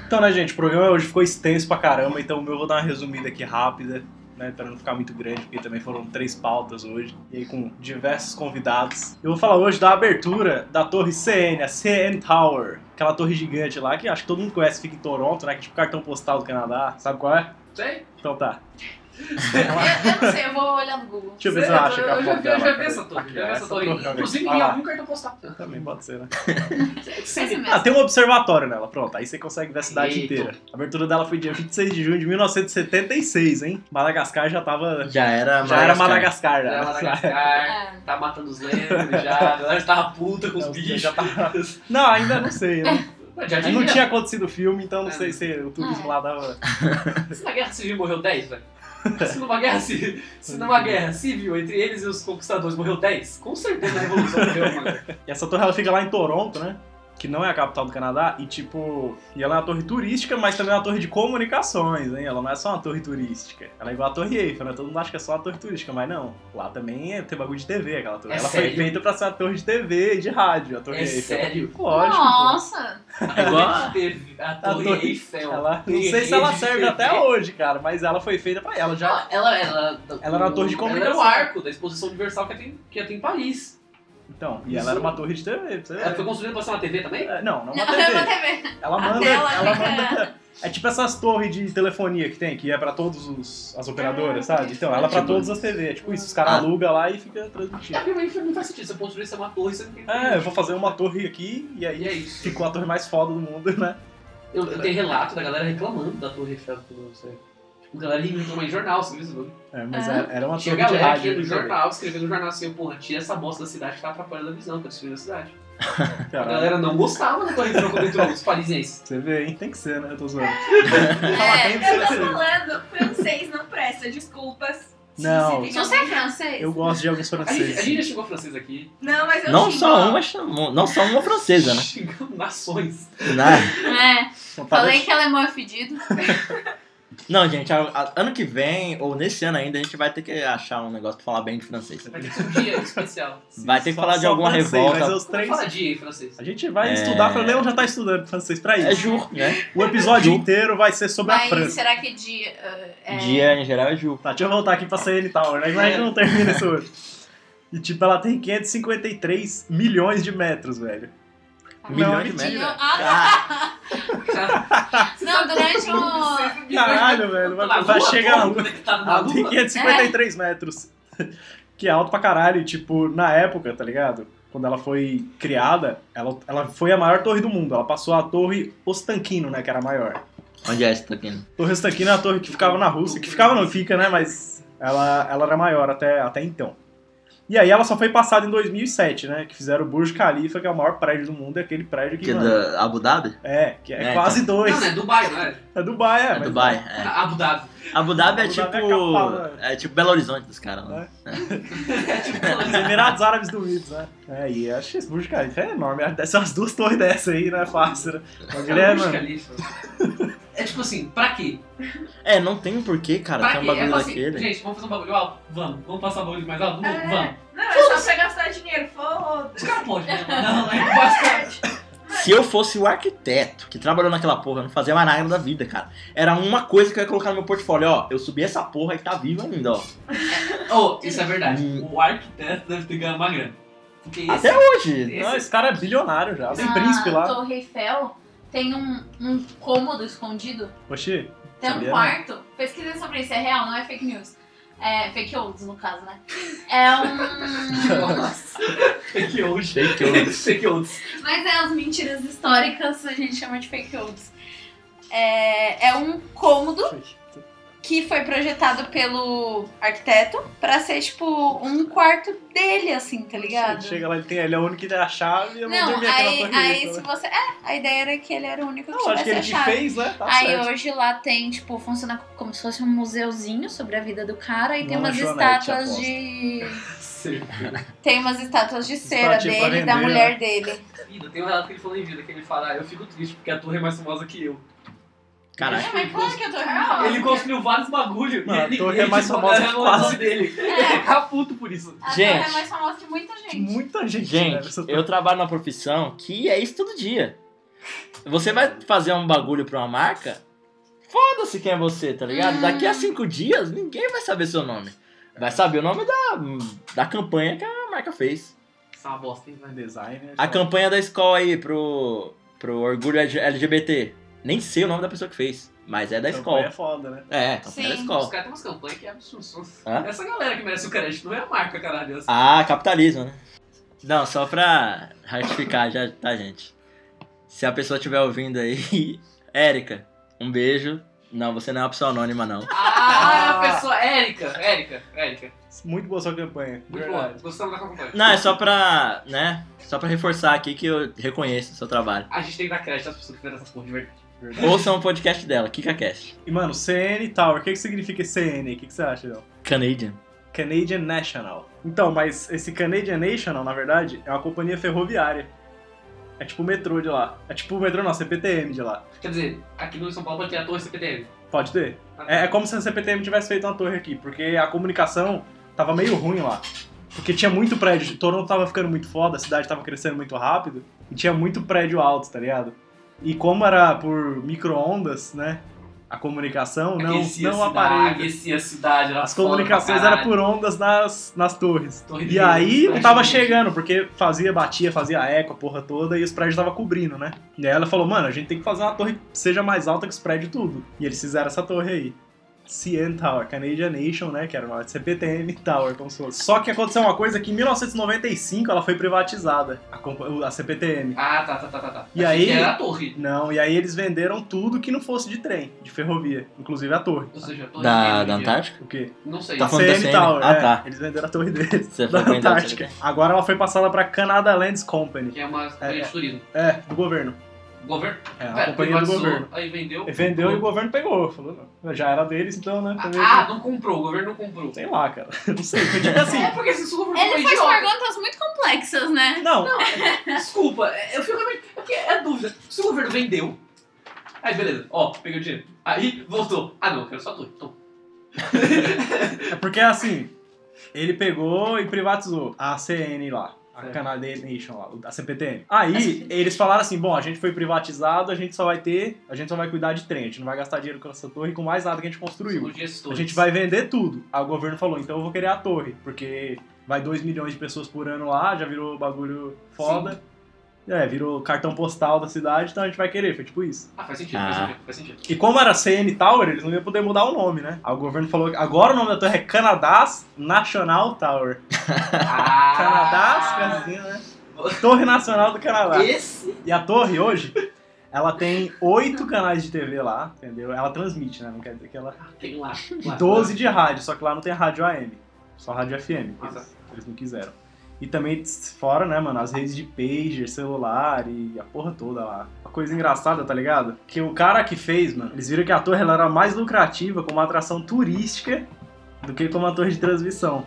S4: Então, né, gente, o programa hoje ficou extenso pra caramba, então o meu eu vou dar uma resumida aqui rápida, né, pra não ficar muito grande, porque também foram três pautas hoje, e aí com diversos convidados. Eu vou falar hoje da abertura da torre CN, a CN Tower, aquela torre gigante lá, que acho que todo mundo conhece, fica em Toronto, né, que é tipo cartão postal do Canadá, sabe qual é?
S3: Sei.
S4: Então tá.
S3: É.
S2: Eu, eu não sei, eu vou olhar no Google.
S4: Deixa eu ver se eu acho
S3: eu, já
S4: aquela foto
S3: vi, eu
S4: dela,
S3: já vi
S4: cara. Ah,
S3: essa torre.
S4: Aqui,
S3: Já vi essa torre.
S4: aqui.
S3: Inclusive,
S4: Ah
S3: em
S4: lá.
S3: algum cartão postal.
S4: Também pode ser, né?
S2: Esse mesmo.
S4: Ah, tem um observatório nela, pronto. Aí você consegue ver a cidade
S3: Eita.
S4: inteira. A abertura dela foi dia 26 de junho de 1976, hein? Madagascar já tava.
S1: Já era
S4: Já era Madagascar, já.
S3: Já Madagascar,
S2: É.
S3: tá matando os lembros já, a galera tava puta com os
S4: Não,
S3: bichos.
S4: É, já
S3: Já,
S4: Não, ainda não sei. Né?
S3: já
S4: Ainda não tinha acontecido o filme, então não sei se o turismo
S2: É.
S4: lá dava.
S3: Se na guerra civil morreu 10, velho. Se numa, guerra, ci- se numa guerra civil entre eles e os conquistadores morreu 10, com certeza a revolução morreu, mano.
S4: E essa torre ela fica lá em Toronto, né? Que não é a capital do Canadá, e tipo. E ela é uma torre turística, mas também é uma torre de comunicações, hein? Ela não é só uma torre turística. Ela é igual a Torre Eiffel, né? Todo mundo acha que é só uma torre turística, mas não. Lá também é, tem bagulho de TV aquela torre.
S3: É
S4: ela
S3: sério?
S4: foi feita pra ser uma torre de TV e de rádio, a Torre
S3: É
S4: Eiffel.
S3: sério?
S4: Lógico. pô.
S2: Nossa.
S1: Igual-
S3: A teve a Torre
S4: Torre-
S3: Eiffel.
S4: Tá Ela, não sei se ela serve até hoje, cara, mas ela foi feita pra ela já.
S3: Ela, ela, ela,
S4: Ela era uma torre de
S3: Ela era
S4: comunicação.
S3: o arco da exposição universal que é tem, que tem em Paris.
S4: Então, e ela era uma torre de TV, pra você
S3: Ela
S4: ver.
S3: foi construída pra ser uma TV também?
S4: É, Não, não
S2: Não,
S4: uma
S2: é uma
S4: TV.
S2: TV.
S4: Ela
S2: A
S4: manda.
S2: tela
S4: Ela
S2: fica-
S4: manda. É tipo essas torres de telefonia que tem, que é pra todas as operadoras, sabe? Então, ela é pra todas as TV. É tipo isso, os caras
S1: Ah.
S4: alugam lá e fica transmitindo.
S3: Obviamente não faz sentido. Você construir essa uma torre, você não tem.
S4: É, eu vou fazer uma torre aqui e
S3: E
S4: aí
S3: é isso.
S4: ficou a torre mais foda do mundo, né?
S3: Eu, eu tenho relato da galera reclamando da Torre Eiffel que não sei. Tipo, galera reclamando em jornal, você viu isso? mano?
S4: É, mas
S2: Ah.
S4: era era uma
S3: Tinha
S4: torre de
S3: galera aqui
S1: né?
S4: rádio.
S3: no
S4: de TV.
S3: jornal, escrevendo no jornal assim, porra, tira essa bosta da cidade que tá atrapalhando a visão, tá destruindo a cidade. A
S4: Caralho.
S3: galera não gostava da Torre Eiffel quando entrou os parisienses.
S4: Você vê, hein? Tem que ser, né? Eu tô zoando.
S5: É,
S4: tem que ser
S5: eu tô
S4: assim.
S5: falando, francês não presta, desculpas. Se
S4: Não.
S5: você tem
S2: Não
S5: algum-
S2: sei é francês.
S4: Eu gosto de alguns
S3: A gente, a
S4: franceses.
S3: gente já xingou francês aqui.
S5: Não, mas eu
S1: Não
S5: xingo,
S1: só
S5: ó.
S1: uma, chamou- não só uma francesa, né?
S3: Xingamos nações.
S1: Na-
S2: É.
S4: Vamos fazer
S2: Falei que alemão é fedido.
S1: Não, gente, a- a- ano que vem, ou nesse ano ainda, a gente vai ter que achar um negócio pra falar bem de francês.
S3: Vai ter que ser um dia especial.
S1: Vai ter que
S4: Só-
S1: falar de
S4: só
S1: alguma
S4: francês,
S1: revolta.
S4: mas é os
S3: Não
S4: três-
S3: fala dia em francês.
S4: A gente vai
S1: É.
S4: estudar, o Leon já tá estudando francês pra
S1: É
S4: isso.
S1: Ju, né?
S4: o episódio
S1: Ju.
S4: inteiro vai ser sobre a
S2: Mas
S4: França.
S2: será que dia. uh, é-
S1: Dia em geral é Ju.
S4: Tá, deixa eu voltar aqui pra CN Tower, né? Imagina não termina isso hoje. E tipo, ela tem 553 milhões de metros, velho.
S1: Milhão
S4: Não,
S1: de
S4: mentira.
S1: metros.
S2: Dia- Ah,
S1: Ah,
S4: tá.
S2: não, durante o.
S4: Caralho, velho. Vai,
S3: Na
S4: vai
S3: lua,
S4: chegar a
S3: porra,
S4: lua.
S3: conectado na
S4: Ela tem
S3: lua.
S4: 553 metros. Que é alto pra caralho. E, tipo, na época, tá ligado? Quando ela foi criada, ela, ela foi a maior torre do mundo. Ela passou a torre Ostankino, né? Que era a maior.
S1: Onde é esse Taquino?
S4: Torre Estanquina é a torre que ficava na Rússia. Que ficava, não, fica, né? Mas ela, ela era maior até, até então. E aí ela só foi passada em 2007, né? Que fizeram o Burj Khalifa, que é o maior prédio do mundo, é aquele prédio que...
S1: Que é
S4: mano,
S1: da Abu Dhabi?
S4: É, que é,
S1: É,
S4: quase dois.
S3: Não, é Dubai, não é? Tá,
S4: É Dubai, é.
S1: É
S4: mas-
S1: Dubai, é.
S3: Abu Dhabi.
S1: Abu Dhabi é
S4: Abu
S1: tipo.
S4: Dhabi é capital,
S1: É tipo Belo Horizonte dos caras lá.
S4: É.
S3: É tipo
S4: Os
S3: assim,
S4: Emirados Árabes Unidos, né? É, e acho que esse Burj Khalifa é enorme. Acho que Deve ser umas duas torres dessa aí, não é fácil, né? Mas ele é,
S3: Burj
S4: mano.
S3: Khalifa. É tipo assim, pra quê?
S1: É, não tem porquê, cara,
S3: Pra
S1: tem um
S3: quê? É
S1: bagulho
S3: tipo assim,
S1: daquele.
S3: gente, vamos fazer um bagulho alto? Vamos. Vamos passar um bagulho mais alto? Vamos.
S5: É.
S3: Vamos.
S5: Não, é só pra gastar dinheiro, foda-se.
S3: Os caras podem, né? Não, é bastante.
S1: Se eu fosse o arquiteto que trabalhou naquela porra, eu não fazia mais nada da vida, cara. Era uma coisa que eu ia colocar no meu portfólio, ó. Eu subi essa porra e tá viva ainda, ó.
S3: Oh, isso é verdade.
S1: Hum.
S3: O arquiteto deve ter ganhado uma grana. Porque esse
S1: Até hoje.
S4: Não, esse cara é bilionário já.
S2: Ah,
S4: Tem príncipe
S2: A
S4: lá.
S2: Torre Eiffel tem um, um cômodo escondido,
S4: Oxi,
S2: tem um
S4: Sabia, né?
S2: quarto. Pesquisa sobre isso, é real, não é fake news. É, fake olds, no caso, né? É um...
S3: Fake old.
S1: Fake olds.
S3: Fake olds.
S2: Mas é as mentiras históricas, a gente chama de fake olds. É, é um cômodo que foi projetado pelo arquiteto pra ser, tipo, um quarto dele, assim, tá ligado?
S4: chega lá, ele, tem, ele é o único que tem a chave. Eu não
S2: Não,
S4: dormi
S2: aí,
S4: aquela torre.
S2: aí
S4: né?
S2: se você... É, a ideia era que ele era o único que
S4: Não, acho
S2: tivesse
S4: que ele
S2: a
S4: que
S2: chave.
S4: fez, né? Tá
S2: Aí
S4: certo.
S2: hoje lá tem, tipo, funciona como se fosse um museuzinho sobre a vida do cara e tem
S4: Uma
S2: umas
S4: lanchonete,
S2: estátuas
S1: aposto.
S2: de. Tem umas estátuas de cera
S4: Estátua tipo pra
S2: dele e da
S4: vender, né?
S2: mulher dele.
S3: Vida, tem um relato que ele falou em vida, que ele fala, ah, eu fico triste porque a torre é mais famosa que eu.
S1: Caralho.
S2: mas claro que eu tô
S3: Ele construiu vários bagulhos
S4: Mano,
S3: e
S4: a
S3: ele,
S4: torre é
S3: ele
S4: mais
S3: tipo,
S4: famosa
S3: era
S4: que
S3: o nome
S4: quase.
S3: dele.
S2: É.
S3: Ele tá puto por isso.
S2: A
S1: Gente.
S2: torre é mais famosa de muita gente.
S4: Muita gente. né?
S1: Gente,
S4: Essa torre.
S1: eu trabalho numa profissão que é isso todo dia. Você vai fazer um bagulho pra uma marca, foda-se quem é você, tá ligado?
S2: Hum.
S1: Daqui a cinco dias, ninguém vai saber seu nome. Vai saber o nome da, da campanha que a marca fez.
S3: Isso é uma bosta, hein, velho?
S4: Design, né?
S1: A campanha da escola aí pro, pro Orgulho LGBT. Nem sei o nome da pessoa que fez, mas é da escola.
S4: Campanha É foda, né?
S1: É, campanha da
S2: Sim.
S3: Os
S1: escola.
S3: caras têm umas campanhas que é absurdo.
S1: Hã?
S3: Essa galera que merece o crédito não é a marca, caralho. Essa.
S1: Ah, capitalismo, né? Não, só pra ratificar já, tá, gente? Se a pessoa estiver ouvindo aí, Érica, um beijo. Não, você não é uma pessoa anônima, não.
S3: Ah, a pessoa. Érica, Érica, Érica.
S4: Muito boa sua campanha.
S3: Muito
S4: Verdade.
S3: boa. Gostamos da campanha.
S1: Não, é só pra, né? Só pra reforçar aqui que eu reconheço o seu trabalho.
S3: A gente tem que dar crédito às pessoas que fizeram essas porra de verdade.
S1: Ouça um podcast dela, KikaCast.
S4: E, mano, CN Tower. O que, que significa CN? O que, que você acha, Léo?
S1: Canadian.
S4: Canadian National. Então, mas esse Canadian National, na verdade, é uma companhia ferroviária. É tipo o metrô de lá. É tipo o metrô, não, CPTM de lá.
S3: Quer dizer, aqui no São Paulo pode ter a torre CPTM.
S4: Pode ter. É, é como se a CPTM tivesse feito uma torre aqui, porque a comunicação tava meio ruim lá. Porque tinha muito prédio. Toronto tava ficando muito foda, a cidade tava crescendo muito rápido, e tinha muito prédio alto, tá ligado? E como era por micro-ondas, né? A comunicação, não,
S3: Aquecia
S4: não
S3: a É cidade,
S4: aparelhos.
S3: Aquecia a cidade. era
S4: As
S3: foda
S4: comunicações
S3: pra
S4: eram
S3: caralho.
S4: por ondas nas, nas torres.
S3: Torre
S4: E
S3: de-
S4: aí
S3: cidade
S4: tava
S3: de-
S4: chegando, porque fazia, batia, fazia eco, a porra toda, e os prédios tava cobrindo, né? E aí ela falou, mano, a gente tem que fazer uma torre que seja mais alta que os prédios tudo. E eles fizeram essa torre aí. CN Tower, Canadian Nation, né? Que era o nome de CPTM Tower, como se fosse. Só que aconteceu uma coisa que em 1995 ela foi privatizada, a, compa- a CPTM.
S3: Ah, tá, tá, tá, tá. tá.
S4: E
S3: Achei
S4: aí-
S3: que Era a torre.
S4: Não, e aí eles venderam tudo que não fosse de trem, de ferrovia, inclusive a torre.
S3: Ou seja, a torre
S1: Da,
S3: dele,
S1: da Antártica?
S4: O quê?
S3: Não sei.
S1: Tá
S4: A
S1: falando da CN?
S4: Tower,
S1: Ah,
S4: é.
S1: tá.
S4: Eles venderam a torre deles.
S1: Você
S4: Da
S1: foi pra
S4: Antártica. Agora ela foi passada pra Canada Lands Company.
S3: Que é uma companhia de turismo.
S4: É, do governo.
S3: Governo?
S4: É, a
S3: Pera,
S4: companhia do
S3: privatizou,
S4: governo.
S3: Aí vendeu.
S4: Ele vendeu e o
S3: comprou.
S4: governo pegou. Falou, não. Já era deles, então, né? também-
S3: Ah, não comprou. O governo não comprou.
S4: Sei lá, cara. Não sei. Foi tipo assim.
S3: É porque se o governo
S2: Ele
S3: foi
S2: faz
S3: idiota.
S2: perguntas muito complexas, né?
S4: Não,
S3: Desculpa, eu fico realmente. É porque é dúvida. Se o governo vendeu. Aí beleza, ó, peguei o dinheiro. Aí voltou. Ah não, eu quero só a torre. Então,
S4: é porque assim. Ele pegou e privatizou a CN lá. A
S3: Certo.
S4: Canadian Nation lá, a CPTM. Aí eles falaram assim: bom, a gente foi privatizado, a gente só vai ter, a gente só vai cuidar de trem, a gente não vai gastar dinheiro com essa torre e com mais nada que a gente construiu.
S3: segundo dia esses
S4: A
S3: torres.
S4: gente vai vender tudo. Aí o governo falou, então eu vou querer a torre, porque vai 2 milhões de pessoas por ano lá, já virou bagulho foda. É, virou cartão postal da cidade, então a gente vai querer, foi tipo isso.
S3: Ah, faz sentido,
S1: Ah.
S3: faz sentido, faz sentido.
S4: E como era CN Tower, eles não iam poder mudar o nome, né? Aí o governo falou que agora o nome da torre é Canadá's National Tower.
S3: Ah,
S4: Canadá's, assim, né? Torre Nacional do Canadá.
S3: Esse
S4: E a torre hoje, Ela tem oito canais de TV lá, entendeu? Ela transmite, né? Não quer dizer que ela.
S3: Ah, Tem lá. lá.
S4: 12 de rádio, só que lá não tem rádio AM, só rádio FM.
S3: Nossa.
S4: Eles não quiseram. E também tss, fora, né, mano, as redes de pager, celular e a porra toda lá. Uma coisa engraçada, tá ligado? Que o cara que fez, mano, eles viram que a torre ela era mais lucrativa como atração turística do que como a torre de transmissão.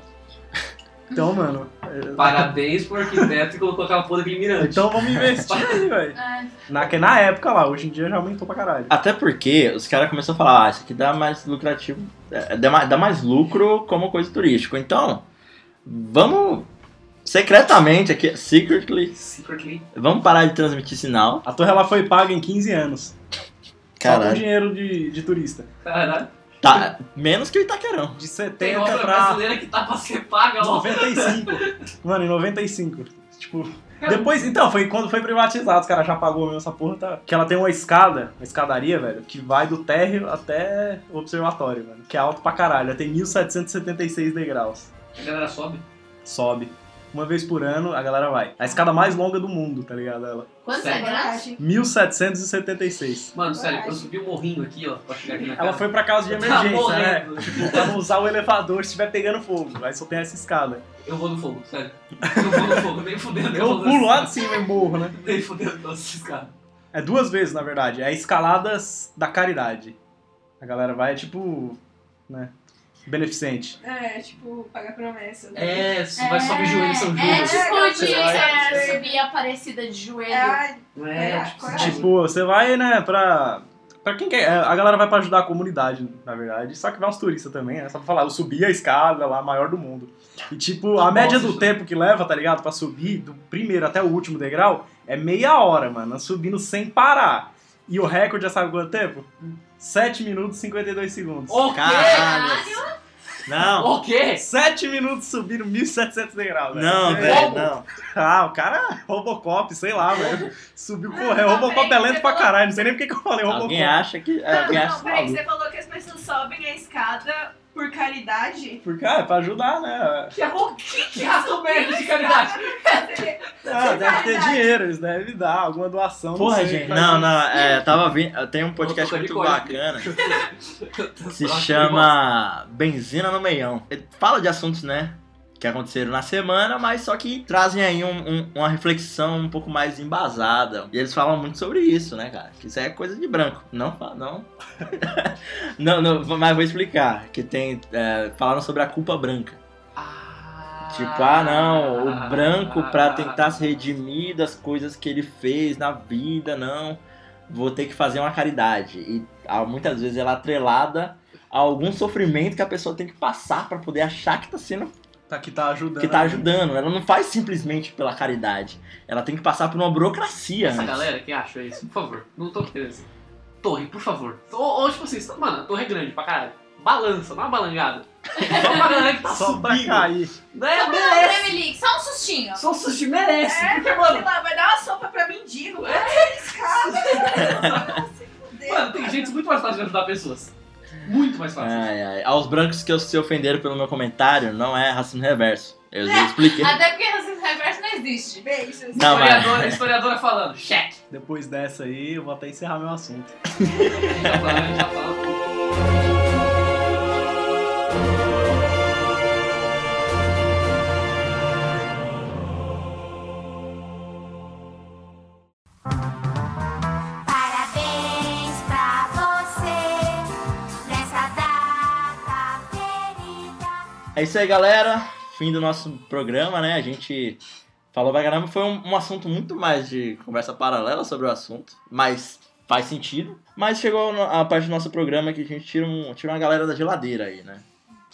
S4: Então, mano. é-
S3: Parabéns pro arquiteto que colocou aquela porra daquele mirante.
S4: Então vamos investir aí, velho.
S2: É.
S4: Na, que na época lá, hoje em dia já aumentou pra caralho.
S1: Até porque os caras começaram a falar, ah, isso aqui dá mais lucrativo, é, dá mais, dá mais lucro como coisa turística. Então, vamos secretamente aqui, secretly,
S3: Secretly.
S1: vamos parar de transmitir sinal.
S4: A torre ela foi paga em 15 anos. Só com
S1: Caralho,
S4: dinheiro de, de turista.
S3: Caralho.
S1: tá menos que o Itaquerão.
S4: De
S3: Tem
S4: 70
S3: obra
S4: pra
S3: brasileira que tá pra ser paga, ó.
S4: 95. Mano, em 95. Tipo, depois, então, foi quando foi privatizado, os caras já pagou mesmo essa porra, tá? Que ela tem uma escada, uma escadaria, velho, que vai do térreo até o observatório, mano. Que é alto pra caralho, ela tem 1776 degraus.
S3: A galera sobe.
S4: Sobe. Uma vez por ano, a galera vai. A escada mais longa do mundo, tá ligado? Ela.
S2: Quantos
S3: Sério?
S2: degraus?
S4: 1776.
S3: Mano, sério, eu subi o morrinho aqui, ó, pra chegar aqui na casa.
S4: Ela foi pra casa de
S3: Tá
S4: emergência, né?
S3: morrendo.
S4: Tipo, pra não usar o elevador se estiver pegando fogo. Aí só tem essa escada.
S3: Eu vou no fogo, sério. Eu vou no fogo, nem fudendo.
S4: Eu
S3: vou
S4: pulo lá de
S3: nessa
S4: cima e morro, né?
S3: escada. Nem fudendo todos esses caras.
S4: É duas vezes, na verdade. É escaladas da caridade. A galera vai, tipo, né? Beneficente.
S5: É, tipo, pagar promessa.
S3: É, vai subir joelho, são
S2: É,
S3: joelhos.
S2: tipo de
S5: É.
S2: é, subir aparecida de joelho.
S5: É,
S3: Não é, tipo,
S5: coragem.
S4: Tipo, você vai, né, pra. Pra quem quer. é, A galera vai pra ajudar a comunidade, na verdade. Só que vai uns turistas também, né? Só pra falar, eu subi a escada lá, a maior do mundo. E tipo, a média do
S3: Nossa.
S4: tempo que leva, tá ligado? Pra subir, do primeiro até o último degrau, é meia hora, mano. Subindo sem parar. E o recorde, já sabe quanto tempo? 7 minutos e 52 segundos.
S3: O quê?
S1: Caralho. Não,
S3: O quê?
S4: 7 minutos subindo 1.700 degraus, velho.
S1: não,
S4: É.
S1: velho, não.
S4: Ah, o cara é Robocop, sei lá, velho. Subiu correndo.
S5: Ah, não,
S4: Robocop é
S5: peraí,
S4: lento
S5: você
S4: pra
S5: falou-
S4: caralho. Não sei nem porque que eu falei
S1: Alguém
S4: Robocop.
S1: acha que...
S5: Não,
S1: Alguém acha
S5: não,
S1: que
S5: peraí,
S1: maluco.
S5: você falou que as pessoas sobem a escada por caridade?
S4: Porque, ah, é pra ajudar, né?
S3: Que arro- que que arrastou merda de caridade?
S4: Ah, deve ter dinheiro, eles devem dar alguma doação. não
S1: Porra,
S4: sei.
S1: gente. Não, não, é, eu tava vindo. Tem um podcast
S3: Eu
S1: muito
S3: tô com a Nicole.
S1: bacana. Se chama Benzina no Meião. Ele Fala de assuntos, né? Que aconteceram na semana, mas só que trazem aí um- um- uma reflexão um pouco mais embasada. E eles falam muito sobre isso, né, cara? Que isso aí é coisa de branco. Não, fa- não. não, não, mas vou explicar. Que tem. é, falaram sobre a culpa branca. Tipo, ah não, o branco
S3: ah,
S1: pra tentar se redimir das coisas que ele fez na vida, não. Vou ter que fazer uma caridade. E ah, muitas vezes ela é atrelada a algum sofrimento que a pessoa tem que passar pra poder achar que tá sendo
S4: Tá que tá ajudando.
S1: que tá ajudando. Ela não faz simplesmente pela caridade. Ela tem que passar por uma burocracia.
S3: Essa
S1: antes.
S3: galera que acha isso, por favor, não tô querendo assim. Torre, por favor. Ou, ou tipo assim, você- mano, a torre é grande pra caralho. Balança, não é uma balangada. Só pra galera que tá
S4: Só pra
S3: subindo.
S4: cair.
S3: Né,
S2: Não,
S3: merece.
S2: Premier League, só um sustinho.
S3: Só o sushi merece. porque,
S5: Sei
S3: mano,
S5: lá, É, vai dar uma sopa pra mendigo.
S3: É.
S5: É, escada.
S3: mano, tem jeitos muito mais fáceis de ajudar pessoas. Muito mais fáceis.
S1: Ai, ai. Aos brancos que se ofenderam pelo meu comentário, não é racismo reverso. Eu já expliquei.
S2: Até porque racismo reverso não existe.
S5: Beijos.
S1: Não, mas-
S3: historiadora, historiadora falando, cheque.
S4: Depois dessa aí, eu vou até encerrar meu assunto.
S3: Já falando, já falando.
S7: Parabéns pra você nessa data querida.
S1: É isso aí, galera. Fim do nosso programa, né? A gente falou pra caramba. Foi um, um assunto muito mais de conversa paralela sobre o assunto, mas faz sentido. Mas chegou no- a parte do nosso programa que a gente tira, um, tira uma galera da geladeira aí, né?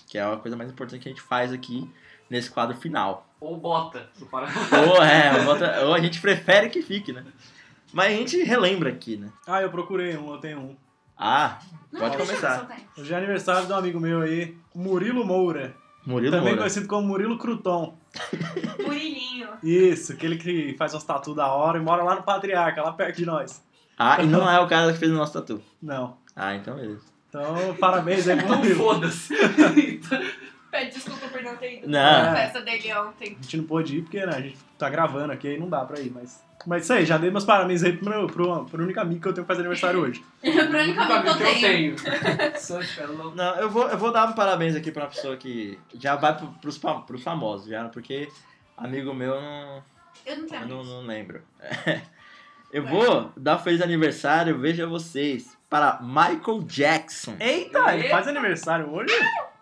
S1: Que é a coisa mais importante que a gente faz aqui nesse quadro final.
S3: Ou bota. do Paraná.
S1: Ou, é, ou outra- ou a gente prefere que fique, né? Mas a gente relembra aqui, né?
S4: Ah, eu procurei um, eu tenho um.
S1: Ah, pode
S2: deixa eu
S3: Tá.
S1: começar.
S2: soltar.
S4: Hoje é aniversário de um amigo meu aí, Murilo Moura.
S1: Murilo
S4: também
S1: Moura.
S4: conhecido como Murilo Cruton.
S5: Murilinho.
S4: Isso, aquele que faz umas tatu da hora e mora lá no Patriarca, lá perto de nós.
S1: Ah, e não é o cara que fez o nosso tatu.
S4: Não.
S1: Ah, então beleza.
S4: Então, parabéns aí pro
S3: Então
S4: Murilo.
S3: foda-se.
S5: Pede desculpa por não ter ido
S1: Não.
S5: na festa dele ontem.
S4: A gente não pôde ir porque né, a gente tá gravando aqui, aí não dá pra ir, mas Mas isso aí, já dei meus parabéns aí pro, meu, pro, pro único amigo que eu tenho que fazer aniversário hoje.
S2: Pro único amigo que eu tenho.
S3: Such a love.
S1: Não, eu vou, eu vou dar um parabéns aqui pra uma pessoa que já vai pro, pros, fa- pros famosos, já, porque amigo meu não,
S2: Eu não tenho.
S1: eu não,
S2: amigos.
S1: não lembro. Eu vou dar feliz aniversário, veja vocês, para Michael Jackson.
S4: Eita, ele faz aniversário hoje?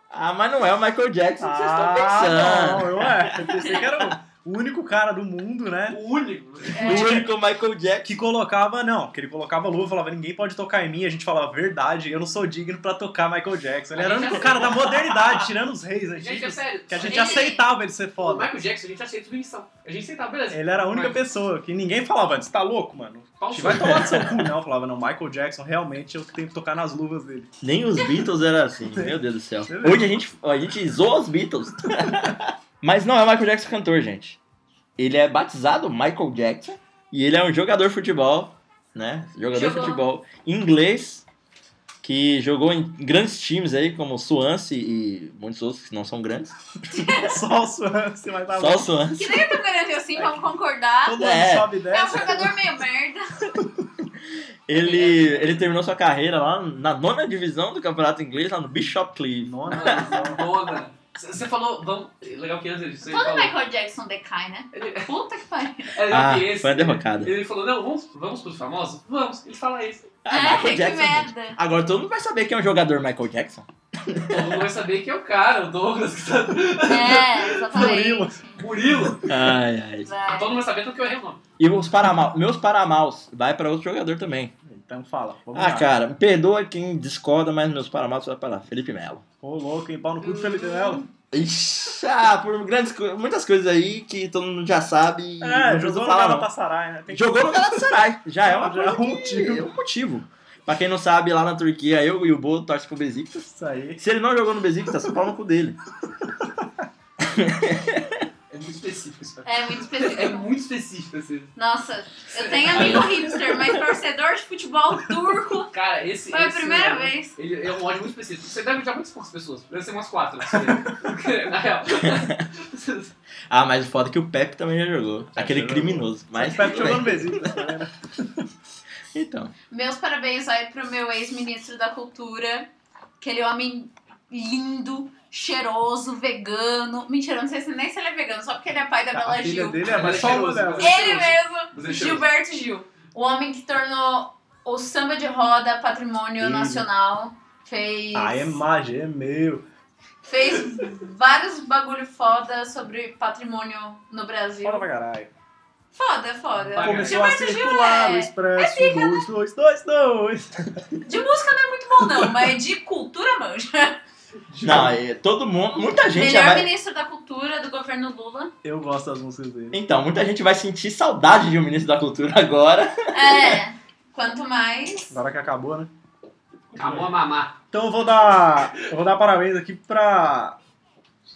S1: Ah, mas não é o Michael Jackson que vocês estão
S4: Ah,
S1: pensando.
S4: não, eu, é, eu pensei que era o único cara do mundo, né?
S3: O único.
S1: O único Michael Jackson.
S4: Que colocava, não, que ele colocava luva, falava, ninguém pode tocar em mim, a gente falava, verdade, eu não sou digno pra tocar Michael Jackson. Ele
S3: A
S4: era o
S3: gente
S4: único
S3: aceita.
S4: cara da modernidade, tirando os reis
S3: Gente, é
S4: antigos,
S3: sério.
S4: que a gente
S2: Ele-
S4: aceitava ele ser
S3: O
S4: foda.
S3: Michael Jackson, a gente aceita tudo em São. A gente aceitava, beleza.
S4: Ele era a única
S3: Mas-
S4: pessoa que ninguém falava antes, tá louco, mano?
S3: Pau
S4: Vai
S3: sujo.
S4: tomar no seu cu, não. Falava, não, Michael Jackson, realmente eu tenho que tocar nas luvas dele.
S1: Nem os Beatles eram assim, meu Deus do céu.
S4: Você vê.
S1: Hoje a gente, a gente zoa os Beatles. Mas não é o Michael Jackson cantor, gente. Ele é batizado Michael Jackson e ele é um jogador de futebol, né? Jogador de
S2: Jogou.
S1: futebol inglês que jogou em grandes times aí como o Swansea e muitos outros que não são grandes.
S4: Só o Swansea, mas tá
S1: Só o
S4: bom.
S1: Swansea.
S2: Que nem a primeira assim,
S3: Tá.
S2: vamos concordar.
S4: Todo
S1: É.
S4: mundo sobe e
S2: É um
S4: desce.
S2: jogador meio merda.
S1: Ele, ele terminou sua carreira lá na nona divisão do campeonato inglês, lá no Bishop Cleeve.
S4: Nona,
S3: Dona. C- Você falou, vamos. Legal que antes você
S2: Todo
S3: falou.
S2: Michael Jackson decai, né?
S3: Ele-
S2: Puta que pariu.
S3: É legal
S1: Ah,
S3: que esse-
S1: foi a derrocada.
S2: É,
S3: Ele falou, não, vamos, vamos pros famosos? Vamos. Ele fala isso.
S1: Ah,
S2: É,
S1: Michael
S2: que
S1: Jackson, gente.
S2: merda.
S1: Agora todo mundo vai saber quem é o jogador Michael Jackson.
S3: Todo mundo vai saber que é o cara, o Douglas, que tá...
S2: É,
S4: Murilo.
S2: exatamente.
S3: Murilo.
S1: Ai, ai.
S2: Vai.
S3: Ah, Todo mundo vai saber tanto que eu errei o nome.
S1: E os paramaus, meus paramaus, vai para outro jogador também.
S4: Então fala. Vamos
S1: Ah,
S4: lá.
S1: cara, me perdoa quem discorda, mas meus paramaus vai para lá. Felipe Melo.
S4: Ô, louco, hein? Pau no cu do Felipe Melo.
S1: Ixi, ah, por grandes, co- muitas coisas aí que todo mundo já sabe. e
S4: É,
S1: não
S4: jogou
S1: preciso
S4: no
S1: falar, não.
S4: Galatasaray, né? Tem que-
S1: Jogou no Galatasaray. Já é uma
S4: Já é
S1: coisa
S4: um
S1: que-
S4: motivo.
S1: É um motivo. Pra quem não sabe, lá na Turquia, eu e o Bo torcem pro Besiktas.
S4: Isso aí.
S1: Se ele não jogou no Besiktas, pau no cu dele.
S3: É muito específico isso.
S2: É muito
S3: É
S2: específico. assim.
S3: muito específico esse.
S2: Nossa, eu tenho amigo hipster, mas torcedor de futebol turco
S3: Cara, esse.
S2: foi a
S3: esse-
S2: primeira vez.
S3: Ele é um ódio muito específico. Você deve odiar muitas poucas pessoas. Deve ser umas quatro. você. Na real.
S1: Ah, mas o foda é que o Pepe também já jogou. Aquele
S4: jogou.
S1: criminoso. Mas
S4: O Pepe jogou no Besiktas, tá vendo?
S1: Então.
S2: Meus parabéns aí pro meu ex-ministro da cultura, aquele homem lindo, cheiroso, vegano. Mentira, eu não sei se nem se ele é vegano, só porque ele é pai da
S4: A
S2: Bela
S4: filha
S2: Gil.
S4: dele é mais só uma dela.
S2: Ele
S3: Mas
S2: mesmo,
S3: ele chegou.
S2: Gilberto Gil. O homem que tornou o samba de roda patrimônio
S4: Ele.
S2: nacional. Fez,
S4: Ah, é mágico, é meu.
S2: fez vários bagulho foda sobre patrimônio no Brasil.
S4: Fala pra caralho.
S2: Foda, foda.
S3: Vai,
S4: Começou a
S2: Gilberto
S4: circular né? o
S2: Gil é-
S4: expresso. Dois, dois, dois, dois.
S2: é... De música não é muito bom, não, mas de cultura manja.
S1: Não, é, todo mundo. Muita gente já
S2: Melhor
S1: vai.
S2: ministro da cultura do governo Lula.
S4: Eu gosto das músicas dele.
S1: Então, muita gente vai sentir saudade de um ministro da cultura agora.
S2: É. Quanto mais.
S4: Agora que acabou, né?
S3: Acabou a mamar.
S4: Então eu vou dar. Eu vou dar parabéns aqui pra.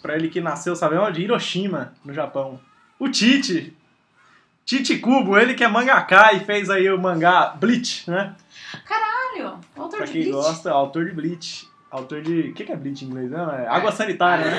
S4: Pra ele que nasceu, sabe onde? Hiroshima, no Japão. O Tite! Tite Kubo, ele que é mangaká e fez aí o mangá Bleach, né?
S2: Caralho, autor
S4: Pra
S2: de
S4: quem
S2: Blitz.
S4: gosta, autor de Bleach. Autor de. O que que é Bleach em inglês? Não, é água sanitária, né?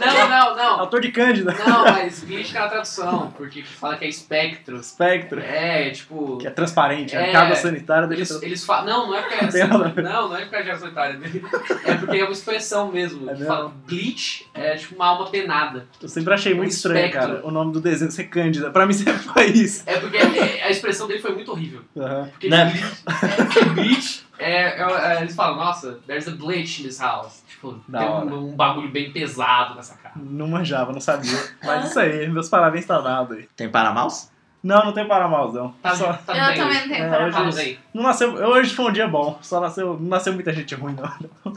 S3: Não, não,
S2: Ah,
S3: não.
S4: Autor de Cândida.
S3: Não, mas glitch na tradução, porque fala que é espectro.
S4: Spectro.
S3: É, tipo.
S4: Que é transparente, né?
S3: É.
S4: Que a água sanitária deixa
S3: Eles, eles falam. Não, não é porque é
S4: Dela.
S3: Não, não é porque é geração etária dele. É porque é uma expressão mesmo.
S4: É
S3: que fala bleach é tipo uma alma penada.
S4: Eu sempre achei muito estranho,
S3: Spectro.
S4: cara, o nome do desenho ser Cândida. Pra mim sempre foi isso.
S3: É porque é- a expressão dele foi muito horrível.
S4: Aham.
S3: Porque
S1: Né?
S3: bleach, é, porque bleach é, é- é- Eles falam, nossa, there's a bleach in this house. Tipo,
S4: Da
S3: tem
S4: hora.
S3: um, um bagulho bem pesado nessa cara.
S4: Não manjava, não sabia. Mas isso aí, meus parabéns tá dado aí.
S1: Tem Paramaus?
S4: Não, não tem paramauzão.
S3: Tá,
S4: Só-
S3: tá
S2: Eu
S3: bem.
S2: também
S3: hoje.
S2: não tenho
S4: É,
S2: para
S4: hoje
S3: Tá
S2: falar.
S4: eu-
S3: bem.
S4: Não nasceu, hoje foi um dia bom, só nasceu, não nasceu muita gente ruim, não.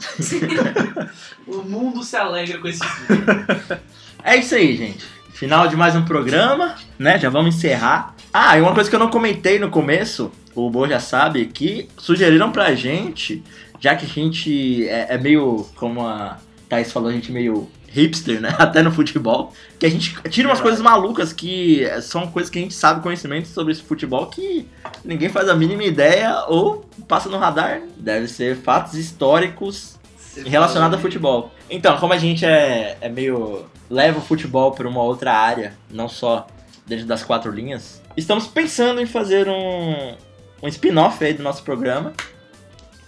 S3: O mundo se alegra com esse filme.
S1: É isso aí, gente. Final de mais um programa, né? Já vamos encerrar. Ah, e uma coisa que eu não comentei no começo, o Bo já sabe, que sugeriram pra gente, já que a gente é, é meio, como a Thaís falou, a gente é meio hipster, né? Até no futebol, que a gente tira umas
S4: Verdade.
S1: coisas malucas que são coisas que a gente sabe, conhecimento sobre esse futebol que ninguém faz a mínima ideia ou passa no radar. Deve ser fatos históricos relacionado a futebol. Então, como a gente é, é meio. leva o futebol para uma outra área, não só dentro das quatro linhas. Estamos pensando em fazer um, um spin-off aí do nosso programa,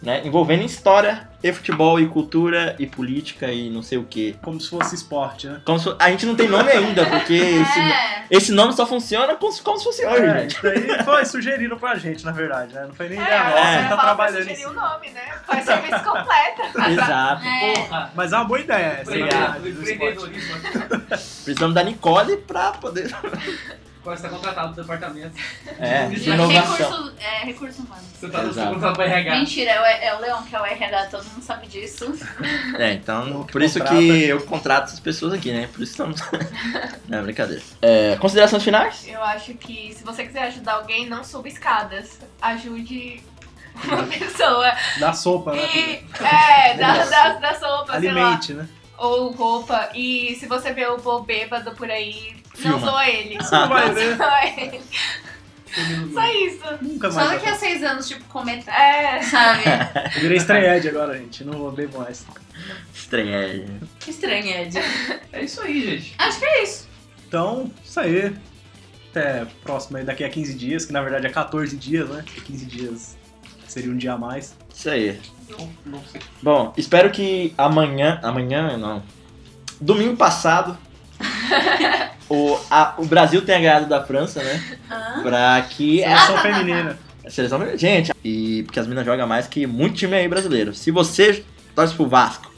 S1: né? Envolvendo história, e futebol, e cultura, e política, e não sei o que.
S4: Como se fosse esporte, né?
S1: Como se- a gente não tem nome ainda, porque esse,
S2: É,
S1: esse nome só funciona como se, como se fosse hoje,
S4: É,
S1: gente.
S4: isso daí foi sugerido pra gente, na verdade, né? Não foi nem ideia nossa, a
S5: é,
S4: gente
S5: é.
S4: tá trabalhando em
S5: sugerir o
S4: cima.
S5: nome, né? Faz serviço completo.
S1: Exato.
S2: é.
S3: Porra!
S4: Mas é uma boa ideia essa, na
S1: Obrigado.
S4: verdade,
S3: Empreendedor-
S4: do esporte.
S3: Empreendedorismo.
S1: Precisamos da Nicole pra poder.
S3: Agora você tá contratado do departamento.
S1: É, de
S3: Recurso-
S1: inovação.
S2: Recurso, é, recurso humano.
S3: Você tá
S1: Exato.
S3: contratado pra RH.
S2: Mentira, é o, é o Leão que é o RH, todo mundo sabe disso.
S1: É, então, por isso
S4: contrata.
S1: que eu contrato essas pessoas aqui, né? Por isso estamos. Não, brincadeira. É, considerações finais?
S5: Eu acho que se você quiser ajudar alguém, não suba escadas. Ajude uma pessoa.
S4: Da sopa, né?
S5: E é, da, da, da sopa, sei lá.
S4: Alimente, né?
S5: Ou roupa. E se você vê o Bo bêbado por aí,
S1: Filma.
S5: não zoa ele.
S4: Você não vai né? ver
S5: Só ele. Só isso.
S4: nunca
S2: Só
S4: mais.
S2: daqui a seis anos, tipo, comenta,
S5: É.
S2: sabe?
S4: Eu virei estreed agora, gente. Não vou beber mais.
S1: Estreia.
S2: Que estranho, Ed.
S3: É isso aí, gente.
S2: Acho que é isso.
S4: Então, isso aí. Até próximo aí, daqui a 15 dias, que na verdade é 14 dias, né? 15 dias seria um dia a mais.
S1: Isso aí.
S3: Não, não sei.
S1: Bom, espero que amanhã. Amanhã não. Domingo passado. o, a- o Brasil tenha ganhado da França, né?
S2: Hã?
S1: Pra que. a-
S4: Seleção É feminina.
S1: a seleção. Gente, e porque as minas jogam mais que muito time aí brasileiro. Se você torce pro Vasco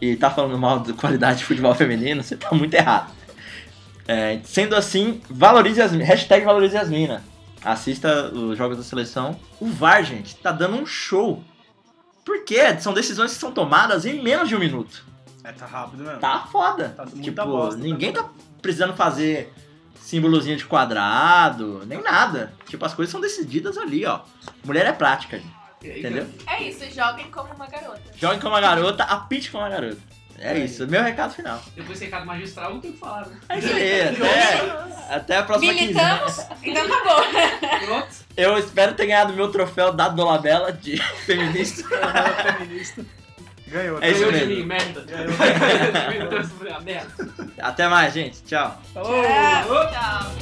S1: e tá falando mal de qualidade de futebol feminino, você tá muito errado. É, sendo assim, valorize as minas. Hashtag valorize as minas. Assista os jogos da seleção. O VAR, gente, tá dando um show. Porque são decisões que são tomadas em menos de um minuto.
S4: É, tá rápido mesmo.
S1: Tá foda.
S4: Tá muita
S1: tipo,
S4: bosta, tá
S1: ninguém tá precisando fazer símbolozinho de quadrado, nem nada. Tipo, as coisas são decididas ali, ó. Mulher é prática, gente,
S3: E aí,
S1: entendeu?
S5: É isso, joguem como uma garota.
S1: Jogue com uma garota, apite com uma garota. É isso, meu recado final.
S3: cara, Depois desse recado magistral, não tem o que falar, né?
S1: É isso aí, até, até a próxima quinzena.
S2: Militamos? Então tá bom.
S3: Pronto.
S1: Eu espero ter ganhado meu troféu da Dolabella de feminista.
S4: feminista. Ganhou. tá
S1: É isso
S3: Ganhou de
S1: mesmo.
S3: mim, merda.
S4: Ganhou.
S3: Ganhou de mim, então merda.
S1: Até mais, gente. Tchau. É.
S3: Ô, ô.
S5: É, Tchau.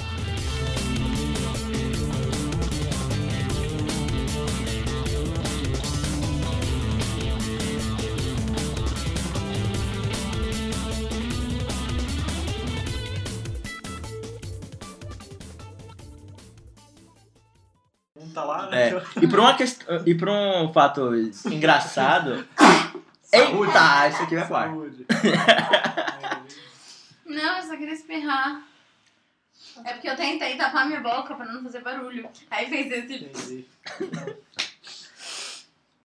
S4: Não tá lá, né?
S1: É. E por, uma quest... e por um fato engraçado. Eita, isso aqui vai falar.
S4: Saúde.
S2: Não, eu só queria espirrar. É porque eu tentei tapar minha boca pra não fazer barulho. Aí fez esse.
S4: Entendi.